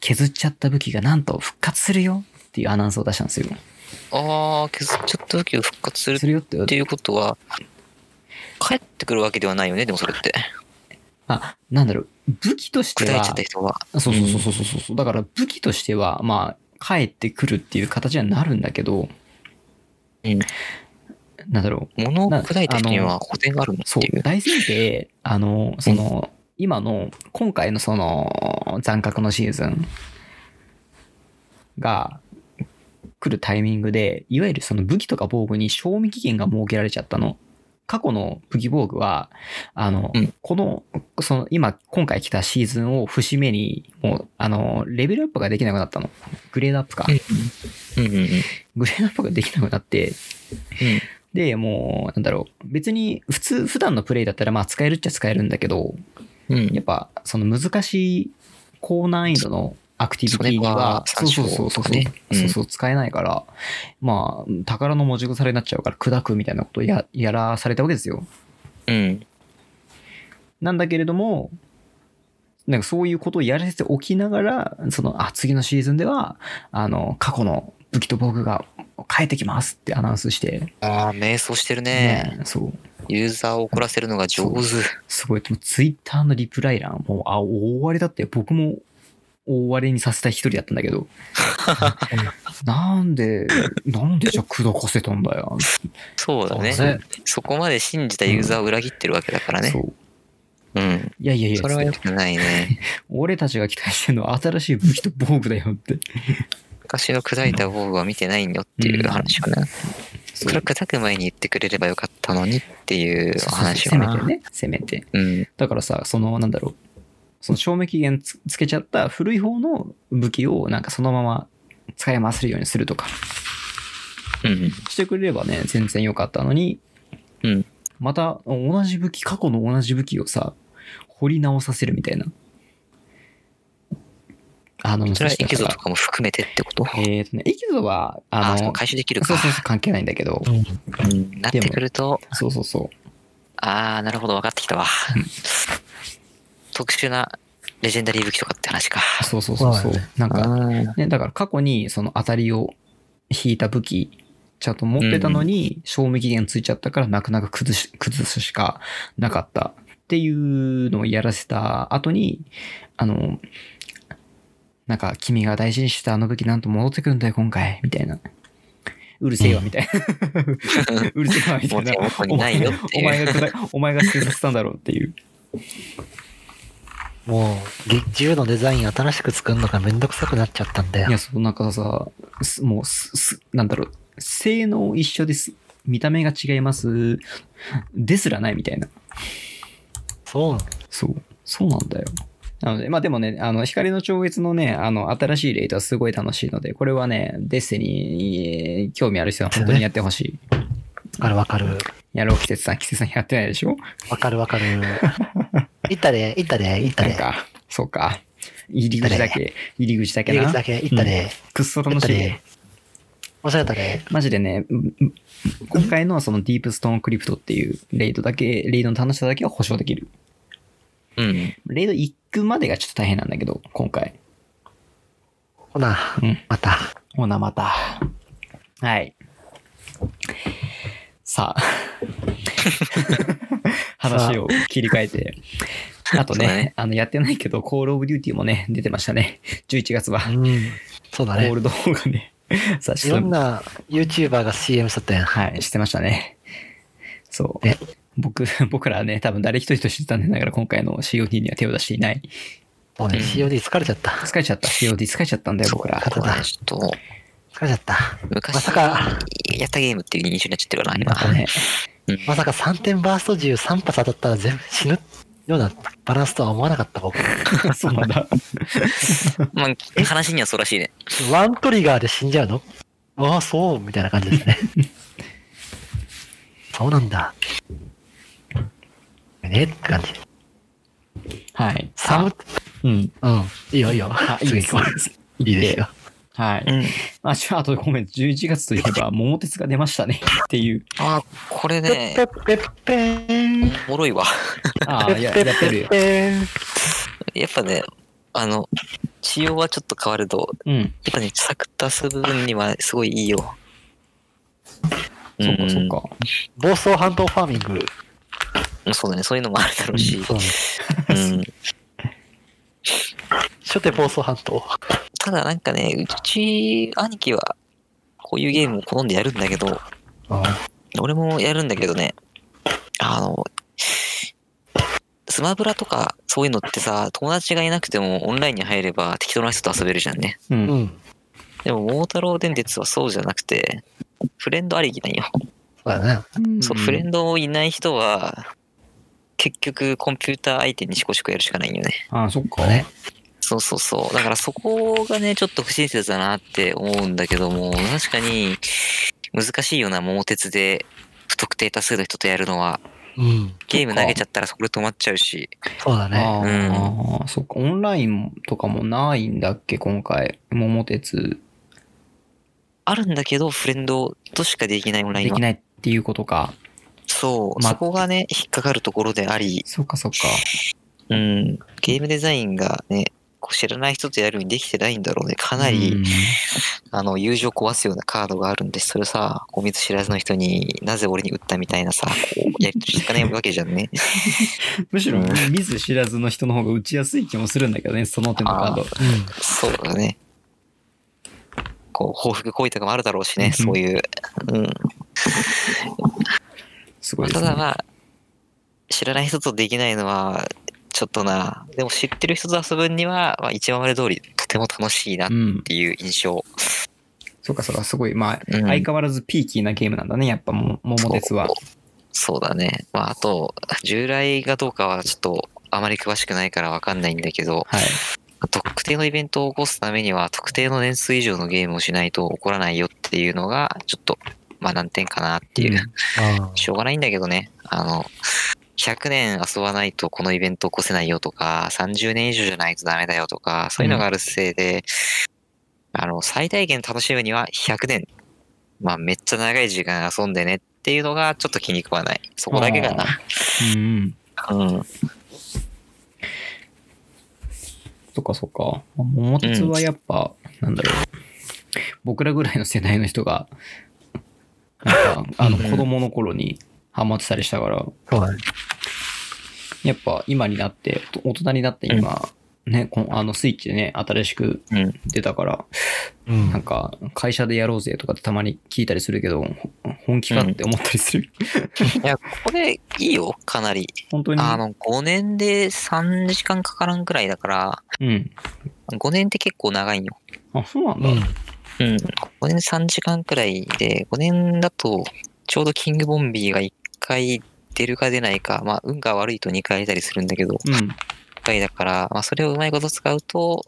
Speaker 2: 削っちゃった武器がなんと復活するよっていうアナウンスを出したんですよ。
Speaker 3: ああ、削っちゃった時を復活する
Speaker 2: するよって
Speaker 3: っていうことは、帰ってくるわけではないよね、でもそれって。
Speaker 2: あ、なんだろう、武器として
Speaker 3: 砕いちゃ
Speaker 2: は
Speaker 3: っ、た人は。
Speaker 2: そうそうそうそうそうそう、だから武器としては、まあ、帰ってくるっていう形にはなるんだけど、
Speaker 3: うん
Speaker 2: なんだろう、
Speaker 3: 物を
Speaker 2: な
Speaker 3: 砕いた人には補填があるのっ
Speaker 2: そう
Speaker 3: ていう。
Speaker 2: 大前提あのその、今の今回のその残角のシーズンが来るタイミングでいわゆるその武器とか防具に賞味期限が設けられちゃったの過去の武器防具はあの、
Speaker 3: うん
Speaker 2: このその今今回来たシーズンを節目にもうあのレベルアップができなくなったのグレードアップか、
Speaker 3: うんうんうん。
Speaker 2: グレードアップができなくなって
Speaker 3: うん
Speaker 2: で、もう、なんだろう。別に、普通、普段のプレイだったら、まあ、使えるっちゃ使えるんだけど、
Speaker 3: うん
Speaker 2: やっぱ、その難しい高難易度のアクティビティには、
Speaker 3: それは
Speaker 2: そうそうそうそ
Speaker 3: 参照とか
Speaker 2: う、
Speaker 3: ねうん
Speaker 2: そうそう、使えないから、まあ、宝の文字腐れになっちゃうから、砕くみたいなことをややらされたわけですよ。
Speaker 3: うん。
Speaker 2: なんだけれども、なんかそういうことをやらせておきながら、その、あ、次のシーズンでは、あの、過去の武器と防具が変えてきますってアナウンスして、
Speaker 3: ああ、迷走してるね。
Speaker 2: ねそう。
Speaker 3: ユーザーを怒らせるのが上手。
Speaker 2: すごい、ツイッターのリプライ欄、もう、あ、大荒れだって、僕も大荒れにさせた一人だったんだけ ど、なんで、なんでじゃあ砕かせたんだよ。
Speaker 3: そうだね
Speaker 1: そうね
Speaker 3: そこまで信じたユーザーを裏切ってるわけだからね
Speaker 2: そ。う。
Speaker 3: うん。
Speaker 2: いやいやいや
Speaker 3: それ、は良くないね。
Speaker 2: 俺たちが期待してるのは新しい武器と防具だよって。
Speaker 3: 昔の砕いた防具は見てないよっていう話かな。それは砕く前に言ってくれればよかったのにっていうお話
Speaker 2: せ
Speaker 3: か
Speaker 2: め
Speaker 3: な
Speaker 2: て。ね、せめて。
Speaker 3: うん。
Speaker 2: だからさ、その、なんだろう、その賞味期限つつけちゃった古い方の武器を、なんかそのまま使い回せるようにするとか、
Speaker 3: うん。
Speaker 2: してくれればね、全然良かったのに、
Speaker 3: うん
Speaker 2: また同じ武器、過去の同じ武器をさ、掘り直させるみたいな。あの、
Speaker 3: それはエキゾ
Speaker 2: だ
Speaker 3: と
Speaker 2: か
Speaker 3: かも含めてってこと
Speaker 2: らえっ、とね、エキゾは、
Speaker 3: あ
Speaker 2: あ
Speaker 3: あ、
Speaker 2: の、
Speaker 3: そう回収できる
Speaker 2: そ
Speaker 3: か
Speaker 2: う。そうそう、関係ないんだけど、
Speaker 3: うんなってくると、
Speaker 2: そうそうそう。
Speaker 3: ああ、なるほど、分かってきたわ。特殊なレジェンダリー武器とかって話か。
Speaker 2: そうそうそうそう
Speaker 1: そうだ。
Speaker 2: なん
Speaker 3: あ
Speaker 2: か、
Speaker 3: ー
Speaker 2: ね、だから過去にその当たりを引いた武器、ちゃんと持ってたのに、賞味期限ついちゃったから、なかなか崩し、崩すしかなかったっていうのをやらせた後に、あの、なんか、君が大事にしてたあの武器なんと戻ってくるんだよ、今回、みたいな。うるせえわ、みたい な。うるせえわ、みたいな
Speaker 3: もう元にないよっていう
Speaker 2: お前が、お前が、お前が制作したんだろうっていう。
Speaker 1: もう、ぎ銃のデザイン新しく作るのがめんどくさくなっちゃったんだ
Speaker 2: い
Speaker 1: よ
Speaker 2: や、。そう、なんかさ、すもうす、す、なんだろう、性能一緒です。見た目が違います。ですらないみたいな。
Speaker 1: そうなの
Speaker 2: そう。そうなんだよ。なので、まあでもね、あの、光の超越のね、あの、新しいレイトはすごい楽しいので、これはね、デスティニーに興味ある人は本当にやってほし
Speaker 1: わ
Speaker 2: い。
Speaker 1: かるわかる。
Speaker 2: やろう、季節さん。季節さんやってないでしょ
Speaker 1: わかるわかる。 いったで、いったで、いった
Speaker 2: なん
Speaker 1: で。
Speaker 2: か、そうか。入り口だけ、入り口だけ
Speaker 1: 入り
Speaker 2: な。
Speaker 1: 口だけ、いったで。
Speaker 2: くっそ
Speaker 1: い
Speaker 2: 楽
Speaker 1: った
Speaker 2: しいね
Speaker 1: で。。面白かったで。
Speaker 2: マジでね、うんうん今回のそのディープストーンクリプトっていうレイドだけ、レイドの楽しさだけは保証できる。
Speaker 3: うん。
Speaker 2: レイド行くまでがちょっと大変なんだけど、今回。
Speaker 1: ほな、
Speaker 2: うん
Speaker 1: また。
Speaker 2: ほな、また。はい。さあ。 話を切り替えて。あとね、
Speaker 3: そうだね
Speaker 2: あの、やってないけど、コールオブデューティーもね、出てましたね。11月は。
Speaker 1: うん。そう
Speaker 2: コ
Speaker 1: だ
Speaker 2: ー
Speaker 1: ね。
Speaker 2: ルド方がね、さ
Speaker 1: いろんな YouTuber が CM しとったやん。
Speaker 2: はい、してましたね。そう
Speaker 1: ね。
Speaker 2: 僕、 僕らはね、多分誰一人としてたんでながら今回の COD には手を出していない。
Speaker 1: そうね、
Speaker 3: うん
Speaker 1: COD 疲れちゃった。
Speaker 2: 疲れちゃった。COD 疲れちゃったんだよ、僕ら。
Speaker 1: そ
Speaker 3: これねちょっと、
Speaker 1: 疲れちゃった。ま
Speaker 3: 昔
Speaker 1: さか
Speaker 3: やったゲームっていう印象になっちゃってるからな、
Speaker 2: なんか
Speaker 3: 今。
Speaker 2: ね、
Speaker 3: うん
Speaker 1: まさか3点バースト銃3発当たったら全部死ぬようなバランスとは思わなかった僕。
Speaker 2: そうなんだ。
Speaker 3: まあ、話にはそうらしいね。
Speaker 1: ワントリガーで死んじゃうのああ、そう、みたいな感じ ですね。そうなんだ。ねって感じ。
Speaker 2: はい。
Speaker 1: サム、
Speaker 2: うん。
Speaker 1: うん。いいよ、いいよ
Speaker 2: あ。いい
Speaker 1: 次
Speaker 2: で
Speaker 1: 行
Speaker 2: す
Speaker 1: こう。いいですよ。
Speaker 2: はい。
Speaker 3: ん。
Speaker 2: あ、じゃあ、あとごめん、11月といえば、桃鉄が出ましたね。っていう。
Speaker 3: ああ、これね、
Speaker 1: ペッペッペーン。
Speaker 3: おもろいわ。
Speaker 2: あ
Speaker 1: ペ
Speaker 2: あ、
Speaker 1: ッ
Speaker 2: いや、
Speaker 1: ペッ
Speaker 2: やってる
Speaker 1: ペ
Speaker 2: よ
Speaker 1: ッ。ペーン。
Speaker 3: やっぱね、あの、仕様はちょっと変わると、
Speaker 2: うん。
Speaker 3: やっぱね、サクッとす部分にはすごいいいよ。
Speaker 2: そっかそっ
Speaker 3: ん
Speaker 2: か。
Speaker 1: 房総半島ファーミング。
Speaker 3: うん。そうだね、そういうのもあるだろうし。
Speaker 1: そうね。
Speaker 3: うん。
Speaker 1: 初手房総半島。
Speaker 3: ただなんかね、うち兄貴は、こういうゲームを好んでやるんだけど、俺もやるんだけどね、あの、スマブラとかそういうのってさ、友達がいなくてもオンラインに入れば適当な人と遊べるじゃんね。
Speaker 2: う。
Speaker 1: うんん。
Speaker 3: でも、桃太郎電鉄はそうじゃなくて、フレンドありきなんよ。
Speaker 1: そうだね。
Speaker 3: そう、
Speaker 2: ん
Speaker 3: フレンドいない人は、結局コンピューター相手にシコシコやるしかないんよね。
Speaker 2: ああ、そっか。
Speaker 1: ね。
Speaker 3: そうそうそう。だからそこがね、ちょっと不親切だなって思うんだけども、確かに難しいよな、桃鉄で不特定多数の人とやるのは。
Speaker 1: うん。
Speaker 3: ゲーム投げちゃったらそこで止まっちゃうし。
Speaker 1: そうだね。
Speaker 2: ああ、そっか。オンラインとかもないんだっけ、今回。桃鉄。
Speaker 3: あるんだけど、フレンドとしかできないオンライ
Speaker 2: で
Speaker 3: ンは
Speaker 2: き。ないっていうことか。
Speaker 3: そう、
Speaker 2: ま
Speaker 3: そこがね、引っかかるところであり、
Speaker 2: そっかそっか。
Speaker 3: うん、ゲームデザインがね、こう知らない人とやるようにできてないんだろうね。かなり、
Speaker 2: うん
Speaker 3: あの、友情壊すようなカードがあるんで、それさ、こう見ず知らずの人になぜ俺に打ったみたいなさ、こう、やりとりしていかないわけじゃんね。
Speaker 2: むしろ見ず知らずの人の方が打ちやすい気もするんだけどね、その手のカード。
Speaker 1: うん。
Speaker 3: そうだね。こう、報復行為とかもあるだろうしね、そういう。うん。
Speaker 2: すごいで
Speaker 3: た
Speaker 2: すね
Speaker 3: だ。まあ、知らない人とできないのは、ちょっとな、でも知ってる人と遊ぶには、まあ、一番まで通り、とても楽しいなっ
Speaker 2: うん。
Speaker 3: ていう印象。
Speaker 2: そっかそっか、すごい。まあ、
Speaker 3: うん
Speaker 2: 相変わらずピーキーなゲームなんだね、やっぱも、桃鉄は。
Speaker 3: そうだね。まあ、あと、従来がどうかはちょっと、あまり詳しくないからわかんないんだけど、
Speaker 2: はい。
Speaker 3: 特定のイベントを起こすためには、特定の年数以上のゲームをしないと起こらないよっていうのが、ちょっと、まあ難点かなっていう。
Speaker 1: あ
Speaker 3: しょうがないんだけどね。あの、100年遊ばないとこのイベント起こせないよとか、30年以上じゃないとダメだよとか、そういうのがあるせいで、あの、最大限楽しむには100年。まあ、めっちゃ長い時間遊んでねっていうのがちょっと気に食わない。そこだけかな。
Speaker 2: うんうん。
Speaker 3: うん。
Speaker 2: そっかそっか。桃鉄はやっぱ、なんだろう。僕らぐらいの世代の人が、なんか、あの、
Speaker 3: うん
Speaker 2: 子供の頃にハマってたりしたから、
Speaker 1: そうだね。
Speaker 2: やっぱ今になって、お大人になって今、ね、このあのスイッチでね、新しく
Speaker 3: うん。
Speaker 2: 出たから、
Speaker 1: う
Speaker 2: なん
Speaker 1: ん。
Speaker 2: か、会社でやろうぜとかってたまに聞いたりするけど、ほ本気かって思ったりする。
Speaker 3: いや、これいいよ、かなり。
Speaker 2: 本当に。
Speaker 3: あの、5年で3時間かからんくらいだから、
Speaker 2: うん。
Speaker 3: 5年って結構長いんよ。
Speaker 2: あ、そうなん
Speaker 1: う
Speaker 2: だ。
Speaker 1: ん。
Speaker 3: うん、5年3時間くらいで、5年だと、ちょうどキングボンビーが1回出るか出ないか、まあ、運が悪いと2回出たりするんだけど、
Speaker 2: うん。
Speaker 3: 1回だから、まあ、それをうまいこと使うと、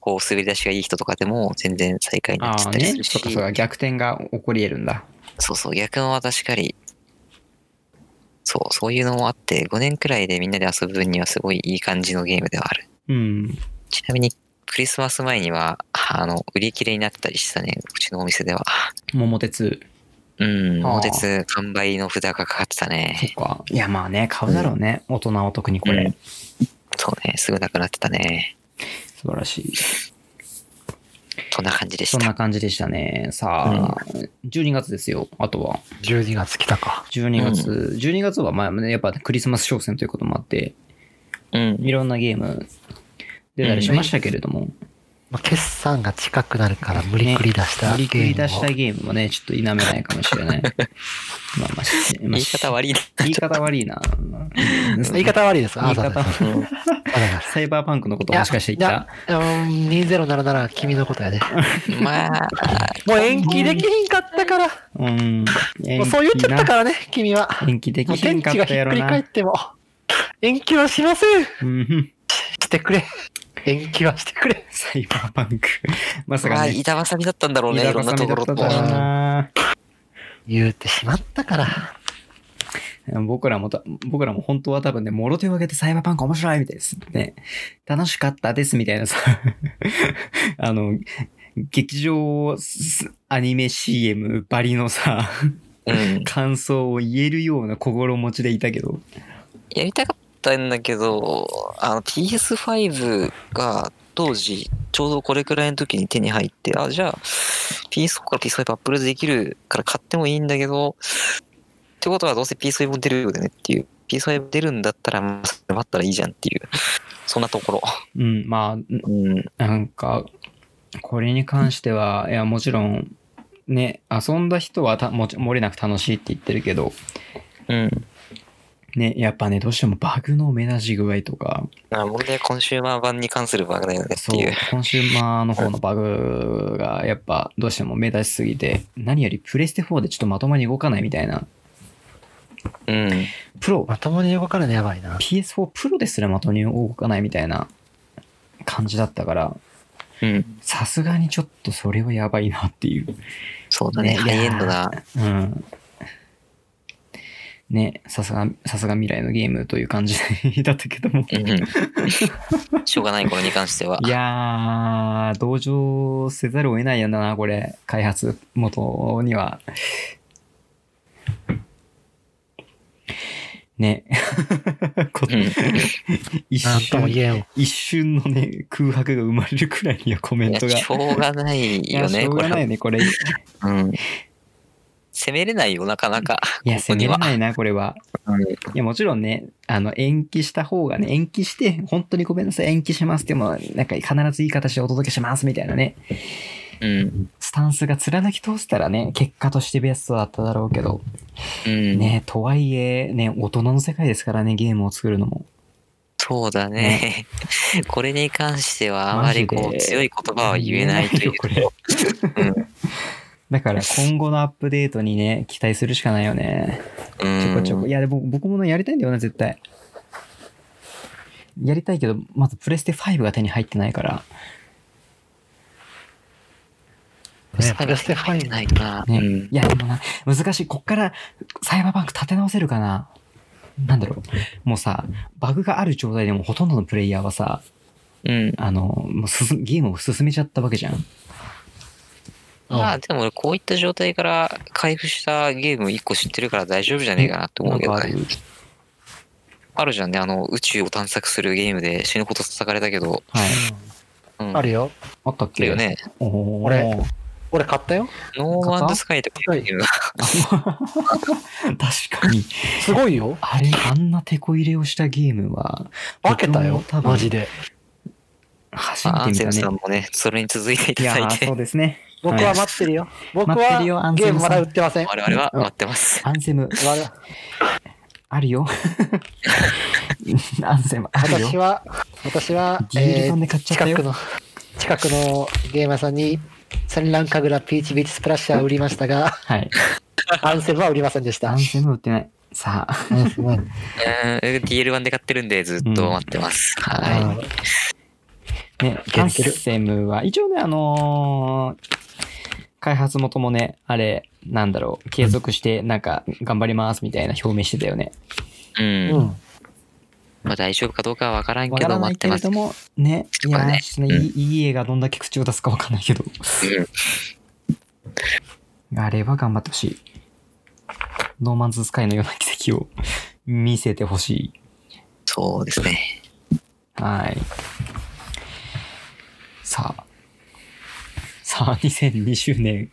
Speaker 3: こう、滑り出しがいい人とかでも全然最下位に
Speaker 2: あ
Speaker 3: なっちゃ
Speaker 2: あ
Speaker 3: ったり
Speaker 2: ね
Speaker 3: す、るし、
Speaker 2: そっかそっか、逆転が起こり得るんだ。
Speaker 3: そうそう、逆のは確かに、そう、そういうのもあって、5年くらいでみんなで遊ぶ分にはすごいいい感じのゲームではある。
Speaker 2: うん。
Speaker 3: ちなみに、クリスマス前には、あの、売り切れになってたりしたね、うちのお店では。
Speaker 2: 桃鉄。
Speaker 3: うん、
Speaker 2: あー
Speaker 3: 桃鉄完売の札がかかってた
Speaker 2: そっ
Speaker 3: ね。
Speaker 2: か。いや、まあね、買うだろうね。大人は特にこ
Speaker 3: う
Speaker 2: れ
Speaker 3: ん。そうね、すぐなくなってたね。
Speaker 2: 素晴らしい。
Speaker 3: そんな感じでし
Speaker 2: そんな
Speaker 3: た。
Speaker 2: 感じでしたね。さあ、12月ですよ、あとは。
Speaker 1: 12月来たか。
Speaker 2: 12月。12月は、まあ、ねやっぱクリスマス商戦ということもあって、
Speaker 3: うん。
Speaker 2: いろんなゲーム出たりしましたけれども、
Speaker 1: まあ、決算が近くなるから無理くり出した
Speaker 2: 無理く
Speaker 1: ゲ
Speaker 2: り
Speaker 1: ーム
Speaker 2: 出した
Speaker 1: を
Speaker 2: ゲームはね、ちょっと否めないかもしれ ない。まあまあ、しまあ
Speaker 3: 言い方悪いな。
Speaker 2: 言い方悪いな。
Speaker 1: 言い方悪いですか
Speaker 2: 言い方悪い
Speaker 3: うん
Speaker 2: サイバーパンクのことをもしかして言った
Speaker 1: た2077君のことやね。
Speaker 3: まあ、
Speaker 1: もう延期できひんかったから。
Speaker 2: うーん。
Speaker 1: も
Speaker 2: 延
Speaker 1: うそう言っちゃったからね、君は。
Speaker 2: ら。延期で
Speaker 1: も
Speaker 2: き
Speaker 1: う
Speaker 2: ひ
Speaker 1: 天
Speaker 2: んか
Speaker 1: 地
Speaker 2: っ
Speaker 1: が
Speaker 2: た
Speaker 1: ひ
Speaker 2: や
Speaker 1: っく
Speaker 2: ろ
Speaker 1: り返
Speaker 2: な
Speaker 1: っ。ても、 延期はしません
Speaker 2: うん
Speaker 1: してくれ。延期はしてくれ。
Speaker 2: サイバーパンク。まさ
Speaker 3: ま
Speaker 2: か
Speaker 3: あ
Speaker 2: ね。
Speaker 3: 板挟みだったんだろうね、いろんなところと。
Speaker 1: だろ
Speaker 2: な。
Speaker 1: 言うてしまったから。
Speaker 2: 僕らもた、僕らも本当は多分ね、もろ手を挙げてサイバーパンク面白いみたいです。ね、楽しかったですみたいなさ、 あの、劇場すアニメ CM ばりのさ、
Speaker 3: うん。
Speaker 2: 感想を言えるような心持ちでいたけど、
Speaker 3: やりたかったんだけど、あの PS5 が当時、ちょうどこれくらいの時に手に入って、あ、じゃあ PS4 から PS5 アップルできるから買ってもいいんだけど、ってことはどうせ PS5 も出るよねっていう。PS5 出るんだったら、まあ、それ待ったらいいじゃんっていう。そんなところ。
Speaker 2: うん、まあ、
Speaker 3: うん。
Speaker 2: なんか、これに関しては、いや、もちろん、ね、遊んだ人はたもち漏れなく楽しいって言ってるけど、
Speaker 3: うん。
Speaker 2: ね、やっぱね、どうしてもバグの目立ち具合とか、
Speaker 3: あ問題はコンシューマー版に関するバグだよねって
Speaker 2: そう
Speaker 3: いう。、
Speaker 2: コンシューマーの方のバグがやっぱどうしても目立ちすぎて、何よりプレステ4でちょっとまともに動かないみたいな。
Speaker 3: うん。
Speaker 2: プロ、
Speaker 1: まともに動かないのやばいな。
Speaker 2: PS4 プロですらまともに動かないみたいな感じだったから、
Speaker 3: うん。
Speaker 2: さすがにちょっとそれはやばいなっていう。
Speaker 3: そうだね。
Speaker 2: ね
Speaker 3: ハイエンドな。
Speaker 2: うん。ね、さすが、さすが未来のゲームという感じだったけども。
Speaker 3: うんしょうがない頃に関しては。
Speaker 2: いやー、同情せざるを得ないやな、これ。開発元には。ね。 こ
Speaker 3: うん
Speaker 2: 一
Speaker 1: なんとも
Speaker 2: 瞬、
Speaker 1: 言えん。
Speaker 2: 一瞬のね、空白が生まれるくらいにはコメ
Speaker 3: い
Speaker 2: ン
Speaker 3: や
Speaker 2: トが。
Speaker 3: しょうがないよ
Speaker 2: いやし
Speaker 3: ね、
Speaker 2: ょう
Speaker 3: こ
Speaker 2: が
Speaker 3: れ
Speaker 2: な
Speaker 3: は。
Speaker 2: いね、これ。い
Speaker 3: うん。攻めれないよ、なかなか。
Speaker 2: や、
Speaker 3: ここ
Speaker 2: 攻
Speaker 3: に
Speaker 2: めれ
Speaker 3: は
Speaker 2: ないな、これは。いや、もちろんね、あの、延期した方がね、延期して、本当にごめんなさい、延期しますっても、なんか必ずいい形でお届けします、みたいなね。
Speaker 3: うん。
Speaker 2: スタンスが貫き通せたらね、結果としてベストだっただろうけど、
Speaker 3: うん。
Speaker 2: ね、とはいえ、ね、大人の世界ですからね、ゲームを作るのも。
Speaker 3: そうだね。 これに関しては、あまりこ
Speaker 2: マジ
Speaker 3: う、
Speaker 2: で
Speaker 3: 強い言葉は言えないという。
Speaker 2: 言 えないよだから今後のアップデートにね、期待するしかないよね。
Speaker 3: うん
Speaker 2: ちょこちょこ。いや、でも僕もね、やりたいんだよな、絶対。やりたいけど、まずプレステ5が手に入ってないから、
Speaker 1: ね、
Speaker 3: プ
Speaker 1: プ
Speaker 3: レ
Speaker 1: レ
Speaker 3: ス
Speaker 1: ス
Speaker 3: テ
Speaker 1: テ
Speaker 3: 入って
Speaker 1: 5。
Speaker 3: ないな。う
Speaker 2: ね。
Speaker 3: ん
Speaker 2: いや、でもな、難しい。こっからサイバーバンク立て直せるかな。なんだろう。もうさ、バグがある状態でもほとんどのプレイヤーはさ、
Speaker 3: うん。
Speaker 2: あの、もう進むゲームを進めちゃったわけじゃん。
Speaker 3: まあでも俺こういった状態から開封したゲーム1個知ってるから大丈夫じゃねえかなって思
Speaker 2: な
Speaker 3: うんけ
Speaker 2: か
Speaker 3: ど
Speaker 2: あ
Speaker 3: ね、
Speaker 2: る。
Speaker 3: あるじゃんね、あの宇宙を探索するゲームで死ぬこと叩かれたけど、
Speaker 2: はい。
Speaker 3: うん、
Speaker 1: うんあるよ。
Speaker 2: あったっ
Speaker 3: ある
Speaker 2: け
Speaker 3: よ。ね。
Speaker 2: おー
Speaker 1: 俺俺買ったよ。
Speaker 3: ノーマンズスカイとかいうゲームが、
Speaker 2: 確かに。
Speaker 1: すごいよ。
Speaker 2: あれ、あんなテこ入れをしたゲームは、
Speaker 1: 分けたよ
Speaker 2: 僕も多。分
Speaker 1: マジで。
Speaker 2: 初
Speaker 3: まあア
Speaker 2: め
Speaker 3: ン
Speaker 2: て
Speaker 3: セ
Speaker 2: 見
Speaker 3: ムさ
Speaker 2: た
Speaker 3: ん
Speaker 2: ね。
Speaker 3: もね、それに続いてい
Speaker 2: い
Speaker 3: た
Speaker 2: や
Speaker 3: だい
Speaker 2: ー、
Speaker 3: て、
Speaker 2: そうです ね。
Speaker 1: 僕は待ってるよ。僕
Speaker 2: 待って
Speaker 1: は
Speaker 2: るよアンセ
Speaker 1: ゲ
Speaker 2: ム
Speaker 1: ー
Speaker 2: さん
Speaker 1: ムまだ売ってません。
Speaker 3: 我々は待ってます。
Speaker 2: アンセム、
Speaker 1: 我々
Speaker 2: あ るよ。アンセム、あるよ
Speaker 1: 私。は、私は、
Speaker 2: ディール
Speaker 1: えー
Speaker 2: 版で買っちゃった
Speaker 1: 近
Speaker 2: よ
Speaker 1: く。の、近くのゲーマーさんに、戦乱神楽ピーチビーチスプラッシャー売りました が、
Speaker 2: はい。
Speaker 1: アンセムは売りませんでし
Speaker 2: ア
Speaker 1: た
Speaker 2: ン。セム売ってない。さあ、
Speaker 3: うん、DL 版で買ってるんでずっと待ってます。は
Speaker 1: はい
Speaker 2: ね、
Speaker 1: いけ
Speaker 2: ア
Speaker 1: る
Speaker 2: ン
Speaker 1: いける
Speaker 2: セムは、一応ね、あのー開発元もね、あれ、なんだろう、継続して、なんか、頑張りますみたいな表明してたよね。
Speaker 3: い。うん。
Speaker 1: うん。
Speaker 3: まあ大丈夫かどうかはわからん
Speaker 2: わ
Speaker 3: け
Speaker 2: か
Speaker 3: ど
Speaker 2: らな
Speaker 3: 待
Speaker 2: い
Speaker 3: っ
Speaker 2: け
Speaker 3: て
Speaker 2: れ
Speaker 3: ます。
Speaker 2: ども、ね、いや
Speaker 3: まあね
Speaker 2: ー、ちょっとね、いいいい映画どんだけ口を出すかわかんないけど、あれは頑張ってほしい。ノーマンズスカイのような奇跡を見せてほしい。
Speaker 3: そうですね。
Speaker 2: はい。さあ。さあ、2020年。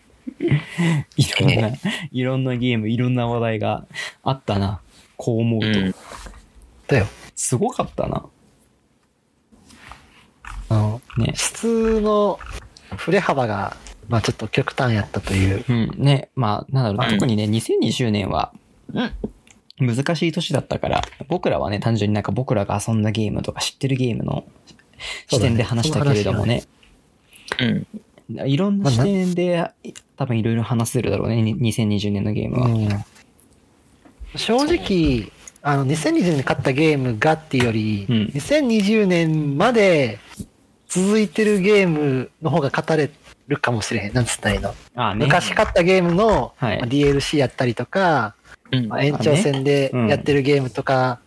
Speaker 2: いろ んな、いろんなゲーム、いろんな話題があったな。こう思う
Speaker 3: う
Speaker 2: と。
Speaker 3: ん。
Speaker 1: だよ。
Speaker 2: すごかったな。
Speaker 1: あの
Speaker 2: ね。
Speaker 1: 質の振れ幅が、まあ、ちょっと極端やったという。
Speaker 2: うん、ね、まあ、なんだろう、
Speaker 3: うん
Speaker 2: 特にね、2020年は、難しい年だったから、僕らはね、単純になんか僕らが遊んだゲームとか知ってるゲームの
Speaker 1: そうだ
Speaker 2: 視
Speaker 1: ね
Speaker 2: 点で話したけれどもね、
Speaker 3: うん。
Speaker 2: いろんな
Speaker 1: まあ
Speaker 2: 視
Speaker 1: な
Speaker 2: 点で多分いろいろ話せるだろうね、に2020年のゲームは。
Speaker 1: 正直あの2020年に勝ったゲームがっていうより、
Speaker 2: うん
Speaker 1: 2020年まで続いてるゲームの方が語れるかもしれへん。なんつったらいいの、
Speaker 2: ああね。
Speaker 1: 昔勝ったゲームの、
Speaker 2: はい
Speaker 1: まあ DLC やったりとか、
Speaker 3: うん
Speaker 1: まあ延長戦で
Speaker 2: うん
Speaker 1: やってるゲームとか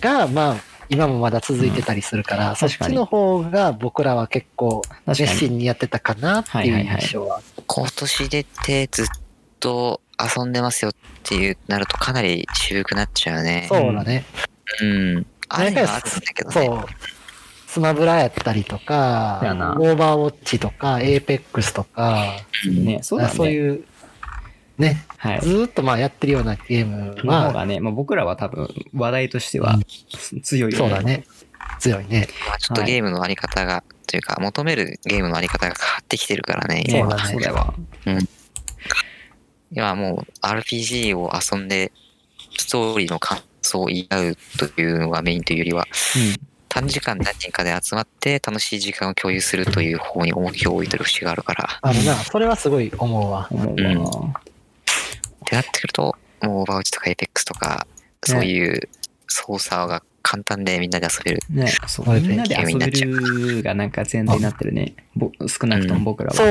Speaker 1: が、まあ今もまだ続いてたりするから、
Speaker 2: うん
Speaker 1: そっ
Speaker 2: 確か
Speaker 1: ち
Speaker 2: に
Speaker 1: の方が僕らは結構
Speaker 2: 確
Speaker 1: 熱
Speaker 2: かに。
Speaker 1: 心にやってたかなっていう印象は。
Speaker 3: 今年出てずっと遊んでますよっていうなるとかなり渋くなっちゃうね。
Speaker 2: いはい
Speaker 1: そうだね。
Speaker 3: うん。あれ
Speaker 1: なん
Speaker 3: は
Speaker 1: か
Speaker 3: あるんだけど
Speaker 1: そ
Speaker 3: ね。
Speaker 1: う。スマブラやったりとか、オ
Speaker 2: やな
Speaker 1: ーバーウォッチとか、エーペックスとか、
Speaker 3: うん
Speaker 2: ね、そうだね。
Speaker 1: そういう、ね、
Speaker 2: はい
Speaker 1: ず。ーっとまあやってるようなゲーム
Speaker 2: の方
Speaker 1: は、
Speaker 2: がね、まあ、僕らは多分話題としては
Speaker 1: う
Speaker 2: 強いよ
Speaker 1: そうだ。ね、強いね。
Speaker 3: まあちょっと
Speaker 2: はい
Speaker 3: ゲームのあり方が、というか、求めるゲームのあり方が変わってきてるからね、
Speaker 2: ね
Speaker 3: 今
Speaker 1: そう
Speaker 3: は。
Speaker 1: だね
Speaker 2: そうだわ。
Speaker 3: 今はもう RPG を遊んで、ストーリーの感想を言い合うというのがメインというよりは、短時間何人かで集まって楽しい時間を共有するという方に重きを置いてる節があるから。
Speaker 1: あのな、それはすごい思うわ。
Speaker 2: うん。思うわな。
Speaker 3: ってなってくると、もうオーバーウォッチとかエイペックスとか、
Speaker 2: ね
Speaker 3: そういう操作が簡単でみんなで遊べる。
Speaker 2: ね、そう
Speaker 1: これで
Speaker 2: みんなで
Speaker 3: ゲーム
Speaker 2: 遊
Speaker 3: にな
Speaker 2: べ
Speaker 3: っちゃう
Speaker 2: るがなんか前提になってるね。ぼ少なくとも僕らは。
Speaker 1: そ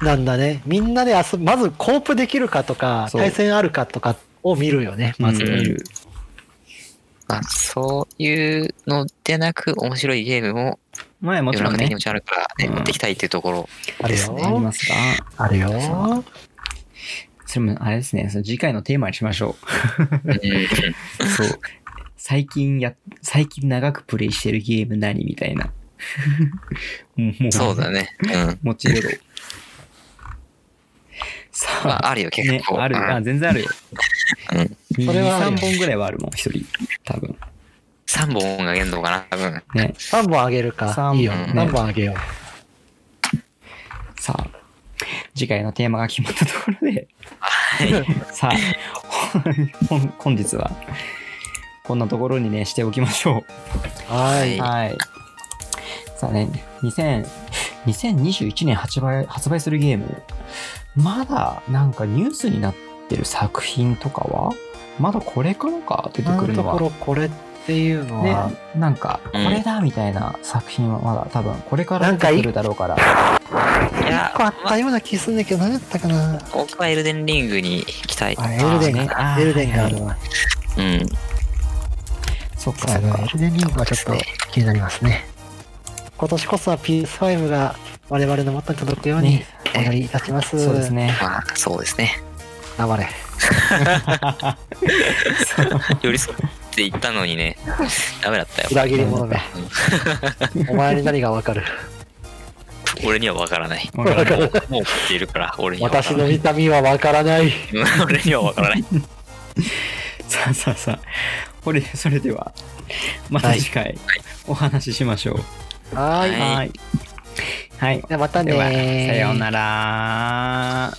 Speaker 1: うなんだね。みんなで遊ぶ、まずコープできるかとか、
Speaker 2: そう
Speaker 1: 対戦あるかとかを見るよね、ま
Speaker 2: ま
Speaker 1: ず。
Speaker 2: ず見る。
Speaker 3: まあ、そういうのでなく面白いゲームも
Speaker 2: 前も
Speaker 3: 世
Speaker 2: ち
Speaker 3: の
Speaker 2: ろん
Speaker 3: 中的に
Speaker 2: ね
Speaker 3: も、ちろんあるから、ね
Speaker 2: うん
Speaker 3: 持ってきたいっていうところ。
Speaker 1: ある
Speaker 3: です
Speaker 2: あり
Speaker 1: よ。
Speaker 2: ますが、
Speaker 1: あるよ。
Speaker 2: それもあれですね、その次回のテーマにしましょ
Speaker 3: う ん
Speaker 2: う。そう。最近や、最近長くプレイしてるゲーム何みた いな。もう
Speaker 3: そうだ。ね。うん。
Speaker 2: もちろ ん。さ
Speaker 3: ま
Speaker 2: あ
Speaker 3: あ、あるよ、結
Speaker 2: ね、
Speaker 3: 構。
Speaker 2: ある、あ、全然あるよ。
Speaker 3: うん
Speaker 2: 2、
Speaker 1: それはあるよ
Speaker 2: 3本ぐらいはあるもん、一人。多分。
Speaker 3: 3本が限度かな、多分。
Speaker 2: ね。
Speaker 1: 3本あげる
Speaker 2: 三
Speaker 1: か。
Speaker 2: 本
Speaker 1: いいよ。
Speaker 3: ね
Speaker 1: 何本あげよう。
Speaker 2: さあ、次回のテーマが決まったところで、さあ、ほん本日は、こんなところにね、しておきましょ
Speaker 1: は
Speaker 3: う。。
Speaker 1: い
Speaker 2: うんはい。さあね、2000 2021年発売発売するゲーム、まだなんかニュースになってる作品とかは、まだこれからか出て
Speaker 1: 今
Speaker 2: く
Speaker 1: の
Speaker 2: る
Speaker 1: と
Speaker 2: のは
Speaker 1: こ。ろこれっていうの
Speaker 2: ね
Speaker 1: は、、
Speaker 2: なんか、こ
Speaker 3: うん
Speaker 2: れだみたいな作品はまだ多分これから
Speaker 1: なんか
Speaker 2: 出
Speaker 1: い
Speaker 2: てくるだろうから。
Speaker 3: いや
Speaker 1: 結、構あったような気すんだけど、何やったかな。
Speaker 3: 僕はエルデンリングに行きたい。
Speaker 1: あ、エルデン
Speaker 2: あ
Speaker 1: が、
Speaker 2: ーね
Speaker 1: エルデンがあるわ。
Speaker 3: うん。
Speaker 2: そっか
Speaker 1: そ
Speaker 2: そうっ
Speaker 1: だ
Speaker 2: か
Speaker 1: ねエ。ルデンリングはちょっと気になりますね。今年こそは PS5 が我々の元に届くように
Speaker 2: ね
Speaker 1: お祈りいたします。
Speaker 2: そうです。ね。
Speaker 3: まあ、そうですね。
Speaker 1: 頑張れ。
Speaker 3: 寄り添って行ったのにね、ダメだったよ。
Speaker 1: 裏切り者め。お前に何がわかる
Speaker 3: 俺には分からない。
Speaker 2: わからない
Speaker 3: もうもう来ているから、俺には分か
Speaker 1: 私
Speaker 3: らな
Speaker 1: の
Speaker 3: い。
Speaker 1: 見た目はわからない。
Speaker 3: うん 俺には分からない。
Speaker 2: さあさあさあ。これ、それでは、また次回お話ししましょう。
Speaker 1: はーい。
Speaker 3: はい
Speaker 2: はい。はい。
Speaker 1: じゃあまた
Speaker 2: で
Speaker 1: ね
Speaker 2: は、
Speaker 1: ー
Speaker 2: さようなら。